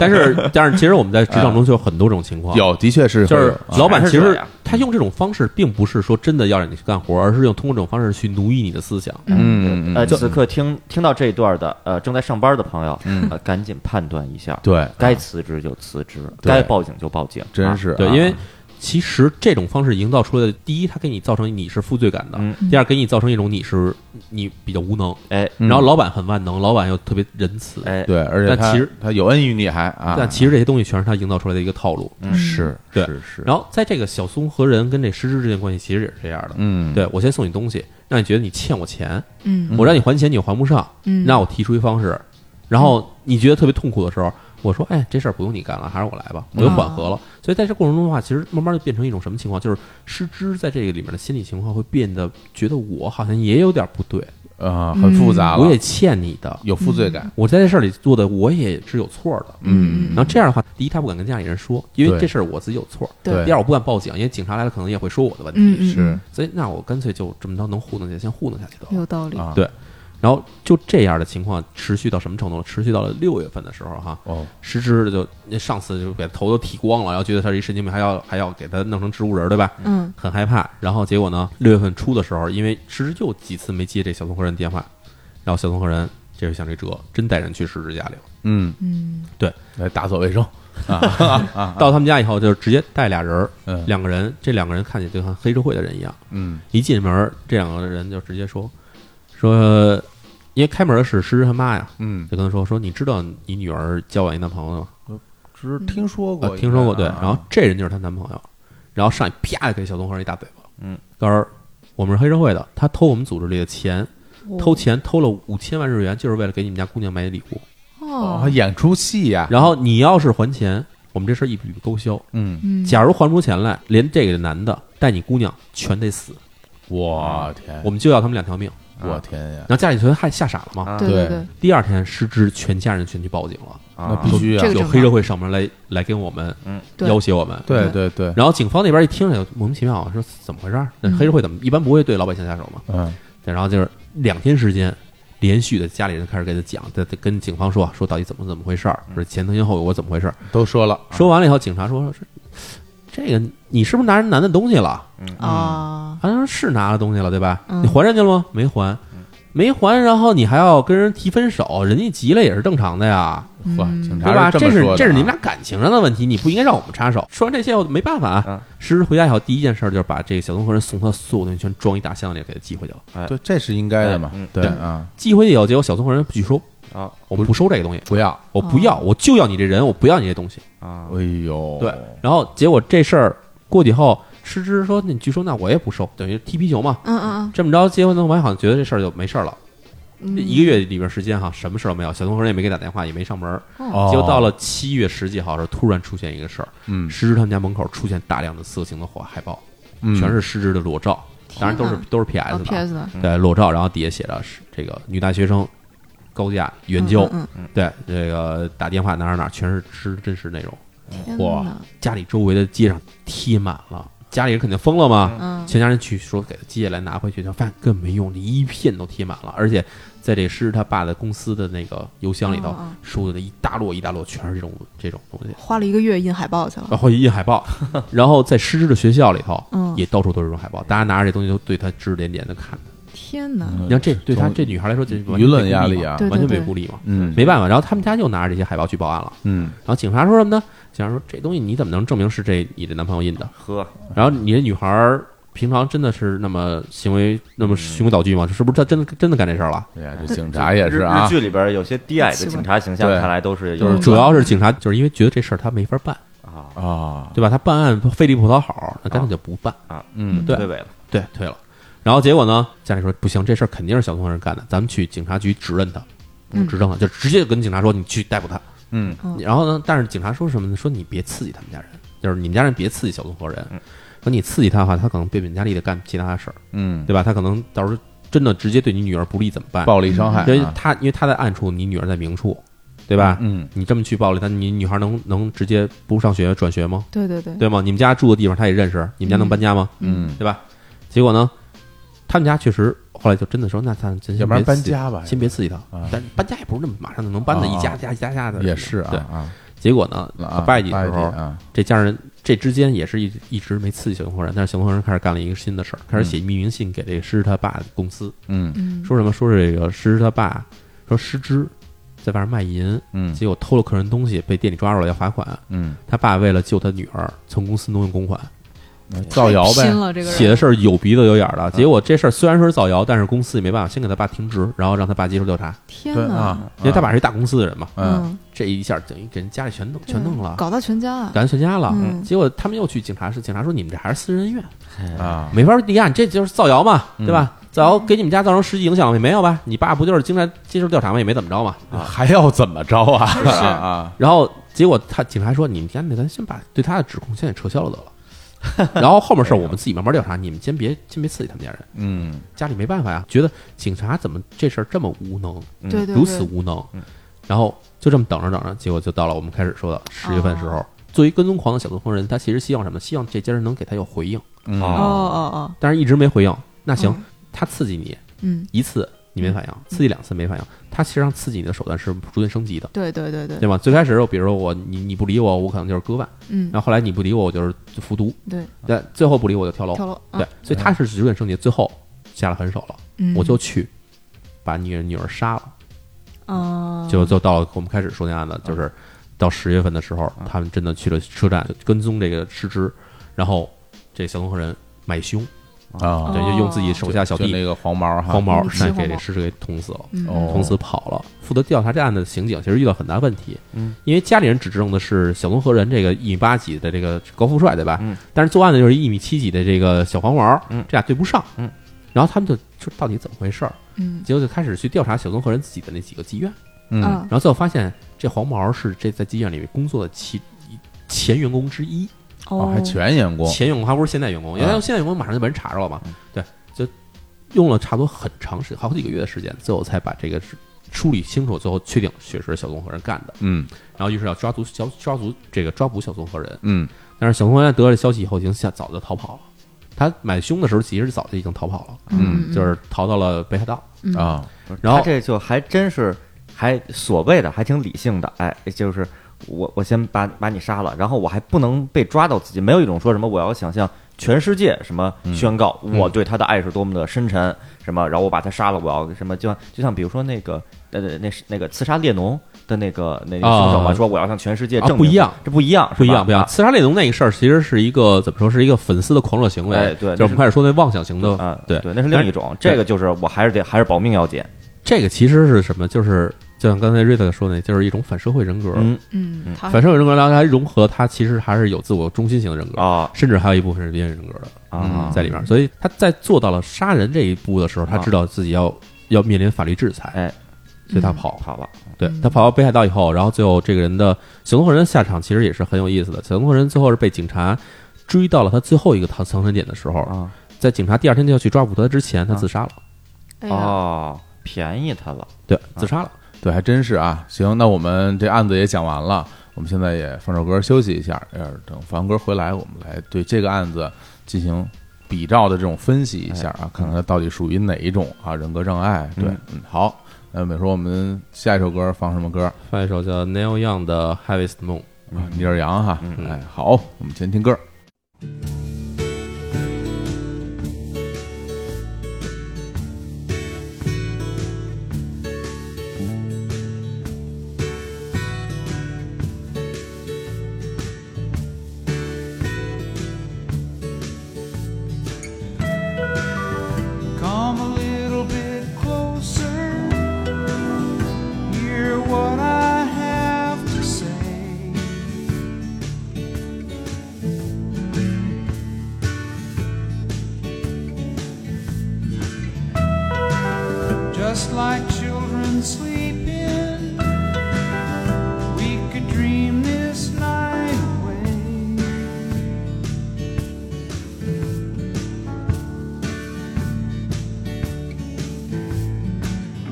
Speaker 1: 但 是但是，其实我们在职场中就有很多种情况，
Speaker 2: 有，的确是
Speaker 1: 哦就
Speaker 2: 会有
Speaker 1: 是
Speaker 2: 啊
Speaker 1: 老板其
Speaker 3: 还是这
Speaker 1: 实
Speaker 3: 样
Speaker 1: 他用这种方式，并不是说真的要让你去干活，而是用通过这种方式去奴役你的思想。
Speaker 2: 嗯，嗯
Speaker 3: 呃，
Speaker 2: 嗯
Speaker 3: 此刻听听到这一段的呃正在上班的朋友，
Speaker 2: 嗯
Speaker 3: 呃，赶紧判断一下，
Speaker 2: 对，
Speaker 3: 该辞职就辞职，
Speaker 2: 对
Speaker 3: 该报警就报警，啊
Speaker 2: 真是
Speaker 1: 对，
Speaker 2: 啊
Speaker 1: 因为其实这种方式营造出来的，第一，它给你造成你是负罪感的；
Speaker 3: 嗯
Speaker 1: 第二，给你造成一种你是你比较无能。
Speaker 3: 哎
Speaker 2: 嗯
Speaker 1: 然后老板很万能，老板又特别仁慈。
Speaker 3: 哎，
Speaker 2: 对，而且
Speaker 1: 但
Speaker 2: 他
Speaker 1: 其实
Speaker 2: 他有恩于你还啊，
Speaker 1: 但其实这些东西全是他营造出来的一个套路。
Speaker 4: 嗯
Speaker 2: 是
Speaker 1: 对
Speaker 2: 是是，
Speaker 1: 然后在这个小松和人跟这失之之间关系其实也是这样的。
Speaker 2: 嗯，
Speaker 1: 对我先送你东西，让你觉得你欠我钱，
Speaker 4: 嗯
Speaker 1: 我让你还钱你又还不上，
Speaker 4: 嗯，
Speaker 1: 那我提出一方式，然后你觉得特别痛苦的时候，我说，哎，这事儿不用你干了，还是我来吧，我
Speaker 4: 嗯
Speaker 1: 又缓和了。所以在这过程中的话，其实慢慢就变成一种什么情况，就是失之在这个里面的心理情况会变得觉得我好像也有点不对，
Speaker 2: 啊，很复杂了，
Speaker 1: 嗯我也欠你的，
Speaker 2: 有负罪感，
Speaker 1: 我在这事儿里做的我也是有错的。
Speaker 2: 嗯
Speaker 1: 然后这样的话，第一，他不敢跟家里人说，因为
Speaker 2: 对
Speaker 1: 这事儿我自己有错；
Speaker 4: 对
Speaker 1: 第二，我不敢报警，因为警察来了可能也会说我的问题。
Speaker 4: 嗯嗯
Speaker 2: 是
Speaker 1: 所以，那我干脆就这么着能糊弄下去，先糊弄下去得了
Speaker 4: 嗯。有道理，
Speaker 2: 啊，
Speaker 1: 对然后就这样的情况持续到什么程度了？持续到了六月份的时候，哈，
Speaker 2: 哦，
Speaker 1: 失之的就那上司就给他头都剃光了，然后觉得他是一神经病，还要还要给他弄成植物人，对吧？
Speaker 4: 嗯
Speaker 1: 很害怕。然后结果呢，六月份初的时候，因为失之又几次没接这小松和人电话，然后小松和人这回想这辙，真带人去失之家里了。
Speaker 2: 嗯，
Speaker 4: 嗯
Speaker 1: 哎
Speaker 2: 来打扫 卫生，
Speaker 1: 到他们家以后，就直接带俩人儿，
Speaker 2: 嗯
Speaker 1: 两个人，这两个人看起来就像黑社会的人一样。
Speaker 2: 嗯
Speaker 1: 一进门儿，这两个人就直接说说，因为开门的是失之他妈呀，
Speaker 2: 嗯，
Speaker 1: 就跟他说说，你知道你女儿交往一男朋友吗？
Speaker 2: 只是听说
Speaker 1: 啊
Speaker 2: 过，
Speaker 1: 听说过，
Speaker 2: 应该
Speaker 1: 对。
Speaker 2: 啊
Speaker 1: 然后这人就是她男朋友，然后上去啪给小东和一大嘴巴，
Speaker 3: 嗯，
Speaker 1: 告诉我们是黑社会的，他偷我们组织里的钱，
Speaker 4: 哦
Speaker 1: 偷钱偷了五千万日元，就是为了给你们家姑娘买礼物。
Speaker 2: 哦，还
Speaker 4: 哦，
Speaker 2: 演出戏
Speaker 3: 啊
Speaker 2: 呀，
Speaker 1: 然后你要是还钱，我们这事儿一笔勾销。
Speaker 2: 嗯，
Speaker 4: 嗯
Speaker 1: 假如还不出钱来，连这个男的带你姑娘全得死，啊
Speaker 2: 我
Speaker 3: 哎
Speaker 2: 天啊
Speaker 1: 我，们就要他们两条命。
Speaker 2: 我天呀
Speaker 1: 然，后家里全害吓傻了嘛。
Speaker 3: 啊
Speaker 4: 对
Speaker 2: 对
Speaker 4: 对，
Speaker 1: 第二天，失之全家人全去报警了，
Speaker 2: 那
Speaker 3: 啊，
Speaker 2: 必须啊
Speaker 4: 这，个
Speaker 1: 有
Speaker 4: 正
Speaker 1: 黑
Speaker 4: 常
Speaker 1: 社会上门来来跟我们
Speaker 3: 嗯
Speaker 4: 对
Speaker 1: 要挟我们。
Speaker 2: 对对对，
Speaker 1: 然后警方那边一听就莫名其妙，啊说怎么回事儿？那
Speaker 4: 嗯
Speaker 1: 黑社会怎么一般不会对老百姓下手嘛？
Speaker 2: 嗯
Speaker 1: 对然后就是两天时间，连续的家里人开始给他讲，在在跟警方说说
Speaker 4: 嗯啊
Speaker 1: 到底怎么怎么回事儿，说前因后果怎么回事儿。
Speaker 2: 都说了，
Speaker 1: 说完了以后，警察说是这个你是不是拿人男的东西了？
Speaker 4: 啊，
Speaker 1: 好像是拿了东西了，对吧？
Speaker 4: 嗯
Speaker 1: 你还人家了吗？没还，没还，然后你还要跟人提分手，人家急了也是正常的呀，
Speaker 2: 呵，
Speaker 4: 嗯
Speaker 2: 警
Speaker 1: 对吧？
Speaker 2: 察
Speaker 1: 这
Speaker 2: 么
Speaker 1: 是
Speaker 2: 说的啊，
Speaker 1: 这是你们俩感情上的问题，你不应该让我们插手。说完这些，我没办法
Speaker 3: 嗯
Speaker 1: 啊。实时回家以后，第一件事就是把这个小综合人送他所有东西全装一大箱子里给他寄回去了。
Speaker 2: 对，这是应该的
Speaker 1: 哎
Speaker 2: 嘛
Speaker 3: 嗯，
Speaker 2: 对啊，
Speaker 1: 寄回去以后，结果小综合人拒收，
Speaker 3: 啊
Speaker 1: 我们不收这个东西，
Speaker 2: 不要，
Speaker 1: 我不要，我就要你这人，我不要你这东西。
Speaker 3: 啊
Speaker 2: 哎呦，
Speaker 1: 对，然后结果这事儿过去以后，师之说那你拒收，那我也不收，等于踢皮球嘛。
Speaker 4: 嗯嗯
Speaker 1: 这么着，结婚呢，我还好像觉得这事儿就没事儿了。
Speaker 4: 嗯，
Speaker 1: 一个月里边时间哈，什么事儿都没有，小同学也没给打电话，也没上门儿。
Speaker 2: 哦
Speaker 1: 结果到了七月十几号的时候，突然出现一个事儿，
Speaker 2: 嗯，
Speaker 1: 石之他们家门口出现大量的色情的火海报，
Speaker 2: 嗯
Speaker 1: 全是石之的裸照，当然都是
Speaker 4: 天哪哦
Speaker 1: 都是 PS 的啊，
Speaker 4: PS 的
Speaker 1: 对裸照，然后底下写着是这个女大学生高价援交，
Speaker 4: 嗯
Speaker 1: 对这个打电话哪儿哪儿全是吃真实内容，
Speaker 4: 嗯天
Speaker 1: 哇
Speaker 4: 哪，
Speaker 1: 家里周围的街上贴满了，家里人肯定疯了嘛，
Speaker 4: 嗯，
Speaker 1: 全家人去说给他接下来拿回去，就发现根本没用，这一片都贴满了，而且在这诗他爸的公司的那个邮箱里头
Speaker 4: 嗯嗯
Speaker 1: 收的一大摞一大摞全是这种这种东西，
Speaker 4: 花了一个月印海报去了，
Speaker 1: 然后印海报， 然后在诗之的学校里头
Speaker 4: 嗯
Speaker 1: 也到处都是这种海报，大家拿着这东西都对他指指点点的看，
Speaker 4: 天哪，
Speaker 2: 嗯
Speaker 1: 你看这对他这女孩来说，这完全
Speaker 2: 舆论压力啊
Speaker 1: 没顾虑嘛完全
Speaker 4: 对对对
Speaker 1: 没孤立嘛，
Speaker 2: 嗯
Speaker 1: 没办法，然后他们家又拿着这些海报去报案了，
Speaker 2: 嗯，
Speaker 1: 然后警察说什么呢？警察说这东西你怎么能证明是这你的男朋友印的？
Speaker 3: 呵，
Speaker 1: 然后你这女孩儿平常真的是那么行为那么循规蹈矩吗？是不是她真的真的干这事儿了？
Speaker 2: 对呀，这警察也是
Speaker 3: 日
Speaker 2: 啊
Speaker 3: 日，剧里边有些低矮的警察形象，
Speaker 2: 对
Speaker 3: 看来都是有
Speaker 2: 就是
Speaker 1: 主要是警察就是因为觉得这事儿他没法办，
Speaker 3: 啊
Speaker 2: 啊，
Speaker 1: 对吧？他办案费力不讨好，那干脆就不办，
Speaker 2: 嗯，
Speaker 1: 对
Speaker 3: 对尾了，
Speaker 1: 对，退了。然后结果呢，家里说不行，这事儿肯定是小同人干的，咱们去警察局指认他，
Speaker 4: 嗯
Speaker 1: 指证他，就直接跟警察说你去逮捕他。
Speaker 2: 嗯
Speaker 4: 嗯
Speaker 1: 然后呢，但是警察说什么呢？说你别刺激他们家人，就是你们家人别刺激小同伙人
Speaker 3: 嗯，
Speaker 1: 说你刺激他的话，他可能变本加厉的干其他的事儿，
Speaker 2: 嗯，
Speaker 1: 对吧？他可能到时候真的直接对你女儿不利怎么办？
Speaker 2: 暴力伤害
Speaker 1: 因为
Speaker 2: 啊，
Speaker 1: 他因为他在暗处，你女儿在明处，对吧？
Speaker 2: 嗯，
Speaker 1: 你这么去暴力，她你女孩能能直接不上学转学吗？
Speaker 4: 对对对，
Speaker 1: 对吗？你们家住的地方她也认识，你们家能搬家吗？
Speaker 2: 嗯，
Speaker 1: 对吧？结果呢，他们家确实后来就真的说，那咱真先
Speaker 2: 要不然
Speaker 1: 别
Speaker 2: 搬
Speaker 1: 刺激
Speaker 2: 家吧
Speaker 1: 先别刺激她。
Speaker 2: 啊
Speaker 1: 但是搬家也不是那么马上就能搬的，
Speaker 2: 啊
Speaker 1: 一家一家一家一家的。
Speaker 2: 也是啊
Speaker 1: 对，
Speaker 2: 啊，
Speaker 1: 结果呢，
Speaker 2: 啊
Speaker 1: 拜祭的时候，
Speaker 2: 啊，
Speaker 1: 这家人这之间也是一一直没刺激小同伙人，但是小同伙人开始干了一个新的事儿，开始写匿名信给这个诗他爸的公司。
Speaker 2: 嗯
Speaker 4: 嗯，
Speaker 1: 说什么？说是这个师他爸说师之在外面卖淫，
Speaker 2: 嗯
Speaker 1: 结果偷了客人东西，被店里抓住了要罚款。
Speaker 2: 嗯，
Speaker 1: 他爸为了救他女儿，从公司挪用公款，
Speaker 2: 造谣
Speaker 4: 拼
Speaker 2: 呗，
Speaker 4: 了这个人
Speaker 1: 写的事儿有鼻子有眼儿的。
Speaker 2: 啊
Speaker 1: 结果这事儿虽然说是造谣，但是公司也没办法，先给他爸停职，然后让他爸接受调查，
Speaker 4: 天
Speaker 2: 对
Speaker 4: 哪，
Speaker 2: 啊，
Speaker 1: 因为他爸是一大公司的人嘛。
Speaker 2: 嗯，
Speaker 1: 这一下等于给人家里全弄全弄了，
Speaker 4: 搞到全家了，
Speaker 1: 赶全家了。
Speaker 4: 嗯
Speaker 1: 结果他们又去警察室，警察说你们这还是私人恩怨，
Speaker 3: 哎嗯
Speaker 2: 啊，
Speaker 1: 没法立案，这就是造谣嘛，对吧？造谣给你们家造成实际影响了没有吧？你爸不就是经常接受调查吗？也没怎么着嘛。
Speaker 2: 啊还要怎么着啊？啊啊，
Speaker 1: 然后结果他警察说：“你们家那咱先把对他的指控先给撤销了得了，然后后面事儿我们自己慢慢调查，你们先别先别刺激他们家人，
Speaker 2: 嗯
Speaker 1: 家里没办法呀，觉得警察怎么这事儿这么无能，
Speaker 3: 嗯
Speaker 4: 对对
Speaker 1: 如此
Speaker 4: 对，
Speaker 1: 无能
Speaker 3: 嗯，
Speaker 1: 然后就这么等着等着，结果就到了我们开始说的十月份时候。作为跟踪狂的小跟风人，他其实希望什么？希望这家人能给他有回应，
Speaker 2: 嗯
Speaker 4: 哦
Speaker 3: 哦
Speaker 4: 哦哦，
Speaker 1: 但是一直没回应。那行，
Speaker 4: 嗯
Speaker 1: 他刺激你
Speaker 4: 嗯，
Speaker 1: 一次你没反应，刺激两次没反应，他其实让刺激你的手段是逐渐升级的，
Speaker 4: 对对对对，
Speaker 1: 对吗？最开始我比如说我你你不理我，我可能就是割腕。
Speaker 4: 嗯
Speaker 1: 然，后后来你不理我，我就是服毒，
Speaker 4: 对，
Speaker 1: 但最后不理我就跳楼，
Speaker 4: 跳楼，
Speaker 1: 哦
Speaker 4: 啊
Speaker 1: 对，所以他是直接升级，最后下了狠手了，
Speaker 4: 嗯，
Speaker 1: 我就去把女女儿杀了，
Speaker 4: 啊，
Speaker 1: 就就到了我们开始说那案子，就是到十月份的时候，他们真的去了车站跟踪这个失之，然后这小同伙人买凶，
Speaker 2: 啊
Speaker 1: 对，就用自己手下小
Speaker 2: 就那
Speaker 1: 弟
Speaker 2: 个黄毛哈，
Speaker 1: 黄毛
Speaker 4: 嗯
Speaker 1: 是
Speaker 4: 是
Speaker 1: 给
Speaker 4: 黄
Speaker 1: 这
Speaker 4: 毛
Speaker 1: 失之给捅死了。
Speaker 4: 嗯
Speaker 2: 哦
Speaker 1: 捅死跑了，负责调查这案的刑警其实遇到很大问题，
Speaker 3: 嗯，
Speaker 1: 因为家里人指证的是小综合人这个一米八几的这个高富帅，对吧？
Speaker 3: 嗯，
Speaker 1: 但是作案的就是一米七几的这个小黄毛，
Speaker 3: 嗯
Speaker 1: 这俩对不上，
Speaker 3: 嗯，
Speaker 1: 然后他们就说到底怎么回事儿，
Speaker 4: 嗯
Speaker 1: 结果就开始去调查小综合人自己的那几个妓院，
Speaker 2: 嗯
Speaker 4: 啊
Speaker 1: 然后最后发现这黄毛是这在妓院里面工作的其前员工之一，
Speaker 2: 哦，
Speaker 4: 哦，
Speaker 2: 还全员工，
Speaker 1: 前员工还不是现在员工，
Speaker 2: 啊
Speaker 1: 原来现在员工马上就被人查着了嘛，对，就用了差不多很长时间，好几个月的时间，最后才把这个梳梳理清楚，最后确定确实是小综合人干的，
Speaker 2: 嗯
Speaker 1: 然后于是要抓足小抓足这个抓捕小综合人，
Speaker 2: 嗯
Speaker 1: 但是小综合人得了消息以后，已经下早就逃跑了，他买凶的时候其实早就已经逃跑了，
Speaker 2: 嗯
Speaker 1: 就是逃到了北海道，
Speaker 4: 嗯
Speaker 2: 啊，
Speaker 3: 不是
Speaker 1: 然后
Speaker 3: 他这就还真是还所谓的还挺理性的，哎，就是我我先把把你杀了，然后我还不能被抓到自己，没有一种说什么我要想向全世界什么宣告
Speaker 1: 嗯
Speaker 3: 我对他的爱是多么的深沉，什么，然后我把他杀了，我要什么，就像就像比如说那个呃那是那个刺杀列侬的那个那个凶手嘛，
Speaker 1: 啊
Speaker 3: 说我要向全世界
Speaker 1: 啊
Speaker 3: 证
Speaker 1: 不
Speaker 3: 明，
Speaker 1: 一样，
Speaker 3: 这不一样，是吧
Speaker 1: 不一样，不一样。
Speaker 3: 啊
Speaker 1: 刺杀列侬那个事儿，其实是一个怎么说，是一个粉丝的狂热行为。
Speaker 3: 哎对
Speaker 1: 就是我们开
Speaker 3: 那
Speaker 1: 始说那妄想型的，
Speaker 3: 啊，
Speaker 1: 对
Speaker 3: 对，那是另一种，这个就是我还是得还是保命要紧，
Speaker 1: 这个其实是什么？就是就像刚才瑞特说的，就是一种反社会人格。
Speaker 3: 嗯
Speaker 4: 嗯，他
Speaker 1: 反社会人格，然后它融合，它其实还是有自我中心型的人格，
Speaker 3: 啊
Speaker 1: 甚至还有一部分是边缘人格的。
Speaker 3: 啊，
Speaker 1: 在里面，所以他在做到了杀人这一步的时候，他
Speaker 3: 啊
Speaker 1: 知道自己要要面临法律制裁，
Speaker 3: 哎，
Speaker 1: 所以他跑。
Speaker 3: 跑了，
Speaker 1: 对他跑到北海道以后，然后最后这个人的小东和人下场其实也是很有意思的。小东和人最后是被警察追到了他最后一个藏藏身点的时候，
Speaker 3: 啊
Speaker 1: 在警察第二天就要去抓捕他之前，他自杀了。
Speaker 4: 哎呀，
Speaker 3: 哦，便宜他了，
Speaker 1: 对，自杀了。
Speaker 2: 对，还真是啊。行，那我们这案子也讲完了，我们现在也放首歌休息一下，呃，等凡哥回来，我们来对这个案子进行比照的这种分析一下啊，看看它到底属于哪一种啊人格障碍。对，
Speaker 3: 嗯
Speaker 2: 嗯，好，那美叔，我们下一首歌放什么歌？
Speaker 1: 放一首叫 Neil Young 的《Harvest Moon》。
Speaker 2: 啊，尼尔杨哈，
Speaker 3: 嗯
Speaker 2: 哎，好，我们先听歌。
Speaker 6: Come a little bit closer. Hear what I have to say. Just like children sleeping, we could dream this night away.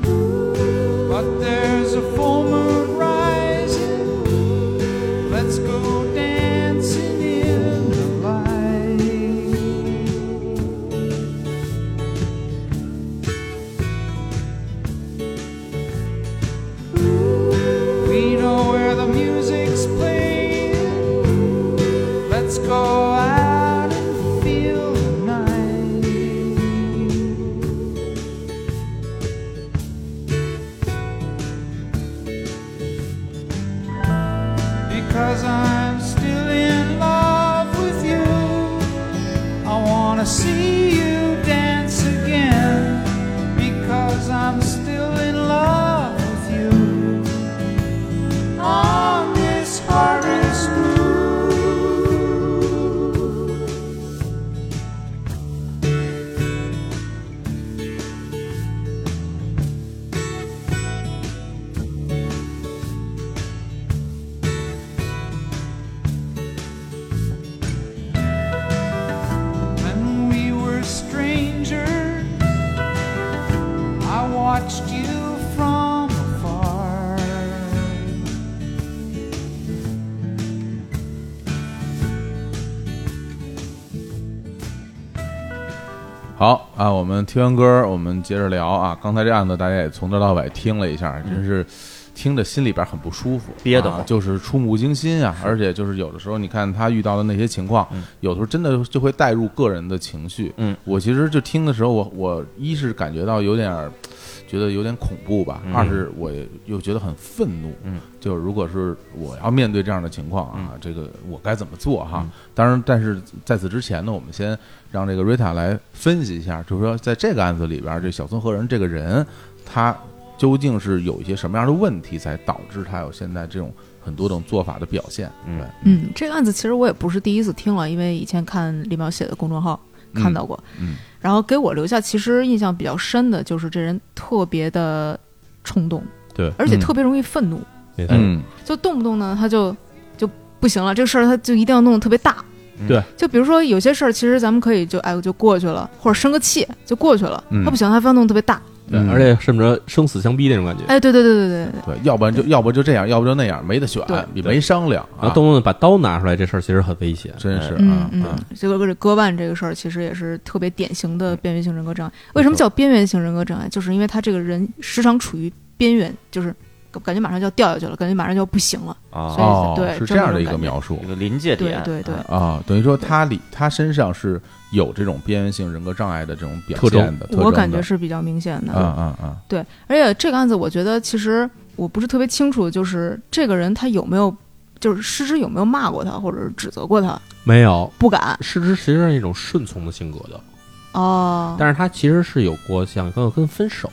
Speaker 6: But there's a full moon rising. Let's go dancing in the light. We know where the music's playing. Let's go out and feel the night. because I'm still in love with you. I wanna see you dance again because I'm still in love with you. On this harvest moon. when we were strangers. I watched you from afar.
Speaker 2: 好啊，我们听完歌，我们接着聊啊。刚才这案子大家也从头到尾听了一下，真是听着心里边很不舒服，
Speaker 3: 憋得
Speaker 2: 啊
Speaker 3: 慌
Speaker 2: 就是触目惊心啊。而且就是有的时候，你看他遇到的那些情况，有的时候真的就会带入个人的情绪。
Speaker 3: 嗯，
Speaker 2: 我其实就听的时候，我我一是感觉到有点儿觉得有点恐怖吧，二是我又觉得很愤怒。
Speaker 3: 嗯，
Speaker 2: 就是如果是我要面对这样的情况啊，这个我该怎么做哈？当然，但是在此之前呢，我们先让这个瑞塔来分析一下，就是说在这个案子里边，这小松和人这个人，他究竟是有一些什么样的问题，才导致他有现在这种很多种做法的表现？
Speaker 3: 嗯
Speaker 2: 对，
Speaker 4: 嗯，这个案子其实我也不是第一次听了，因为以前看李淼写的公众号看到过，
Speaker 2: 嗯
Speaker 4: 然后给我留下其实印象比较深的就是这人特别的冲动，
Speaker 1: 对
Speaker 4: 而且
Speaker 2: 嗯
Speaker 4: 特别容易愤怒，
Speaker 1: 没错，
Speaker 2: 嗯
Speaker 4: 就动不动呢他就就不行了，这个事儿他就一定要弄得特别大。
Speaker 2: 嗯
Speaker 1: 对，
Speaker 4: 就比如说有些事儿，其实咱们可以就哎就过去了，或者生个气就过去了。
Speaker 2: 嗯
Speaker 4: 他不行，他非要弄得特别大。
Speaker 1: 对
Speaker 2: 嗯
Speaker 1: 而且甚至生死相逼那种感觉。
Speaker 4: 哎，对对对对对对，
Speaker 2: 对，要不然就要不就这样，要不就那样，没得选
Speaker 4: 对，
Speaker 2: 也没商量
Speaker 1: 然
Speaker 2: 啊
Speaker 1: 后，动不动把刀拿出来，这事儿其实很危险。
Speaker 2: 真是
Speaker 4: 嗯
Speaker 2: 啊啊
Speaker 4: 嗯，，这个这割腕这个事儿，其实也是
Speaker 1: 嗯
Speaker 4: 特别典型的边缘性人格障碍。为什么叫边缘性人格障碍？就是因为他这个人时常处于边缘，就是感觉马上就要掉下去了，感觉马上就要不行了。
Speaker 3: 啊
Speaker 4: 所以
Speaker 2: 哦，
Speaker 4: 对
Speaker 2: 是
Speaker 4: 这
Speaker 2: 这
Speaker 4: 么
Speaker 2: 样的
Speaker 4: 种
Speaker 2: 一个
Speaker 4: 感觉
Speaker 2: 描述
Speaker 3: 一个临界
Speaker 4: 对
Speaker 3: 点，
Speaker 4: 对对，
Speaker 2: 啊，等于说他里他身上是有这种边缘性人格障碍的这种表
Speaker 1: 呃特征
Speaker 2: 现的，特
Speaker 4: 我
Speaker 2: 征
Speaker 4: 感觉
Speaker 2: 的
Speaker 4: 是比较明显的。
Speaker 2: 啊啊啊，
Speaker 4: 对，而且这个案子，我觉得其实我不是特别清楚，就是这个人他有没有，就是失之有没有骂过他，或者是指责过他，
Speaker 1: 没有。
Speaker 4: 不敢
Speaker 1: 失之其实是一种顺从的性格的，
Speaker 4: 哦。
Speaker 1: 但是他其实是有过像跟跟分手，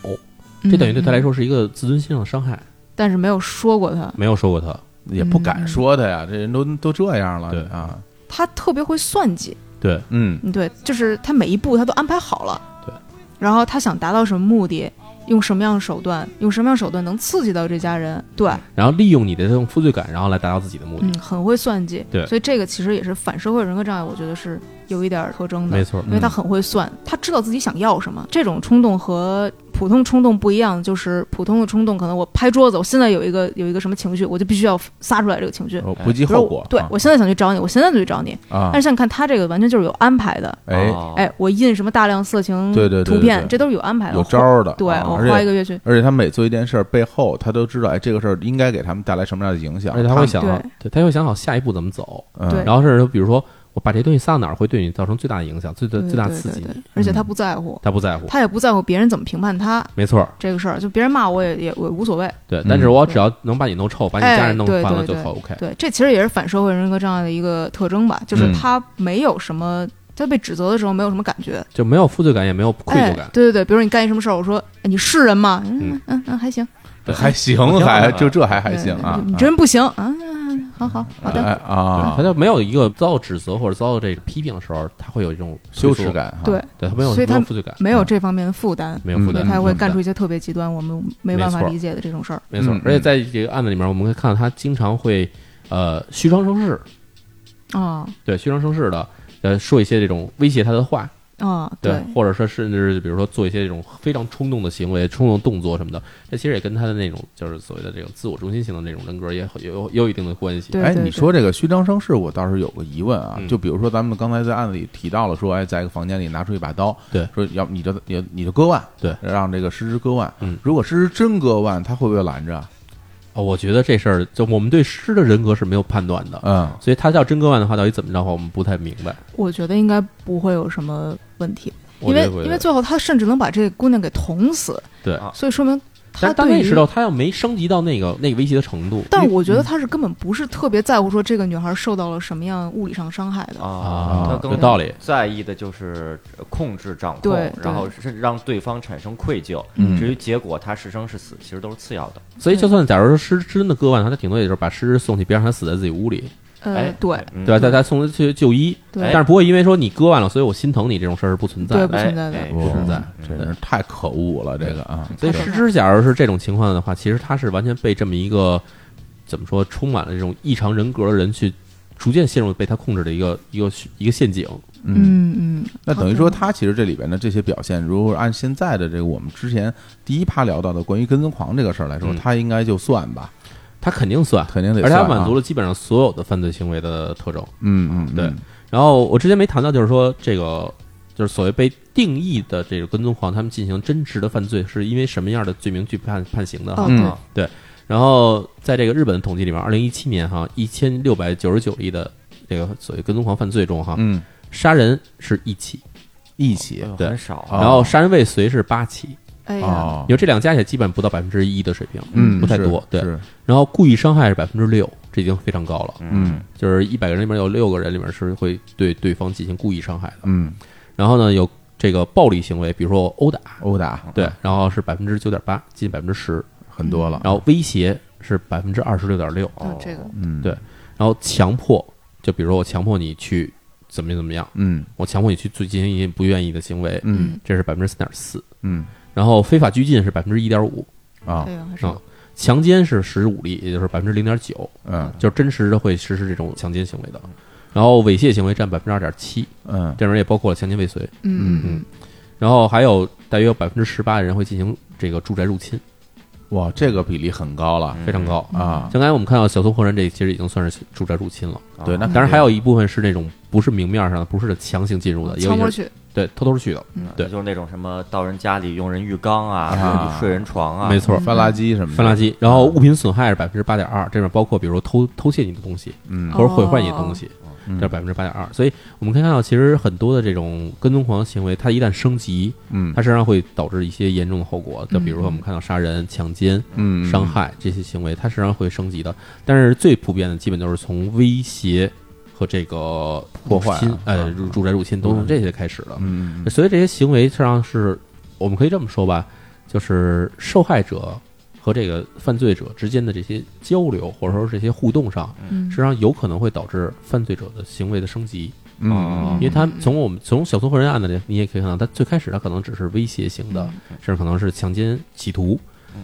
Speaker 4: 嗯
Speaker 1: 这等于对他来，
Speaker 4: 嗯
Speaker 1: 说是一个自尊心上的伤害。
Speaker 4: 但是没有说过他，
Speaker 1: 没有说过他，
Speaker 2: 也不
Speaker 4: 嗯
Speaker 2: 敢说他呀，这人都都这样了，
Speaker 1: 对
Speaker 2: 啊，
Speaker 4: 他特别会算计，
Speaker 1: 对，
Speaker 2: 嗯
Speaker 4: 嗯，对，就是他每一步他都安排好了，
Speaker 1: 对，
Speaker 4: 然后他想达到什么目的，用什么样的手段，用什么样的手段能刺激到这家人，对，
Speaker 1: 然后利用你的这种负罪感，然后来达到自己的目的。
Speaker 4: 嗯，很会算计，
Speaker 1: 对
Speaker 4: 所以这个其实也是反社会人格障碍，我觉得是有一点儿特征的
Speaker 1: 没，错，嗯
Speaker 4: 因为他很会算，他知道自己想要什么。这种冲动和普通冲动不一样，就是普通的冲动，可能我拍桌子，我现在有一个有一个什么情绪，我就必须要撒出来这个情
Speaker 1: 嗯
Speaker 4: 绪。
Speaker 1: 哎
Speaker 2: 哦不计
Speaker 4: 比如
Speaker 2: 后
Speaker 4: 我
Speaker 2: 果，
Speaker 4: 对
Speaker 2: 啊
Speaker 4: 我现在想去找你，我现在就去找你。
Speaker 2: 啊
Speaker 4: 但是，像你看他这个，完全就是有安排的。
Speaker 2: 哎，
Speaker 3: 哦
Speaker 4: 哎，我印什么大量色情
Speaker 2: 对对对对
Speaker 4: 图片
Speaker 2: 对，
Speaker 4: 这都是有安排的，
Speaker 2: 有
Speaker 4: 我
Speaker 2: 招。儿的，
Speaker 4: 对，
Speaker 2: 啊
Speaker 4: 我
Speaker 2: 而
Speaker 4: 花一
Speaker 2: 且
Speaker 4: 个月去。
Speaker 2: 而且他每做一件事儿背后，他都知道，哎，这个事儿应该给他们带来什么样的影响，
Speaker 1: 而且他会想
Speaker 4: 嗯对
Speaker 1: 好，对，他会想好下一步怎么走，
Speaker 2: 嗯
Speaker 4: 对
Speaker 1: 然后是比如说我把这东西撒到哪儿会对你造成最大的影响，最最
Speaker 4: 对
Speaker 1: 最大
Speaker 4: 对
Speaker 1: 刺激
Speaker 4: 对，对而且他
Speaker 2: 嗯
Speaker 4: 不在乎，
Speaker 1: 他不在乎，
Speaker 4: 他也不在乎别人怎么评判他
Speaker 1: 没错，
Speaker 4: 这个事儿，就别人骂我也也我也无所谓。
Speaker 1: 对
Speaker 2: 嗯。
Speaker 1: 但是我只要能把你弄臭，把你
Speaker 4: 哎
Speaker 1: 家人弄
Speaker 4: 对
Speaker 1: 翻了就
Speaker 4: 对
Speaker 1: 好 OK。
Speaker 4: 对，这其实也是反社会人格障碍的一个特征吧，就是
Speaker 2: 嗯
Speaker 4: 他没有什么，他被指责的时候没有什么感觉，
Speaker 1: 就没有负罪感，也没有愧疚
Speaker 4: 哎
Speaker 1: 感。。
Speaker 4: 对对对，比如说你干一什么事儿，我说、哎你是人吗？
Speaker 1: 嗯
Speaker 4: 嗯嗯嗯，还行，
Speaker 2: 还行，
Speaker 3: 好
Speaker 2: 还
Speaker 3: 的
Speaker 2: 就这还还
Speaker 4: 对
Speaker 2: 行
Speaker 4: 对
Speaker 2: 啊
Speaker 4: 对，你这人不行啊，好好好的。
Speaker 2: 哎啊
Speaker 1: 对，他，就没有一个遭到指责或者遭到这个批评的时候，他会有一种
Speaker 2: 羞
Speaker 1: 愧
Speaker 2: 耻
Speaker 1: 疚，
Speaker 2: 感，啊哈
Speaker 4: 对，
Speaker 1: 对他没有
Speaker 4: 所
Speaker 1: 没
Speaker 4: 以他
Speaker 1: 有负罪感，
Speaker 4: 没有这方面的负担，
Speaker 1: 没有负
Speaker 4: 所
Speaker 1: 罪
Speaker 4: 以
Speaker 2: 嗯
Speaker 1: 感，
Speaker 4: 他会
Speaker 2: 嗯
Speaker 4: 干
Speaker 2: 嗯
Speaker 4: 出一些特别极端，我们没办
Speaker 1: 没
Speaker 4: 法
Speaker 1: 错
Speaker 4: 理解的这种事儿。
Speaker 1: 没错
Speaker 2: 嗯。
Speaker 1: 而且在这个案子里面，我们可以看到他经常会呃虚张声势，
Speaker 4: 啊
Speaker 1: 对虚张声势的呃说一些这种威胁他的话，
Speaker 4: 啊，
Speaker 1: 对，或者说甚至比如说做一些这种非常冲动的行为、冲动动作什么的，这其实也跟他的那种就是所谓的这种自我中心型的那种人格也有有有一定的关系。
Speaker 4: 对
Speaker 2: 哎，
Speaker 4: 嗯对
Speaker 2: 你
Speaker 4: 对
Speaker 2: 说这个虚张声势，我倒是有个疑问啊
Speaker 1: 嗯，
Speaker 2: 就比如说咱们刚才在案子里提到了说，哎，在一个房间里拿出一把刀，
Speaker 1: 对
Speaker 2: 说要你就你你就割腕，
Speaker 1: 对
Speaker 2: 让这个失之割腕，
Speaker 1: 嗯
Speaker 2: 如果失之真割腕，他会不会拦着啊？
Speaker 1: 哦，我觉得这事儿就我们对诗的人格是没有判断的，
Speaker 2: 嗯，
Speaker 1: 所以他叫真割腕的话，到底怎么着的话，我们不太明白。
Speaker 4: 我觉得应该不会有什么问题，
Speaker 1: 我
Speaker 4: 因
Speaker 1: 觉
Speaker 4: 为
Speaker 1: 得会
Speaker 4: 因为最后他甚至能把这个姑娘给捅死，
Speaker 1: 对
Speaker 3: 啊
Speaker 4: 所以说明
Speaker 1: 但
Speaker 4: 他
Speaker 1: 是当
Speaker 4: 对
Speaker 1: 然意
Speaker 4: 于
Speaker 1: 识到他要没升级到那个那个威胁的程度
Speaker 4: 但我觉得他是根本不是特别在乎说这个女孩受到了什么样物理上伤害的。
Speaker 3: 啊，他
Speaker 1: 有
Speaker 3: 更
Speaker 1: 道理。
Speaker 3: 在意的就是控制、掌控
Speaker 4: 对，
Speaker 3: 然
Speaker 4: 对
Speaker 3: 后甚至让对方产生愧疚。
Speaker 2: 嗯
Speaker 3: 至于结果，他是生是死，其实都是次要的。
Speaker 1: 所以就算假如说诗真的割腕的话，他顶多也就是把诗送去，别让他死在自己屋里，
Speaker 4: 呃
Speaker 3: 哎，
Speaker 4: 对，
Speaker 3: 嗯
Speaker 1: 对吧？大家送他去就医，
Speaker 4: 对
Speaker 1: 但是不会因为说你割腕了，所以我心疼你这种事儿是不存在
Speaker 4: 对，
Speaker 1: 的
Speaker 4: 不。存在的
Speaker 3: 哎。
Speaker 2: 嗯
Speaker 3: 哎
Speaker 1: 不存在
Speaker 2: 哇这人哦太可恶了，这个啊，
Speaker 1: 所以
Speaker 4: 太可
Speaker 1: 石
Speaker 4: 怕
Speaker 1: 之，假如是这种情况的话，其实他是完全被这么一个怎么说，充满了这种异常人格的人去逐渐陷入被他控制的一个一个一个陷阱。
Speaker 2: 嗯，
Speaker 4: 嗯嗯，
Speaker 2: 那等于
Speaker 4: 好的
Speaker 2: 说他其实这里边的这些表现，如果按现在的这个我们之前第一趴聊到的关于跟踪狂这个事儿来说，
Speaker 1: 嗯
Speaker 2: 他应该就算吧，
Speaker 1: 他肯定算，
Speaker 2: 肯定得
Speaker 1: 而且
Speaker 2: 算
Speaker 1: 他
Speaker 2: 啊，
Speaker 1: 满足了基本上所有的犯罪行为的特征。
Speaker 2: 嗯，嗯嗯，
Speaker 1: 对然后我之前没谈到，就是说这个就是所谓被定义的这个跟踪狂，他们进行真实的犯罪是因为什么样的罪名去判判刑的哈？
Speaker 4: 哦
Speaker 2: 嗯
Speaker 4: 对，
Speaker 1: 然后在这个日本的统计里面，二零一七年哈一千六百九十九例的这个所谓跟踪狂犯罪中哈，
Speaker 2: 嗯，
Speaker 1: 杀人是一起，一起
Speaker 3: 哎呦
Speaker 1: 对，
Speaker 3: 很少啊
Speaker 2: 哦
Speaker 1: 然后杀人未遂是八起，
Speaker 4: 哎呀，
Speaker 2: 哦
Speaker 1: 因，为这两加起来基本不到百分之一的水平，
Speaker 2: 嗯，
Speaker 1: 不太
Speaker 2: 是
Speaker 1: 多，对。
Speaker 2: 是
Speaker 1: 然后故意伤害是百分之六，这已经非常高了，
Speaker 2: 嗯
Speaker 1: 就是一百个人里面有六个人里面是会对对方进行故意伤害的。
Speaker 2: 嗯，
Speaker 1: 然后呢，有这个暴力行为，比如说殴打，
Speaker 2: 殴打
Speaker 1: 对，然后是百分之九点八，近百分之十，
Speaker 2: 很多了，
Speaker 1: 然后威胁是百分之二十六点六，
Speaker 4: 哦这个
Speaker 2: 嗯，
Speaker 1: 对然后强迫，就比如说我强迫你去怎么怎么样，
Speaker 2: 嗯
Speaker 1: 我强迫你去做进行一些不愿意的行为，
Speaker 2: 嗯
Speaker 1: 这是百分之三点四，
Speaker 2: 嗯
Speaker 1: 然后非法拘禁是百分之一点五，
Speaker 2: 啊
Speaker 4: 哎呀，还是
Speaker 1: 啊，强奸是十五例，也就是百分之零点九，
Speaker 2: 嗯
Speaker 1: 就是真实的会实施这种强奸行为的。然后猥亵行为占百分之二点七，
Speaker 2: 嗯
Speaker 1: 这里面也包括了强奸未遂。
Speaker 4: 嗯
Speaker 1: 嗯，然后还有大约有百分之十八的人会进行这个住宅入侵，
Speaker 2: 哇，这个比例很高了
Speaker 1: 非常高。
Speaker 2: 啊，
Speaker 1: 像刚才我们看到小松后人这其实已经算是住宅入侵了，
Speaker 2: 对，那
Speaker 1: 当然还有一部分是那种不是明面上的，不是强行进入的，也有
Speaker 4: 敲
Speaker 1: 一
Speaker 4: 门
Speaker 1: 些
Speaker 4: 哦嗯去，
Speaker 1: 对，偷偷去的，对
Speaker 3: 嗯就是那种什么到人家里用人浴缸
Speaker 2: 啊
Speaker 3: 啊，睡人床啊，
Speaker 1: 没错。
Speaker 2: 翻垃圾什么的，
Speaker 1: 翻垃，圾，然后物品损害是百分之八点二，这边包括比如偷偷窃你的东西，
Speaker 2: 嗯
Speaker 1: 或者毁坏你的东西，
Speaker 2: 嗯
Speaker 1: 哦这百分之八点二。所以我们可以看到，其实很多的这种跟踪狂行为，它一旦升级，
Speaker 2: 嗯
Speaker 1: 它身上会导致一些严重的后果。就比如说
Speaker 4: 嗯
Speaker 1: 我们看到杀人、强奸、
Speaker 2: 嗯
Speaker 1: 伤，害这些行为，它身上会升级的。但是最普遍的，基本都是从威胁和这个
Speaker 2: 破坏啊
Speaker 1: 侵呃
Speaker 2: 嗯
Speaker 1: 住宅入侵都从这些开始的。
Speaker 2: 嗯嗯嗯
Speaker 1: 所以这些行为实际上是我们可以这么说吧，就是受害者和这个犯罪者之间的这些交流，或者说这些互动上，
Speaker 4: 嗯
Speaker 1: 实际上有可能会导致犯罪者的行为的升级，
Speaker 2: 嗯
Speaker 3: 哦
Speaker 2: 嗯
Speaker 1: 因为他从我们从小松和人案的你也可以看到，他最开始他可能只是威胁型的，
Speaker 2: 嗯
Speaker 1: 甚至可能是强奸企图，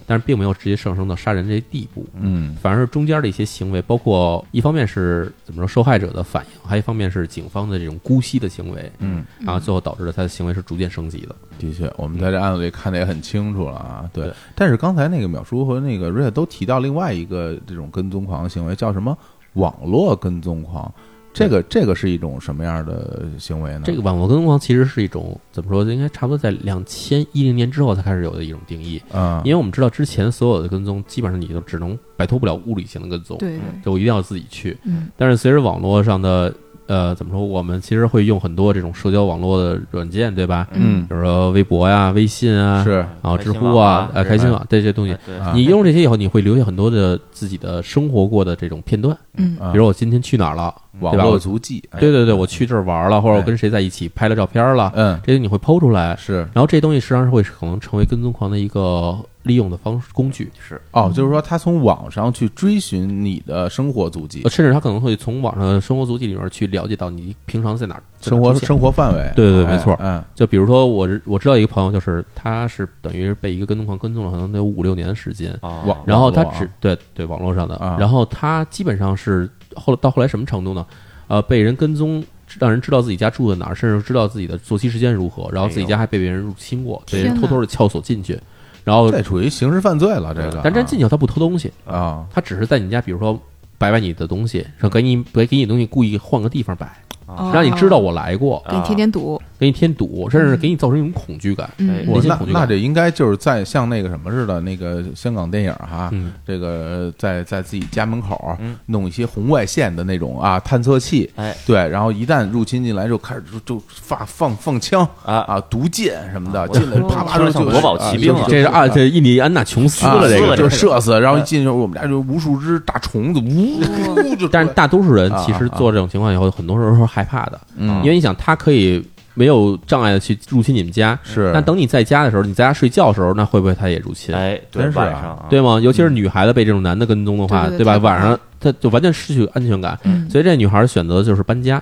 Speaker 1: 但是并没有直接上升到杀人这地步。
Speaker 2: 嗯
Speaker 1: 反而是中间的一些行为，包括一方面是怎么说受害者的反应，还有一方面是警方的这种姑息的行为，
Speaker 2: 嗯，
Speaker 1: 然后最后导致了他的行为是逐渐升级的。
Speaker 2: 的确，我们在这案子里看的也很清楚了啊。对
Speaker 1: 对，
Speaker 2: 但是刚才那个淼叔和那个瑞都提到另外一个这种跟踪狂的行为，叫什么网络跟踪狂？这个这个是一种什么样的行为呢？
Speaker 1: 这个网络跟踪狂其实是一种怎么说？应该差不多在两千一零年之后才开始有的一种定义，
Speaker 2: 啊，
Speaker 1: 因为我们知道之前所有的跟踪，基本上你都只能摆脱不了物理性的跟踪，
Speaker 4: 对对，
Speaker 1: 就我一定要自己去。
Speaker 4: 嗯
Speaker 1: 但是随着网络上的呃怎么说，我们其实会用很多这种社交网络的软件，对吧？
Speaker 2: 嗯
Speaker 1: 比如说微博呀、微信啊，
Speaker 2: 是
Speaker 1: 然后知
Speaker 3: 开心
Speaker 1: 乎
Speaker 3: 网
Speaker 1: 啊
Speaker 3: 啊、
Speaker 1: 呃
Speaker 3: 是
Speaker 1: 开心网这些东西
Speaker 3: 对，对
Speaker 2: 啊
Speaker 1: 你用这些以后，你会留下很多的自己的生活过的这种片段，
Speaker 4: 嗯
Speaker 2: 啊
Speaker 1: 比如我今天去哪儿了，
Speaker 2: 网
Speaker 1: 对吧
Speaker 2: 络足迹，哎
Speaker 1: 对对对，我去这儿玩了，或者我
Speaker 2: 哎
Speaker 1: 跟谁在一起拍了照片了，
Speaker 2: 嗯
Speaker 1: 这些你会剖出来，
Speaker 2: 是
Speaker 1: 哎然后这些东西实际上是会可能成为跟踪狂的一个利用的方式工具，
Speaker 3: 是
Speaker 2: 哦，就是说他从网上去追寻你的生活足迹
Speaker 1: 呃、甚至他可能会从网上的生活足迹里面去了解到你平常在哪儿在哪
Speaker 2: 生
Speaker 1: 儿
Speaker 2: 活
Speaker 1: 出现
Speaker 2: 生活范围，
Speaker 1: 对对对
Speaker 2: 哎
Speaker 1: 没错
Speaker 2: 嗯
Speaker 1: 就比如说我是我知道一个朋友，就是他是等于是被一个跟踪狂跟踪了，可能得有五六年的时间，
Speaker 3: 哦
Speaker 2: 网
Speaker 1: 然后他
Speaker 2: 网络啊
Speaker 1: 只对对网络上的
Speaker 2: 啊，
Speaker 1: 然后他基本上是后到后来什么程度呢？呃，被人跟踪。让人知道自己家住在哪儿，甚至知道自己的作息时间如何，然后自己
Speaker 3: 哎呦
Speaker 1: 家还被别人入侵过，被人
Speaker 4: 天
Speaker 1: 偷
Speaker 4: 哪
Speaker 1: 偷的撬锁进去，然后
Speaker 2: 这属于刑事犯罪了，这个，
Speaker 1: 但真进去后他不偷东西，
Speaker 2: 啊，
Speaker 1: 他只是在你家，比如说摆摆你的东西，然后给你给给你东西，故意换个地方摆，
Speaker 4: 哦
Speaker 1: 让你知道我啊来过，
Speaker 4: 给你添点堵，
Speaker 1: 给你添堵，甚至是给你造成一种恐惧感。
Speaker 4: 嗯
Speaker 1: 我
Speaker 2: 我
Speaker 1: 内心
Speaker 2: 那
Speaker 1: 恐惧
Speaker 2: 那
Speaker 1: 感
Speaker 2: 这应该就是在像那个什么似的，那个香港电影哈，
Speaker 1: 嗯
Speaker 2: 这个在在自己家门口
Speaker 3: 嗯
Speaker 2: 弄一些红外线的那种啊探测器，
Speaker 3: 哎
Speaker 2: 对，然后一旦入侵进来就开始就就发放放枪
Speaker 3: 啊，
Speaker 2: 啊毒箭什么的
Speaker 3: 啊
Speaker 2: 进来，
Speaker 4: 我
Speaker 2: 啪啪
Speaker 3: 突
Speaker 2: 就
Speaker 3: 然想
Speaker 2: 就
Speaker 3: 国宝
Speaker 2: 啊
Speaker 3: 奇兵
Speaker 2: 就
Speaker 3: 了
Speaker 2: 就
Speaker 1: 这是啊，这印第安纳琼斯
Speaker 2: 啊
Speaker 1: 的这
Speaker 3: 撕
Speaker 1: 个
Speaker 3: 了
Speaker 2: 就
Speaker 3: 这
Speaker 2: 是射死，然后一进去我们家就无数只大虫子，呜就出来，
Speaker 1: 但是大多数人
Speaker 2: 啊
Speaker 1: 其实
Speaker 2: 啊啊
Speaker 1: 做这种情况以后，很多时候是害怕的，
Speaker 2: 嗯
Speaker 1: 因为你想，他可以没有障碍的去入侵你们家，
Speaker 2: 是
Speaker 1: 那等你在家的时候，你在家睡觉的时候，那会不会他也入侵？
Speaker 3: 哎，对
Speaker 2: 真是啊
Speaker 3: 晚上啊
Speaker 1: 对吗？尤其是女孩子被这种男的跟踪的话，
Speaker 4: 对对对
Speaker 1: 吧？
Speaker 4: 太可怕
Speaker 1: 晚上她就完全失去安全感，
Speaker 4: 嗯
Speaker 1: 所以这女孩选择就是搬家。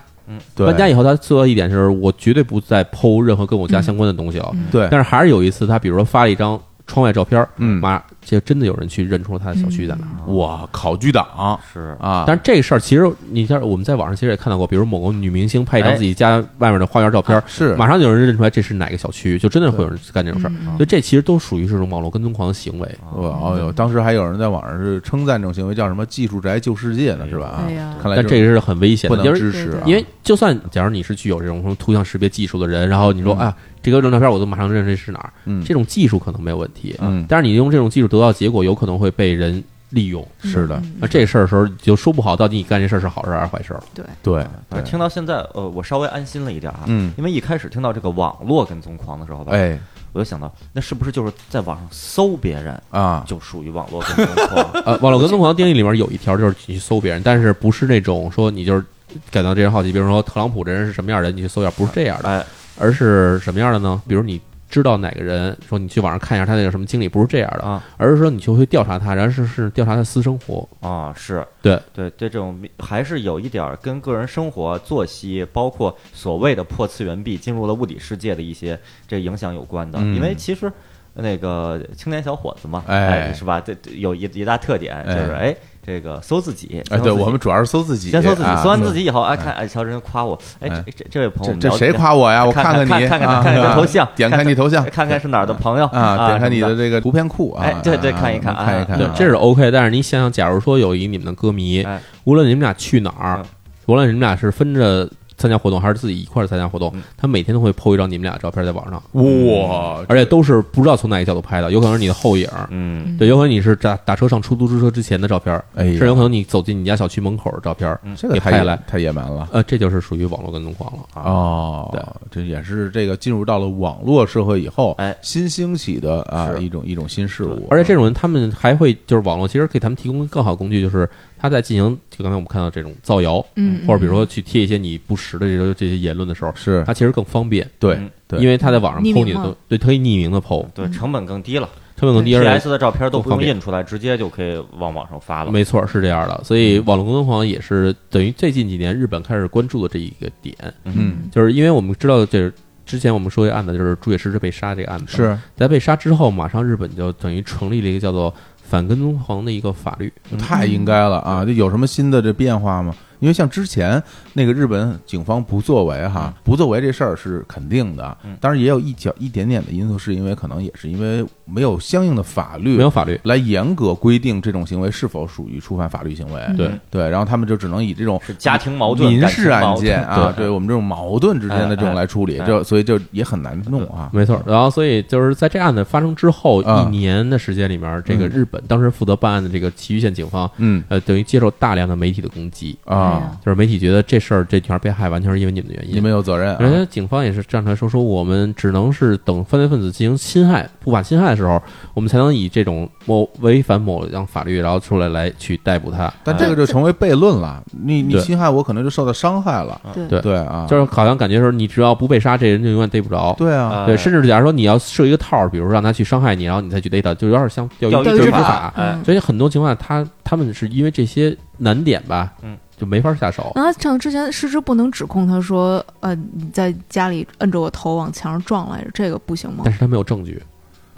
Speaker 2: 对
Speaker 1: 搬家以后，她做到一点就是，我绝对不再剖任何跟我家相关的东西啊。
Speaker 2: 嗯对
Speaker 1: 但是还是有一次，她比如说发了一张窗外照片，
Speaker 2: 嗯
Speaker 1: 妈，这真的有人去认出了她的小区在哪儿。
Speaker 2: 哇考据党
Speaker 3: 嗯是
Speaker 2: 啊，
Speaker 1: 但是这事儿其实你像我们在网上其实也看到过，比如某个女明星拍一张
Speaker 3: 哎
Speaker 1: 自己家外面的花园照片，
Speaker 2: 是
Speaker 1: 马上就有人认出来这是哪个小区，就真的会有人干这种事儿。
Speaker 4: 嗯
Speaker 1: 所以这其实都属于是种网络跟踪狂的行为。
Speaker 2: 我哦呦，当时还有人在网上是称赞这种行为叫什么“技术宅救世界”呢，是吧？啊
Speaker 4: 哎呀，
Speaker 2: 看来
Speaker 1: 但这个是很危险
Speaker 2: 不
Speaker 1: 的，
Speaker 2: 能
Speaker 1: 因为
Speaker 2: 支持啊，
Speaker 1: 因为就算假如你是具有这种什么图像识别技术的人，然后你说、
Speaker 2: 嗯
Speaker 1: 啊，这个张照片我都马上认识是哪儿，
Speaker 2: 嗯
Speaker 1: 这种技术可能没有问题，
Speaker 2: 嗯
Speaker 1: 但是你用这种技术得到的结果，有可能会被人利用。
Speaker 4: 嗯
Speaker 2: 是
Speaker 3: 嗯
Speaker 2: 的，
Speaker 1: 那这事儿的时候，你就说不好到底你干这事儿是好事儿还是坏事儿了。
Speaker 2: 对
Speaker 3: 反正听到现在，呃，我稍微安心了一点啊，
Speaker 2: 嗯
Speaker 3: 因为一开始听到这个网络跟踪狂的时候吧，
Speaker 2: 哎
Speaker 3: 我就想到，那是不是就是在网上搜别人
Speaker 2: 啊，
Speaker 3: 就属于网络跟踪狂？
Speaker 1: 呃，网络跟踪狂的定义里面有一条就是你去搜别人，但是不是那种说你就是感到这人好奇，比如说特朗普这人是什么样的人，你去搜一下，不是这样的，
Speaker 3: 哎，
Speaker 1: 而是什么样的呢？比如你知道哪个人，说你去网上看一下他那个什么经历，不是这样的，
Speaker 3: 啊
Speaker 1: 而是说你就会调查他，然后是是调查他私生活，
Speaker 3: 啊，是
Speaker 1: 对
Speaker 3: 对对，这种还是有一点儿跟个人生活、作息，包括所谓的破次元壁进入了物理世界的一些这影响有关的。
Speaker 2: 嗯
Speaker 3: 因为其实那个青年小伙子嘛，
Speaker 2: 哎
Speaker 3: 哎，是吧？这这有一一大特点就是
Speaker 2: 哎
Speaker 3: 哎，这个搜自己，
Speaker 2: 哎，
Speaker 3: 搜
Speaker 2: 对
Speaker 3: 自己
Speaker 2: 我们主要是搜自己，
Speaker 3: 先搜自己
Speaker 2: 啊，嗯
Speaker 3: 搜完自己以后，哎，看哎，瞧人家夸我，哎，这这这位朋
Speaker 2: 这
Speaker 3: 友，我们
Speaker 2: 这
Speaker 3: 聊
Speaker 2: 谁夸我呀？我
Speaker 3: 看
Speaker 2: 看
Speaker 3: 看
Speaker 2: 你，
Speaker 3: 看看
Speaker 2: 啊
Speaker 3: 看看你的头像
Speaker 2: 点开
Speaker 3: 看
Speaker 2: 你头像
Speaker 3: 看看是哪儿的朋友
Speaker 2: 啊，点开你
Speaker 3: 什
Speaker 2: 的
Speaker 3: 么
Speaker 2: 这个图片库啊，
Speaker 3: 哎对对
Speaker 2: 啊
Speaker 3: 看一看
Speaker 2: 啊看一
Speaker 3: 啊
Speaker 2: 看
Speaker 1: 对
Speaker 2: 啊，，
Speaker 1: 这是 OK。但是你想想，假如说有一你们的歌迷
Speaker 3: 哎，
Speaker 1: 无论你们俩去哪儿
Speaker 3: 嗯，
Speaker 1: 无论你们俩是分着参加活动，还是自己一块儿参加活动，他每天都会 PO 一张你们俩的照片在网上，
Speaker 2: 哇，
Speaker 1: 而且都是不知道从哪个角度拍的，有可能是你的后影，
Speaker 3: 嗯
Speaker 1: 对，有可能你是打打车上出租车之前的照片儿，
Speaker 2: 哎呀嗯
Speaker 1: 甚至有可能你走进你家小区门口的照片儿，
Speaker 2: 这个
Speaker 1: 给
Speaker 2: 太
Speaker 1: 拍下
Speaker 2: 野
Speaker 1: 来
Speaker 2: 太野蛮了。
Speaker 1: 呃，这就是属于网络跟踪狂了。啊
Speaker 3: 啊
Speaker 2: 哦，
Speaker 1: 对，
Speaker 2: 这也是这个进入到了网络社会以后，
Speaker 3: 哎
Speaker 2: 新兴起的啊
Speaker 3: 是
Speaker 2: 一种一种新事物，
Speaker 1: 而且这种人，他们还会就是网络，其实给他们提供更好的工具，就是他在进行就刚才我们看到这种造谣，
Speaker 4: 嗯，嗯
Speaker 1: 或者比如说去贴一些你不实的这些这些言论的时候，
Speaker 2: 是
Speaker 1: 他其实更方便，
Speaker 2: 对
Speaker 3: 嗯
Speaker 2: 对，
Speaker 1: 因为他在网上
Speaker 4: 匿
Speaker 1: PO
Speaker 4: 名
Speaker 1: 你的
Speaker 4: 嘛
Speaker 1: 东，对，他可以匿名的 PO，
Speaker 3: 对，成本更低了
Speaker 1: 成本更低，而
Speaker 3: ，PS
Speaker 1: 且
Speaker 3: 的照片都不
Speaker 1: 更方
Speaker 3: 用
Speaker 1: 便
Speaker 3: 印出来，直接就可以往网上发了。
Speaker 1: 没错是这样的。所
Speaker 2: 嗯
Speaker 1: 以网络跟踪狂也是等于最近几年日本开始关注的这一个点，
Speaker 2: 嗯
Speaker 1: 就是因为我们知道这之前我们说一个案子，就是朱野诗之被杀这个案子，
Speaker 2: 是
Speaker 1: 在被杀之后，马上日本就等于成立了一个叫做反跟踪狂的一个法律，
Speaker 2: 太应该了
Speaker 3: 嗯
Speaker 2: 啊！这有什么新的这变化吗？因为像之前那个日本警方不作为哈，
Speaker 3: 嗯
Speaker 2: 不作为这事儿是肯定的，当然也有一小一点点的因素，是因为可能也是因为没有相应的法律，
Speaker 1: 没有法律，
Speaker 2: 来严格规定这种行为是否属于触犯法律行为。
Speaker 1: 对
Speaker 2: 对，然后他们就只能以这种
Speaker 3: 是家庭矛盾、
Speaker 2: 民
Speaker 3: 感
Speaker 2: 事
Speaker 3: 情
Speaker 2: 案
Speaker 3: 矛
Speaker 2: 件
Speaker 3: 盾
Speaker 2: 啊，对我们这种矛盾之间的这种
Speaker 3: 哎哎
Speaker 2: 来处理，
Speaker 3: 哎
Speaker 2: 就所以就也很难弄啊。
Speaker 1: 没错。然后所以就是在这案子发生之后
Speaker 2: 啊
Speaker 1: 一年的时间里面，这个
Speaker 2: 嗯
Speaker 1: 日本当时负责办案的这个崎玉县警方，
Speaker 2: 嗯
Speaker 1: 呃，等于接受大量的媒体的攻击，
Speaker 2: 啊，
Speaker 1: 就是媒体觉得这事儿这女孩被害完全是因为你们的原因，
Speaker 2: 你们有责任
Speaker 1: 人
Speaker 2: 啊。
Speaker 1: 家警方也是站出来说，说我们只能是等犯罪分子进行侵害、不法侵害的时候，我们才能以这种某违反某项法律，然后出来来去逮捕他。
Speaker 2: 但这个就成为悖论了，你你
Speaker 1: 对
Speaker 2: 侵害我，可能就受到伤害了。
Speaker 3: 嗯
Speaker 4: 对
Speaker 1: 对
Speaker 2: 对啊，
Speaker 1: 就是好像感觉说，你只要不被杀，这人就永远逮不着。
Speaker 2: 对啊，
Speaker 1: 对，
Speaker 3: 哎
Speaker 1: 甚至假如说你要设一个套儿，比如让他去伤害你，然后你再去逮他，就有点像钓
Speaker 3: 钓
Speaker 1: 鱼
Speaker 3: 鱼
Speaker 4: 执
Speaker 1: 执
Speaker 4: 法
Speaker 1: 法。
Speaker 3: 哎，
Speaker 1: 所以很多情况下，他他们是因为这些难点吧，
Speaker 3: 嗯，
Speaker 1: 就没法下手。
Speaker 4: 然后像之前诗诗不能指控他说，呃，你在家里摁着我头往墙上撞来着，这个不行吗
Speaker 1: 但？是他没有证据，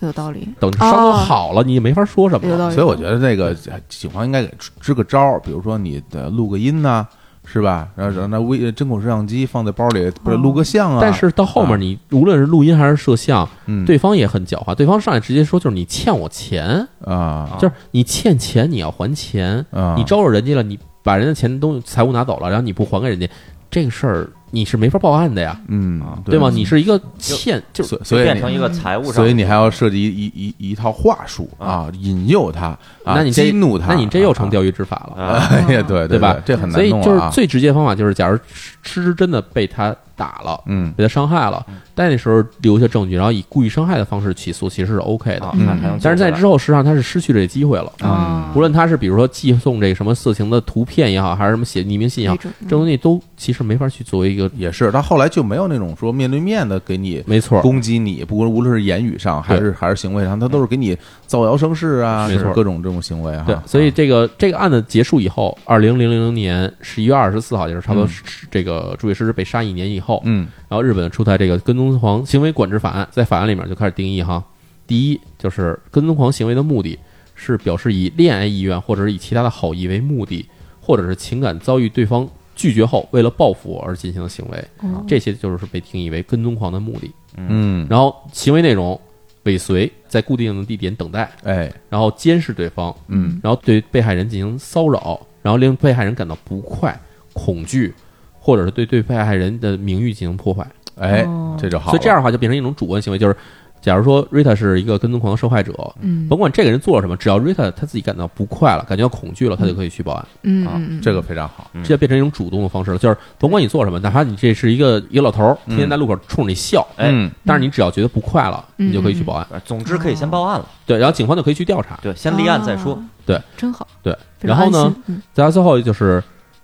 Speaker 4: 有道理，
Speaker 1: 等伤口
Speaker 4: 哦
Speaker 1: 好了，你也没法说什么
Speaker 4: 有
Speaker 1: 了。
Speaker 4: 道理。
Speaker 2: 所以我觉得这个警方应该给支支个招儿，比如说你的录个音呐，是吧？然后让那微针孔摄像机放在包里，不是录个像啊？
Speaker 1: 但是到后面，你无论是录音还是摄像，
Speaker 2: 嗯，
Speaker 1: 对方也很狡猾，对方上来直接说就是你欠我钱，
Speaker 2: 啊
Speaker 1: 就是你欠钱你要还钱，
Speaker 2: 啊，
Speaker 1: 你招惹人家了，你把人家钱的东西财物拿走了，然后你不还给人家，这个事儿你是没法报案的呀，
Speaker 2: 嗯
Speaker 3: 啊，
Speaker 1: 对吗？你是一个欠，就
Speaker 2: 所
Speaker 3: 就
Speaker 2: 所以
Speaker 3: 变
Speaker 2: 你
Speaker 3: 成一个财务上，
Speaker 2: 所以你还要设计一一一一套话术啊，引诱他，啊
Speaker 1: 那你这
Speaker 2: 激怒
Speaker 1: 那
Speaker 2: 他，
Speaker 1: 你这又成
Speaker 2: 啊。
Speaker 1: 钓鱼执法了，
Speaker 3: 啊，
Speaker 2: 哎呀，对
Speaker 1: 对吧
Speaker 2: 这很
Speaker 1: 所
Speaker 2: 难
Speaker 1: 以
Speaker 2: 弄
Speaker 1: 就是
Speaker 2: 啊。
Speaker 1: 最直接方法就是，假如吃之真的被他打了。
Speaker 2: 嗯
Speaker 1: 被他伤害了，在那时候留下证据，然后以故意伤害的方式起诉，其实是 OK 的
Speaker 3: 啊。
Speaker 2: 嗯
Speaker 3: 还还能
Speaker 1: 但是在
Speaker 3: 救回来
Speaker 1: 之后，实际上他是失去了这机会了。
Speaker 4: 啊，
Speaker 1: 无论他是比如说寄送这个什么色情的图片也好，还是什么写匿名信也好
Speaker 4: 没，准
Speaker 1: 这东西都其实没法去作为一个，
Speaker 2: 也是，他后来就没有那种说面对面的给你
Speaker 1: 没错，
Speaker 2: 攻击你，不论无论是言语上还是还是行为上，他都是给你造谣生事啊，
Speaker 1: 没错
Speaker 2: 就是各种这种行为啊。
Speaker 1: 对，所以这个这个案子结束以后，二零零零年十一月二十四号，就是差不多
Speaker 2: 嗯
Speaker 1: 是这个朱野诗诗被杀一年以后，
Speaker 2: 嗯
Speaker 1: 然后日本出台这个跟踪狂行为管制法案，在法案里面就开始定义哈，第一就是跟踪狂行为的目的是表示以恋爱意愿或者是以其他的好意为目的，或者是情感遭遇对方拒绝后为了报复而进行的行为，
Speaker 4: 哦
Speaker 1: 这些就是被定义为跟踪狂的目的。
Speaker 2: 嗯，
Speaker 1: 然后行为内容尾随，在固定的地点等待，
Speaker 2: 哎
Speaker 1: 然后监视对方，
Speaker 2: 嗯
Speaker 1: 然后对被害人进行骚扰，然后令被害人感到不快、恐惧，或者是对对被害人的名誉进行破坏。
Speaker 2: 哎
Speaker 4: 哦，
Speaker 2: 这就好了。
Speaker 1: 所以这样的话就变成一种主观行为，就是假如说 Rita 是一个跟踪狂的受害者，
Speaker 4: 嗯
Speaker 1: 甭管这个人做了什么，只要 Rita 她自己感到不快了，感觉到恐惧了，她就可以去报案。
Speaker 4: 嗯
Speaker 3: 啊
Speaker 4: 嗯，嗯
Speaker 2: 这个非常好，
Speaker 3: 嗯
Speaker 1: 这就变成一种主动的方式了，就是甭管你做什
Speaker 2: 嗯
Speaker 1: 么，哪怕你这是一个一个老头儿，天天在路口冲着你笑，
Speaker 3: 哎
Speaker 2: 嗯
Speaker 1: 但是你只要觉得不快了，
Speaker 4: 嗯
Speaker 1: 你就可以去报案。
Speaker 3: 呃总之可以先报案了，
Speaker 2: 嗯
Speaker 1: 对，然后警方就可以去调查。
Speaker 3: 对，先立案再说。，
Speaker 4: 啊
Speaker 1: 对，
Speaker 4: 真好。
Speaker 1: 对，
Speaker 4: 非
Speaker 1: 然
Speaker 4: 常
Speaker 1: 后呢
Speaker 4: 安，心？嗯
Speaker 1: 再到最后就是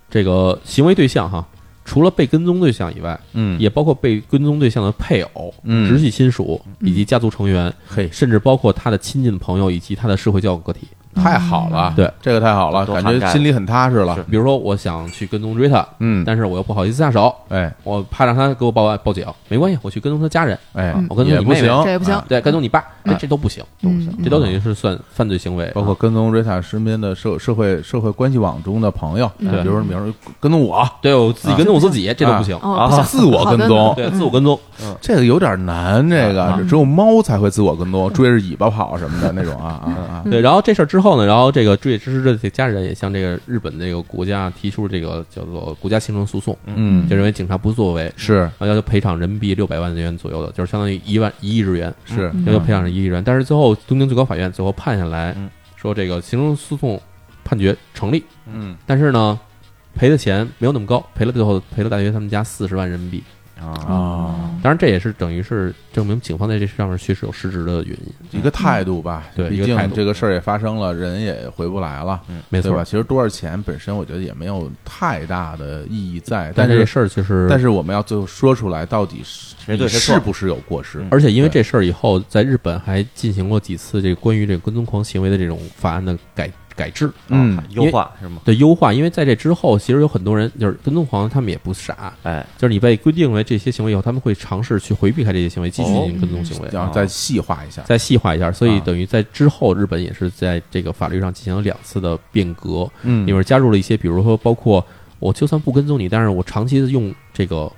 Speaker 1: 这个行为对象哈，除了被跟踪对象以外，
Speaker 2: 嗯
Speaker 1: 也包括被跟踪对象的配偶、
Speaker 2: 嗯
Speaker 1: 直系亲属以及家族成员，
Speaker 2: 嘿
Speaker 1: 甚至包括他的亲近朋友以及他的社会教育个体。
Speaker 2: 太好了，
Speaker 1: 嗯对，
Speaker 2: 这个太好了，
Speaker 3: 多
Speaker 2: 感
Speaker 3: 涵盖
Speaker 2: 觉心里很踏实了
Speaker 3: 是。
Speaker 1: 比如说，我想去跟踪 Rita，
Speaker 2: 嗯，
Speaker 1: 但是我又不好意思下手，
Speaker 2: 哎
Speaker 1: 我怕让他给我报案报警，没关系，我去跟踪他家人，
Speaker 2: 哎
Speaker 4: 嗯，
Speaker 1: 我跟踪
Speaker 2: 也
Speaker 1: 你
Speaker 2: 不
Speaker 1: 妹妹哎
Speaker 2: 行，
Speaker 4: 这也不行
Speaker 2: 啊
Speaker 1: 对，跟踪你爸，
Speaker 2: 嗯
Speaker 1: 这这都不行，
Speaker 4: 嗯，
Speaker 1: 这都等于是算犯罪行为，
Speaker 2: 包括跟踪瑞塔身边的社社会社会关系网中的朋友，哎
Speaker 4: 嗯
Speaker 2: 比如说比如说跟踪我，
Speaker 1: 对我自己跟踪我自己，这都不行，
Speaker 4: 哦，不
Speaker 2: 啊嗯
Speaker 4: 行
Speaker 2: 自我跟
Speaker 4: 好
Speaker 2: 踪，
Speaker 1: 对，自我跟踪，
Speaker 2: 这个有点难，这个
Speaker 4: 啊
Speaker 2: 只有猫才会自我跟踪，追着尾巴跑什么的那种啊啊啊！
Speaker 1: 对，然后这事儿之后呢，然后这个追之师的这家人也向这个日本这个国家提出这个叫做国家行政诉讼，
Speaker 2: 嗯
Speaker 1: 就认为警察不作为，
Speaker 2: 是
Speaker 1: 然后要求赔偿人民币六百万日元左右的，就是相当于一万一亿日元，
Speaker 2: 是，
Speaker 4: 嗯
Speaker 1: 要求赔偿一亿日元。但是最后东京最高法院最后判下来
Speaker 3: 嗯，
Speaker 1: 说这个行政诉讼判决成立，
Speaker 2: 嗯
Speaker 1: 但是呢，赔的钱没有那么高，赔了最后赔了大约他们家四十万人民币。
Speaker 3: 啊，
Speaker 2: 啊，
Speaker 1: 当然，这也是等于是证明警方在这上面确实有失职的原因。
Speaker 2: 一个态度吧，
Speaker 1: 对一
Speaker 2: 毕
Speaker 1: 个态
Speaker 2: 竟
Speaker 1: 度
Speaker 2: 这个事儿也发生了，人也回不来了，
Speaker 1: 没
Speaker 2: 对
Speaker 1: 错
Speaker 2: 吧？，其实多少钱本身，我觉得也没有太大的意义在，
Speaker 1: 但
Speaker 2: 但
Speaker 1: 这
Speaker 2: 是
Speaker 1: 事儿就是，
Speaker 2: 但是我们要最后说出来，到底是
Speaker 3: 谁对
Speaker 2: 你
Speaker 3: 谁
Speaker 2: 是
Speaker 3: 错
Speaker 2: 不是有过失
Speaker 3: 嗯？
Speaker 1: 而且因为
Speaker 2: 对
Speaker 1: 这事儿以后，在日本还进行过几次这个关于这个跟踪狂行为的这种法案的改改制，
Speaker 2: 嗯
Speaker 3: 啊优化是吗？
Speaker 1: 对优化。因为在这之后，其实有很多人就是跟踪狂，他们也不傻，
Speaker 3: 哎，
Speaker 1: 就是你被规定为这些行为以后，他们会尝试去回避开这些行为，继续进
Speaker 2: 哦
Speaker 1: 行跟踪行为，
Speaker 2: 然后再细化一下，
Speaker 1: 再细化一下。所以
Speaker 2: 啊
Speaker 1: 等于在之后，日本也是在这个法律上进行了两次的变革，
Speaker 2: 嗯
Speaker 1: 里面加入了一些，比如说包括我就算不跟踪你，但是我长期的用这个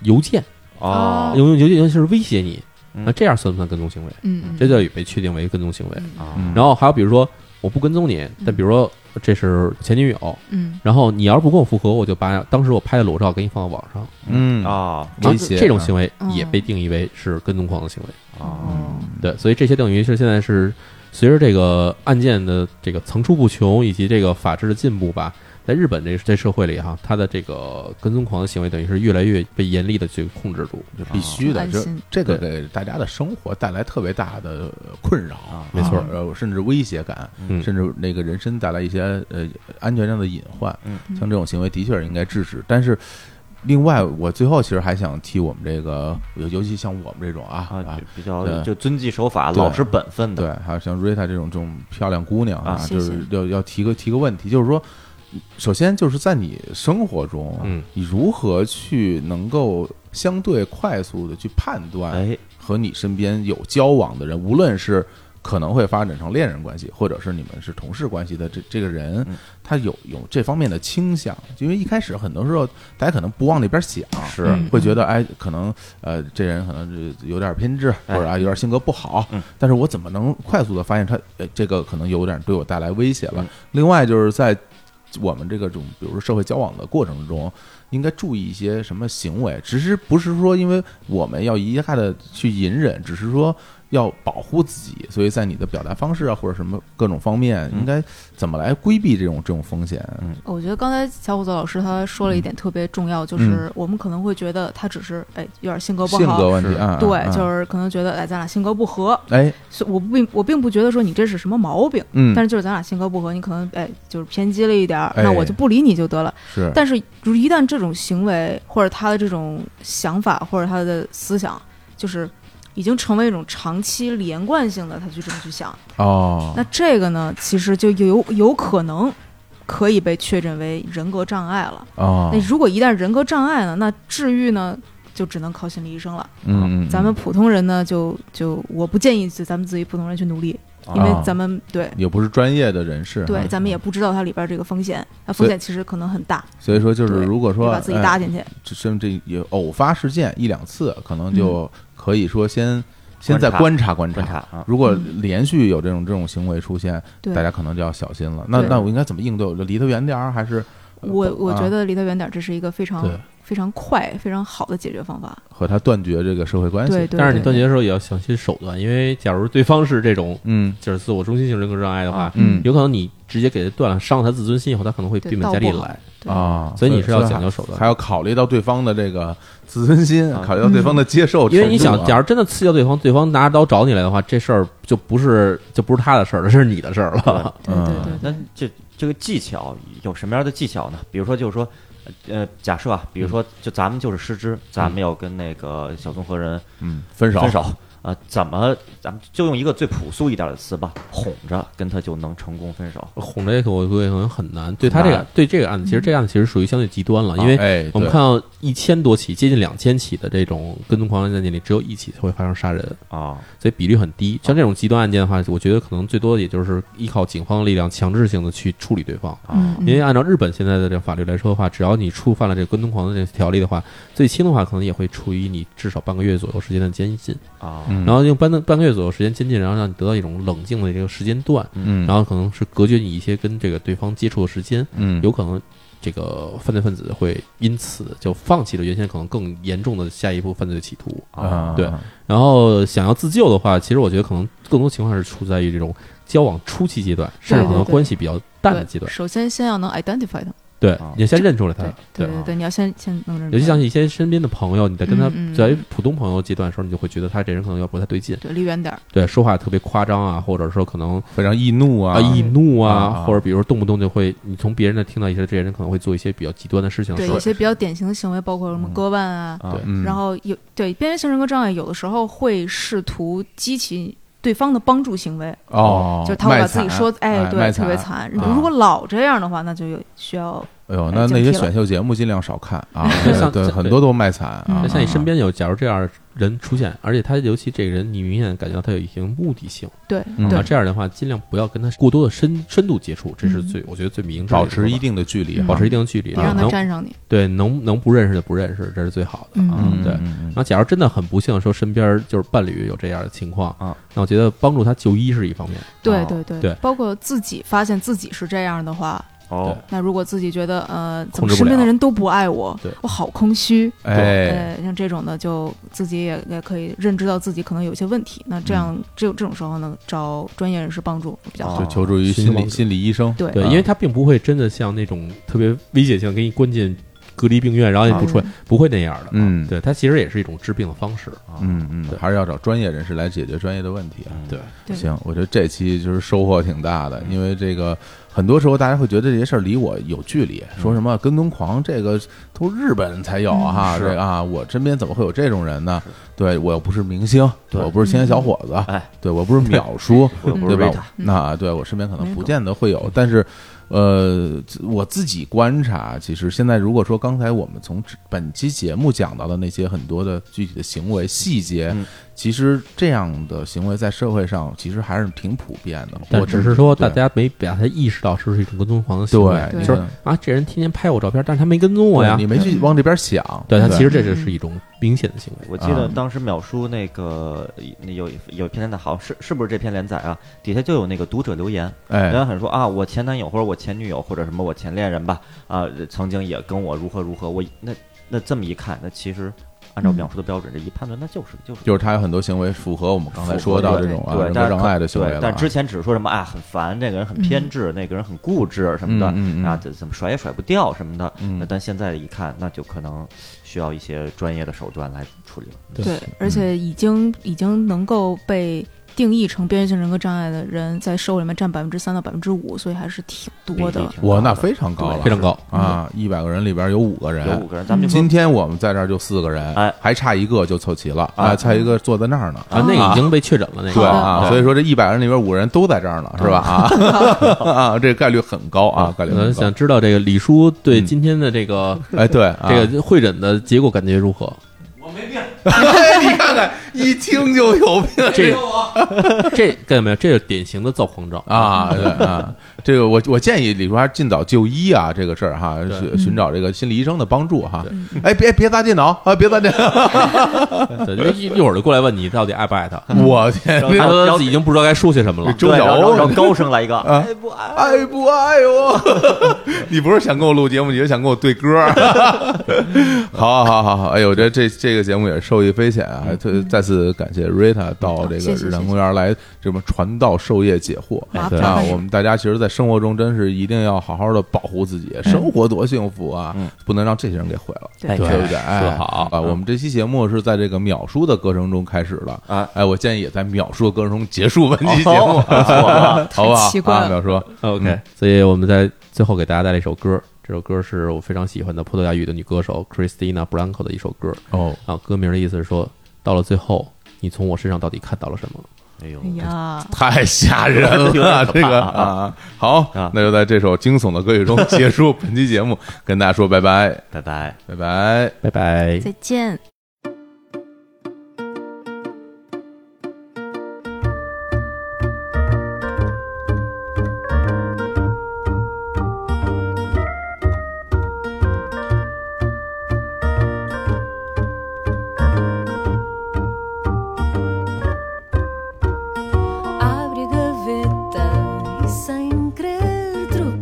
Speaker 1: 邮件，
Speaker 2: 嗯啊
Speaker 4: 哦
Speaker 1: 用用邮件尤其是威胁你，
Speaker 3: 嗯
Speaker 1: 那这样算不算跟踪行为？
Speaker 4: 嗯，
Speaker 1: 这就被确定为跟踪行为。
Speaker 3: 啊
Speaker 2: 嗯
Speaker 1: 然后还有比如说我不跟踪你，但比如说这是前女友，
Speaker 4: 嗯
Speaker 1: 然后你要是不跟我复合，我就把当时我拍的裸照给你放到网上，
Speaker 2: 嗯
Speaker 3: 啊
Speaker 1: 然
Speaker 2: 威
Speaker 1: 后
Speaker 2: 胁
Speaker 1: 这种行为
Speaker 2: 啊
Speaker 4: 嗯
Speaker 1: 也被定义为是跟踪狂的行为。
Speaker 3: 啊，
Speaker 2: 哦
Speaker 1: 对，所以这些等于是现在是随着这个案件的这个层出不穷，以及这个法治的进步吧，在日本这这社会里哈，他的这个跟踪狂的行为等于是越来越被严厉的去控制住。
Speaker 2: 这必须的，
Speaker 4: 安
Speaker 2: 这
Speaker 4: 心
Speaker 2: 这个给大家的生活带来特别大的困扰，
Speaker 1: 啊没错
Speaker 2: 呃，甚至威胁感，
Speaker 1: 嗯
Speaker 2: 甚至那个人身带来一些呃安全上的隐患。
Speaker 3: 嗯
Speaker 2: 像这种行为的确是应该制止，但是。另外，我最后其实还想替我们这个，尤尤其像我们这种啊
Speaker 3: 啊，就比较
Speaker 2: 对
Speaker 3: 就遵纪守法、
Speaker 2: 对
Speaker 3: 老实本分的，
Speaker 2: 对，还有像瑞塔这种这种漂亮姑娘
Speaker 3: 啊
Speaker 4: 谢
Speaker 2: 就
Speaker 4: 谢
Speaker 2: 是要要提个提个问题，就是说，首先就是在你生活中，啊
Speaker 1: 嗯，
Speaker 2: 你如何去能够相对快速的去判断
Speaker 3: 哎，
Speaker 2: 和你身边有交往的人，无论是可能会发展成恋人关系，或者是你们是同事关系的这这个人
Speaker 3: 嗯，
Speaker 2: 他有有这方面的倾向，因为一开始很多时候大家可能不往那边想，
Speaker 3: 是
Speaker 4: 嗯
Speaker 2: 会觉得哎，可能呃这人可能是有点偏执，或
Speaker 3: 哎
Speaker 2: 者啊有点性格不好
Speaker 3: 嗯，
Speaker 2: 但是我怎么能快速的发现他呃这个可能有点对我带来威胁了
Speaker 3: 嗯？
Speaker 2: 另外就是在我们这个种，比如说社会交往的过程中，应该注意一些什么行为？只是不是说因为我们要一概的去隐忍，只是说要保护自己，所以在你的表达方式啊，或者什么各种方面，
Speaker 3: 嗯
Speaker 2: 应该怎么来规避这种这种风险？
Speaker 4: 我觉得刚才小虎子老师他说了一点特别重要，就是我们可能会觉得他只是哎有点性格不
Speaker 2: 性格
Speaker 4: 好，
Speaker 2: 问题啊，
Speaker 4: 对，
Speaker 2: 啊
Speaker 4: 就
Speaker 2: 啊
Speaker 4: 是可能觉得哎咱俩性格不合，
Speaker 2: 哎，
Speaker 4: 所以我并我并不觉得说你这是什么毛病，
Speaker 2: 嗯
Speaker 4: 但，是就是咱俩性格不合，你可能哎就是偏激了一点儿，
Speaker 2: 哎
Speaker 4: 那我就不理你就得了。
Speaker 2: 是，
Speaker 4: 但是如一旦这种行为或者他的这种想法或者他的思想，就是已经成为一种长期连贯性的，他去这么去想，
Speaker 2: 哦
Speaker 4: 那，这个呢，其实就有有可能可以被确诊为人格障碍了。
Speaker 2: 哦
Speaker 4: 那，如果一旦人格障碍呢，那治愈呢？就只能靠心理医生了。
Speaker 2: 嗯，嗯
Speaker 4: 咱们普通人呢，就就我不建议自咱们自己普通人去努力，因为
Speaker 2: 啊
Speaker 4: 咱们对
Speaker 2: 也不是专业的人士，
Speaker 4: 对，
Speaker 2: 啊
Speaker 4: 咱们也不知道它里边这个风险，那
Speaker 2: 所
Speaker 4: 风
Speaker 2: 以
Speaker 4: 险其实可能很大，
Speaker 2: 所以说就是
Speaker 4: 对
Speaker 2: 如果
Speaker 4: 你
Speaker 2: 说
Speaker 4: 把自己搭
Speaker 2: 哎
Speaker 4: 进去。
Speaker 2: 这甚至有偶发事件一两次，可
Speaker 4: 嗯
Speaker 2: 能就可以说先先再观
Speaker 3: 观
Speaker 2: 察观
Speaker 3: 观察啊，
Speaker 2: 如果
Speaker 4: 嗯
Speaker 2: 连续有这种这种行为出现，
Speaker 4: 对
Speaker 2: 大家可能就要小心了。那
Speaker 4: 对
Speaker 2: 那我应该怎么应对？我就离他远点儿，还是呃
Speaker 4: 我我
Speaker 2: 啊
Speaker 4: 觉得离他远点，这是一个非常
Speaker 2: 对
Speaker 4: 非常快、非常好的解决方法。
Speaker 2: 和他断绝这个社会关系？
Speaker 4: 对对，
Speaker 1: 但是你
Speaker 4: 对
Speaker 1: 断绝的时候也要小心手段，因为假如对方是这种
Speaker 2: 嗯
Speaker 1: 就是自我中心型人格障碍的话
Speaker 3: 啊，
Speaker 2: 嗯
Speaker 1: 有可能你直接给他断了，伤了他自尊心以后，他可能会
Speaker 4: 对
Speaker 1: 变本加厉
Speaker 4: 倒不好
Speaker 1: 来。
Speaker 4: 对
Speaker 2: 啊，
Speaker 1: 所以你是要
Speaker 2: 还
Speaker 1: 讲究手段
Speaker 2: 还要考虑到对方的这个自尊心，
Speaker 3: 啊
Speaker 2: 考虑到对方的接受程度
Speaker 1: 因
Speaker 2: 啊。
Speaker 1: 为你想，假如真的刺激对方，对方拿着刀找你来的话，这事儿就不是就不是他的事儿了，这是你的事儿了。
Speaker 2: 啊
Speaker 4: 对对对
Speaker 2: 嗯
Speaker 4: 对
Speaker 3: 那这这个技巧有什么样的技巧呢？比如说，就是说，呃，假设啊，
Speaker 2: 嗯
Speaker 3: 比如说，就咱们就是失之，咱们要跟那个小综合人
Speaker 2: 嗯分手
Speaker 3: 分手，呃，怎么咱们就用一个最朴素一点的词吧，哄着跟他就能成功分手。
Speaker 1: 哄着也可我估计可能很难。对他这个
Speaker 3: 难
Speaker 1: 对这个案子，其实这个案子其实属于相对极端了，因为
Speaker 2: 哎，
Speaker 1: 我们
Speaker 2: 对
Speaker 1: 看到一千多起，接近两千起的这种跟踪狂案件里，只有一起会发生杀人，
Speaker 2: 嗯
Speaker 3: 啊，
Speaker 1: 所以比率很低。像这种极端案件的话，我觉得可能最多也就是依靠警方的力量强制性的去处理对方。
Speaker 4: 嗯
Speaker 1: 因为
Speaker 4: 嗯
Speaker 1: 按照日本现在的这个法律来说的话，只要你触犯了这个跟踪狂的这个条例的话，最轻的话可能也会处以你至少半个月左右时间的监禁。
Speaker 3: 啊，
Speaker 2: 嗯
Speaker 1: 然后用半半个月左右时间监禁，然后让你得到一种冷静的这个时间段，
Speaker 2: 嗯，
Speaker 1: 然后可能是隔绝你一些跟这个对方接触的时间，
Speaker 2: 嗯
Speaker 1: 有可能这个犯罪分子会因此就放弃了原先可能更严重的下一步犯罪企图。
Speaker 2: 啊，
Speaker 1: 对然后想要自救的话，其实我觉得可能更多情况是处在于这种交往初期阶段，甚至可能
Speaker 4: 对对
Speaker 1: 关系比较淡的
Speaker 4: 对
Speaker 1: 阶段。
Speaker 4: 首先先要能 identify 他，
Speaker 1: 对
Speaker 3: 啊，
Speaker 1: 你先认出来他，
Speaker 4: 对
Speaker 2: 啊
Speaker 4: 对对，你要先先能认出
Speaker 1: 尤
Speaker 4: 来。
Speaker 1: 其像一些身边的朋友，你在跟他
Speaker 4: 嗯嗯嗯
Speaker 1: 在普通朋友阶段的时候，你就会觉得他这人可能要不太对劲，
Speaker 4: 对离远点儿，
Speaker 1: 对，说话特别夸张啊，或者说可能
Speaker 2: 非常易怒啊
Speaker 1: 啊，易怒
Speaker 2: 啊
Speaker 1: 啊，或者比如说动不动就会，你从别人那听到一些这些人可能会做一些比较极端的事情的
Speaker 4: 对
Speaker 1: 时候
Speaker 4: 一，些比较典型的行为，包括什么
Speaker 2: 嗯
Speaker 4: 割腕啊，
Speaker 2: 啊
Speaker 1: 对
Speaker 2: 嗯
Speaker 4: 然后有对边缘性人格障碍，有的时候会试图激起对方的帮助行为，
Speaker 2: 哦，
Speaker 4: 就是他会
Speaker 2: 卖
Speaker 4: 把自己
Speaker 2: 惨
Speaker 4: 说，
Speaker 2: 哎，卖
Speaker 4: 对，特别惨。
Speaker 2: 啊
Speaker 4: 如果老这样的话，那就有需要
Speaker 2: 哎呦，
Speaker 4: 哎
Speaker 2: 那那
Speaker 4: 警
Speaker 2: 些
Speaker 4: 惕了
Speaker 2: 选秀节目尽量少看啊，
Speaker 1: 就像
Speaker 2: 对，
Speaker 1: 像
Speaker 2: 很
Speaker 1: 对
Speaker 2: 多都卖惨啊
Speaker 4: 嗯。
Speaker 1: 那像你身
Speaker 2: 啊
Speaker 1: 边有，假如这样的人出现，而且他尤其这个人，你明显感觉到他有一些目的性，
Speaker 4: 对
Speaker 2: 嗯
Speaker 1: 啊，
Speaker 4: 对
Speaker 1: 这样的话尽量不要跟他过多的深深度接触，这是
Speaker 4: 嗯
Speaker 1: 最我觉得最明智的
Speaker 2: 啊保
Speaker 1: 一个做法，
Speaker 2: 持一定的距离，
Speaker 4: 嗯
Speaker 1: 保持一定的距离，
Speaker 4: 别让他
Speaker 1: 能
Speaker 4: 沾上你。
Speaker 1: 对能能不认识就不认识，这是最好的啊
Speaker 2: 嗯，，
Speaker 1: 对。
Speaker 2: 嗯
Speaker 1: 然后，假如真的很不幸说身边就是伴侣有这样的情况
Speaker 3: 啊，
Speaker 1: 那我觉得帮助他就医是一方面，
Speaker 4: 对
Speaker 3: 哦
Speaker 4: 对对
Speaker 1: 对
Speaker 4: 包括自己发现自己是这样的话，
Speaker 3: 哦，
Speaker 4: 那如果自己觉得呃，怎
Speaker 1: 控制
Speaker 4: 么
Speaker 1: 不
Speaker 4: 身边的
Speaker 1: 了
Speaker 4: 人都不爱我
Speaker 1: 对，
Speaker 4: 我好空虚，
Speaker 2: 哎，
Speaker 4: 呃，像这种的就自己也也可以认知到自己可能有些问题，那这样只有这种时候呢，找专业人士帮助比较好
Speaker 2: 就。求助于
Speaker 1: 心
Speaker 2: 心
Speaker 1: 理
Speaker 2: 理心理医生。
Speaker 4: 对
Speaker 1: 对，因为他并不会真的像那种特别危险性给你关进隔离病院，然后你不出来，不会那样的。啊
Speaker 2: 嗯
Speaker 1: 对，它其实也是一种治病的方式。
Speaker 3: 啊
Speaker 2: 嗯嗯，还是要找专业人士来解决专业的问题啊。
Speaker 3: 嗯
Speaker 1: 对，
Speaker 4: 对
Speaker 2: 行，我觉得这期就是收获挺大的，因为这个很多时候大家会觉得这些事儿离我有距离，说什么跟踪狂这个都日本才有哈，
Speaker 3: 嗯
Speaker 2: 这
Speaker 3: 是
Speaker 2: 个啊，我身边怎么会有这种人呢？对我又不是明星，
Speaker 3: 对
Speaker 2: 我不是青年小伙子，
Speaker 3: 哎，
Speaker 2: 对我不是淼叔，
Speaker 3: 我不
Speaker 2: 对
Speaker 3: 是
Speaker 2: 吧
Speaker 3: 维塔，？
Speaker 4: 嗯
Speaker 2: 那对我身边可能
Speaker 4: 没嗯
Speaker 2: 不
Speaker 4: 狗
Speaker 2: 见得会有，但是，呃，自我自己观察，其实现在如果说刚才我们从这本期节目讲到的那些很多的具体的行为细节，
Speaker 3: 嗯
Speaker 2: 其实这样的行为在社会上其实还是挺普遍的。
Speaker 1: 但
Speaker 2: 我
Speaker 1: 只是说
Speaker 2: 对
Speaker 1: 大家没把它意识到这是一种跟踪狂的行为，
Speaker 2: 对，你
Speaker 4: 对
Speaker 1: 就
Speaker 2: 说
Speaker 1: 是啊，这人天天拍我照片，但是他没跟踪我
Speaker 2: 对
Speaker 1: 呀
Speaker 2: 你。没去往这边想，
Speaker 1: 对他
Speaker 2: 对
Speaker 1: 其实这就是一种明显的行为。
Speaker 3: 我记
Speaker 2: 啊
Speaker 3: 得当时秒叔那个那有有一篇连载，好像是是不是这篇连载啊？底下就有那个读者留言，人
Speaker 2: 哎，
Speaker 3: 家很说啊，我前男友或者我前女友或者什么我前恋人吧，啊，曾经也跟我如何如何，我那那这么一看，那其实按照
Speaker 4: 嗯
Speaker 3: 秒叔的标准，这一判断那就是就是。
Speaker 2: 就是他有很多行为符合我们刚才说到这种啊
Speaker 3: 对，
Speaker 2: 人格
Speaker 3: 但是
Speaker 2: 障
Speaker 3: 可
Speaker 2: 碍的行为
Speaker 3: 对
Speaker 2: 了
Speaker 3: 但
Speaker 2: 啊。嗯
Speaker 3: 之前只是说什么啊，很烦，这个人很偏执，那个人很固执什么的，
Speaker 2: 嗯嗯嗯
Speaker 3: 啊，怎怎么甩也甩不掉什么的。
Speaker 2: 嗯
Speaker 3: 那但现在一看，那就可能需要一些专业的手段来处理了。
Speaker 4: 对，而且已经已经能够被定义成边缘性人格障碍的人，在社会里面占百分之三到百分之五，所以还是挺多的。
Speaker 2: 我
Speaker 3: 啊
Speaker 2: 那非常高了，
Speaker 1: 非常高
Speaker 2: 啊！一百个人里边有五个人，
Speaker 3: 有五个人，咱
Speaker 4: 嗯
Speaker 3: 们就 说
Speaker 2: 今天我们在这儿就四个人，
Speaker 3: 哎
Speaker 2: 还差一个就凑齐了，
Speaker 3: 哎
Speaker 2: 啊，差一个坐在那儿呢。
Speaker 1: 啊，那个已经被确诊了，那
Speaker 2: 对
Speaker 1: 个
Speaker 2: 啊，
Speaker 3: 对
Speaker 2: 所以说这一百人里边五人都在这儿呢，是吧？啊， 啊，这概率很高啊，概率
Speaker 1: 可能
Speaker 2: 很高
Speaker 1: 呃想。知道这个李叔对今天的这个
Speaker 2: 哎，对，啊
Speaker 1: 这个会诊的结果感觉如何？
Speaker 2: 哎你看看，一听就有病
Speaker 1: 这 这看见没有？这是典型的躁狂症
Speaker 2: 啊！对啊，这个我我建议李叔还是尽早就医啊，这个事儿哈，
Speaker 1: 对
Speaker 2: 寻寻找这个心理医生的帮助哈
Speaker 1: 对。
Speaker 2: 哎，别别砸电脑啊，别砸电脑！
Speaker 1: 对，就一一会儿就过来问你到底爱不爱他，
Speaker 2: 我天，
Speaker 1: 他都已经不知道该说些什么了。
Speaker 2: 周
Speaker 3: 对然后然
Speaker 2: 晓
Speaker 3: 后高声来一个，
Speaker 2: 啊
Speaker 3: 哎不爱
Speaker 2: 爱不爱我？ 你不是想跟我录节目，你是想跟我对歌儿？ 好好好好，哎呦，这这这个节目也是受益匪浅啊！特再次感谢 Rita 到这
Speaker 4: 好
Speaker 2: 个
Speaker 4: 谢谢
Speaker 2: 日坛
Speaker 4: 谢谢
Speaker 2: 公园来这么传道授业解惑。
Speaker 4: 麻
Speaker 1: 对
Speaker 4: 烦
Speaker 2: 啊
Speaker 4: 了，
Speaker 2: 我们大家其实，在生活中真是一定要好好的保护自己，生活多幸福啊
Speaker 3: 嗯，
Speaker 2: 不能让这些人给毁了，
Speaker 4: 对
Speaker 2: 对不对？哎
Speaker 1: 说得好
Speaker 2: 啊！我们这期节目是在这个秒叔的歌声中开始的，
Speaker 3: 啊，
Speaker 2: 哎，我建议也在秒叔的歌声中结束本期节目，
Speaker 3: 哦不错啊
Speaker 2: 好不好？
Speaker 4: 太奇怪
Speaker 2: 啊，
Speaker 4: 了
Speaker 2: 秒叔，
Speaker 1: OK，所嗯以我们在最后给大家带来一首歌，这首歌是我非常喜欢的葡萄牙语的女歌手 Christina Blanco 的一首歌
Speaker 2: 哦，
Speaker 1: 啊，歌名的意思是说，到了最后，你从我身上到底看到了什么？
Speaker 3: 哎呦
Speaker 4: 哎，呀，
Speaker 2: 太吓人
Speaker 3: 有
Speaker 2: 了，
Speaker 3: 点可怕
Speaker 2: 这个
Speaker 3: 啊
Speaker 2: 啊，好
Speaker 3: 啊，
Speaker 2: 那就在这首惊悚的歌曲中结束本期节目，跟大家说拜拜，
Speaker 3: 拜拜。
Speaker 2: 拜拜。
Speaker 1: 拜拜。
Speaker 4: 再见。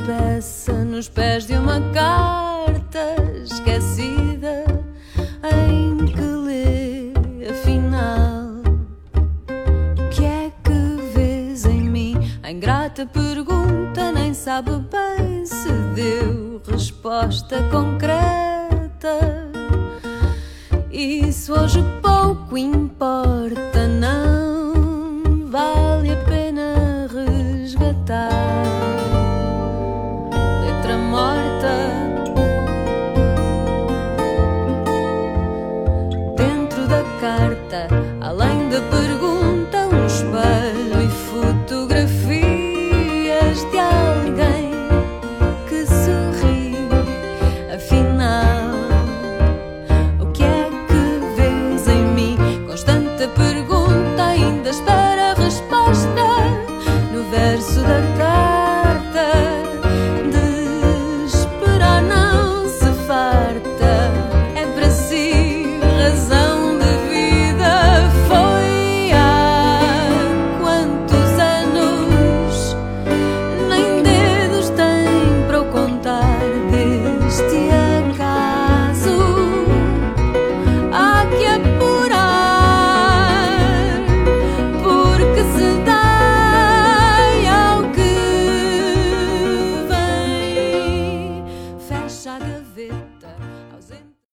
Speaker 5: pressa nos pés de uma carta esquecida em que lê afinal o que é que vês em mim? A ingrata pergunta nem sabe bem se deu resposta concreta. Isso hoje pouco importa, não vale a pena resgatar. um é É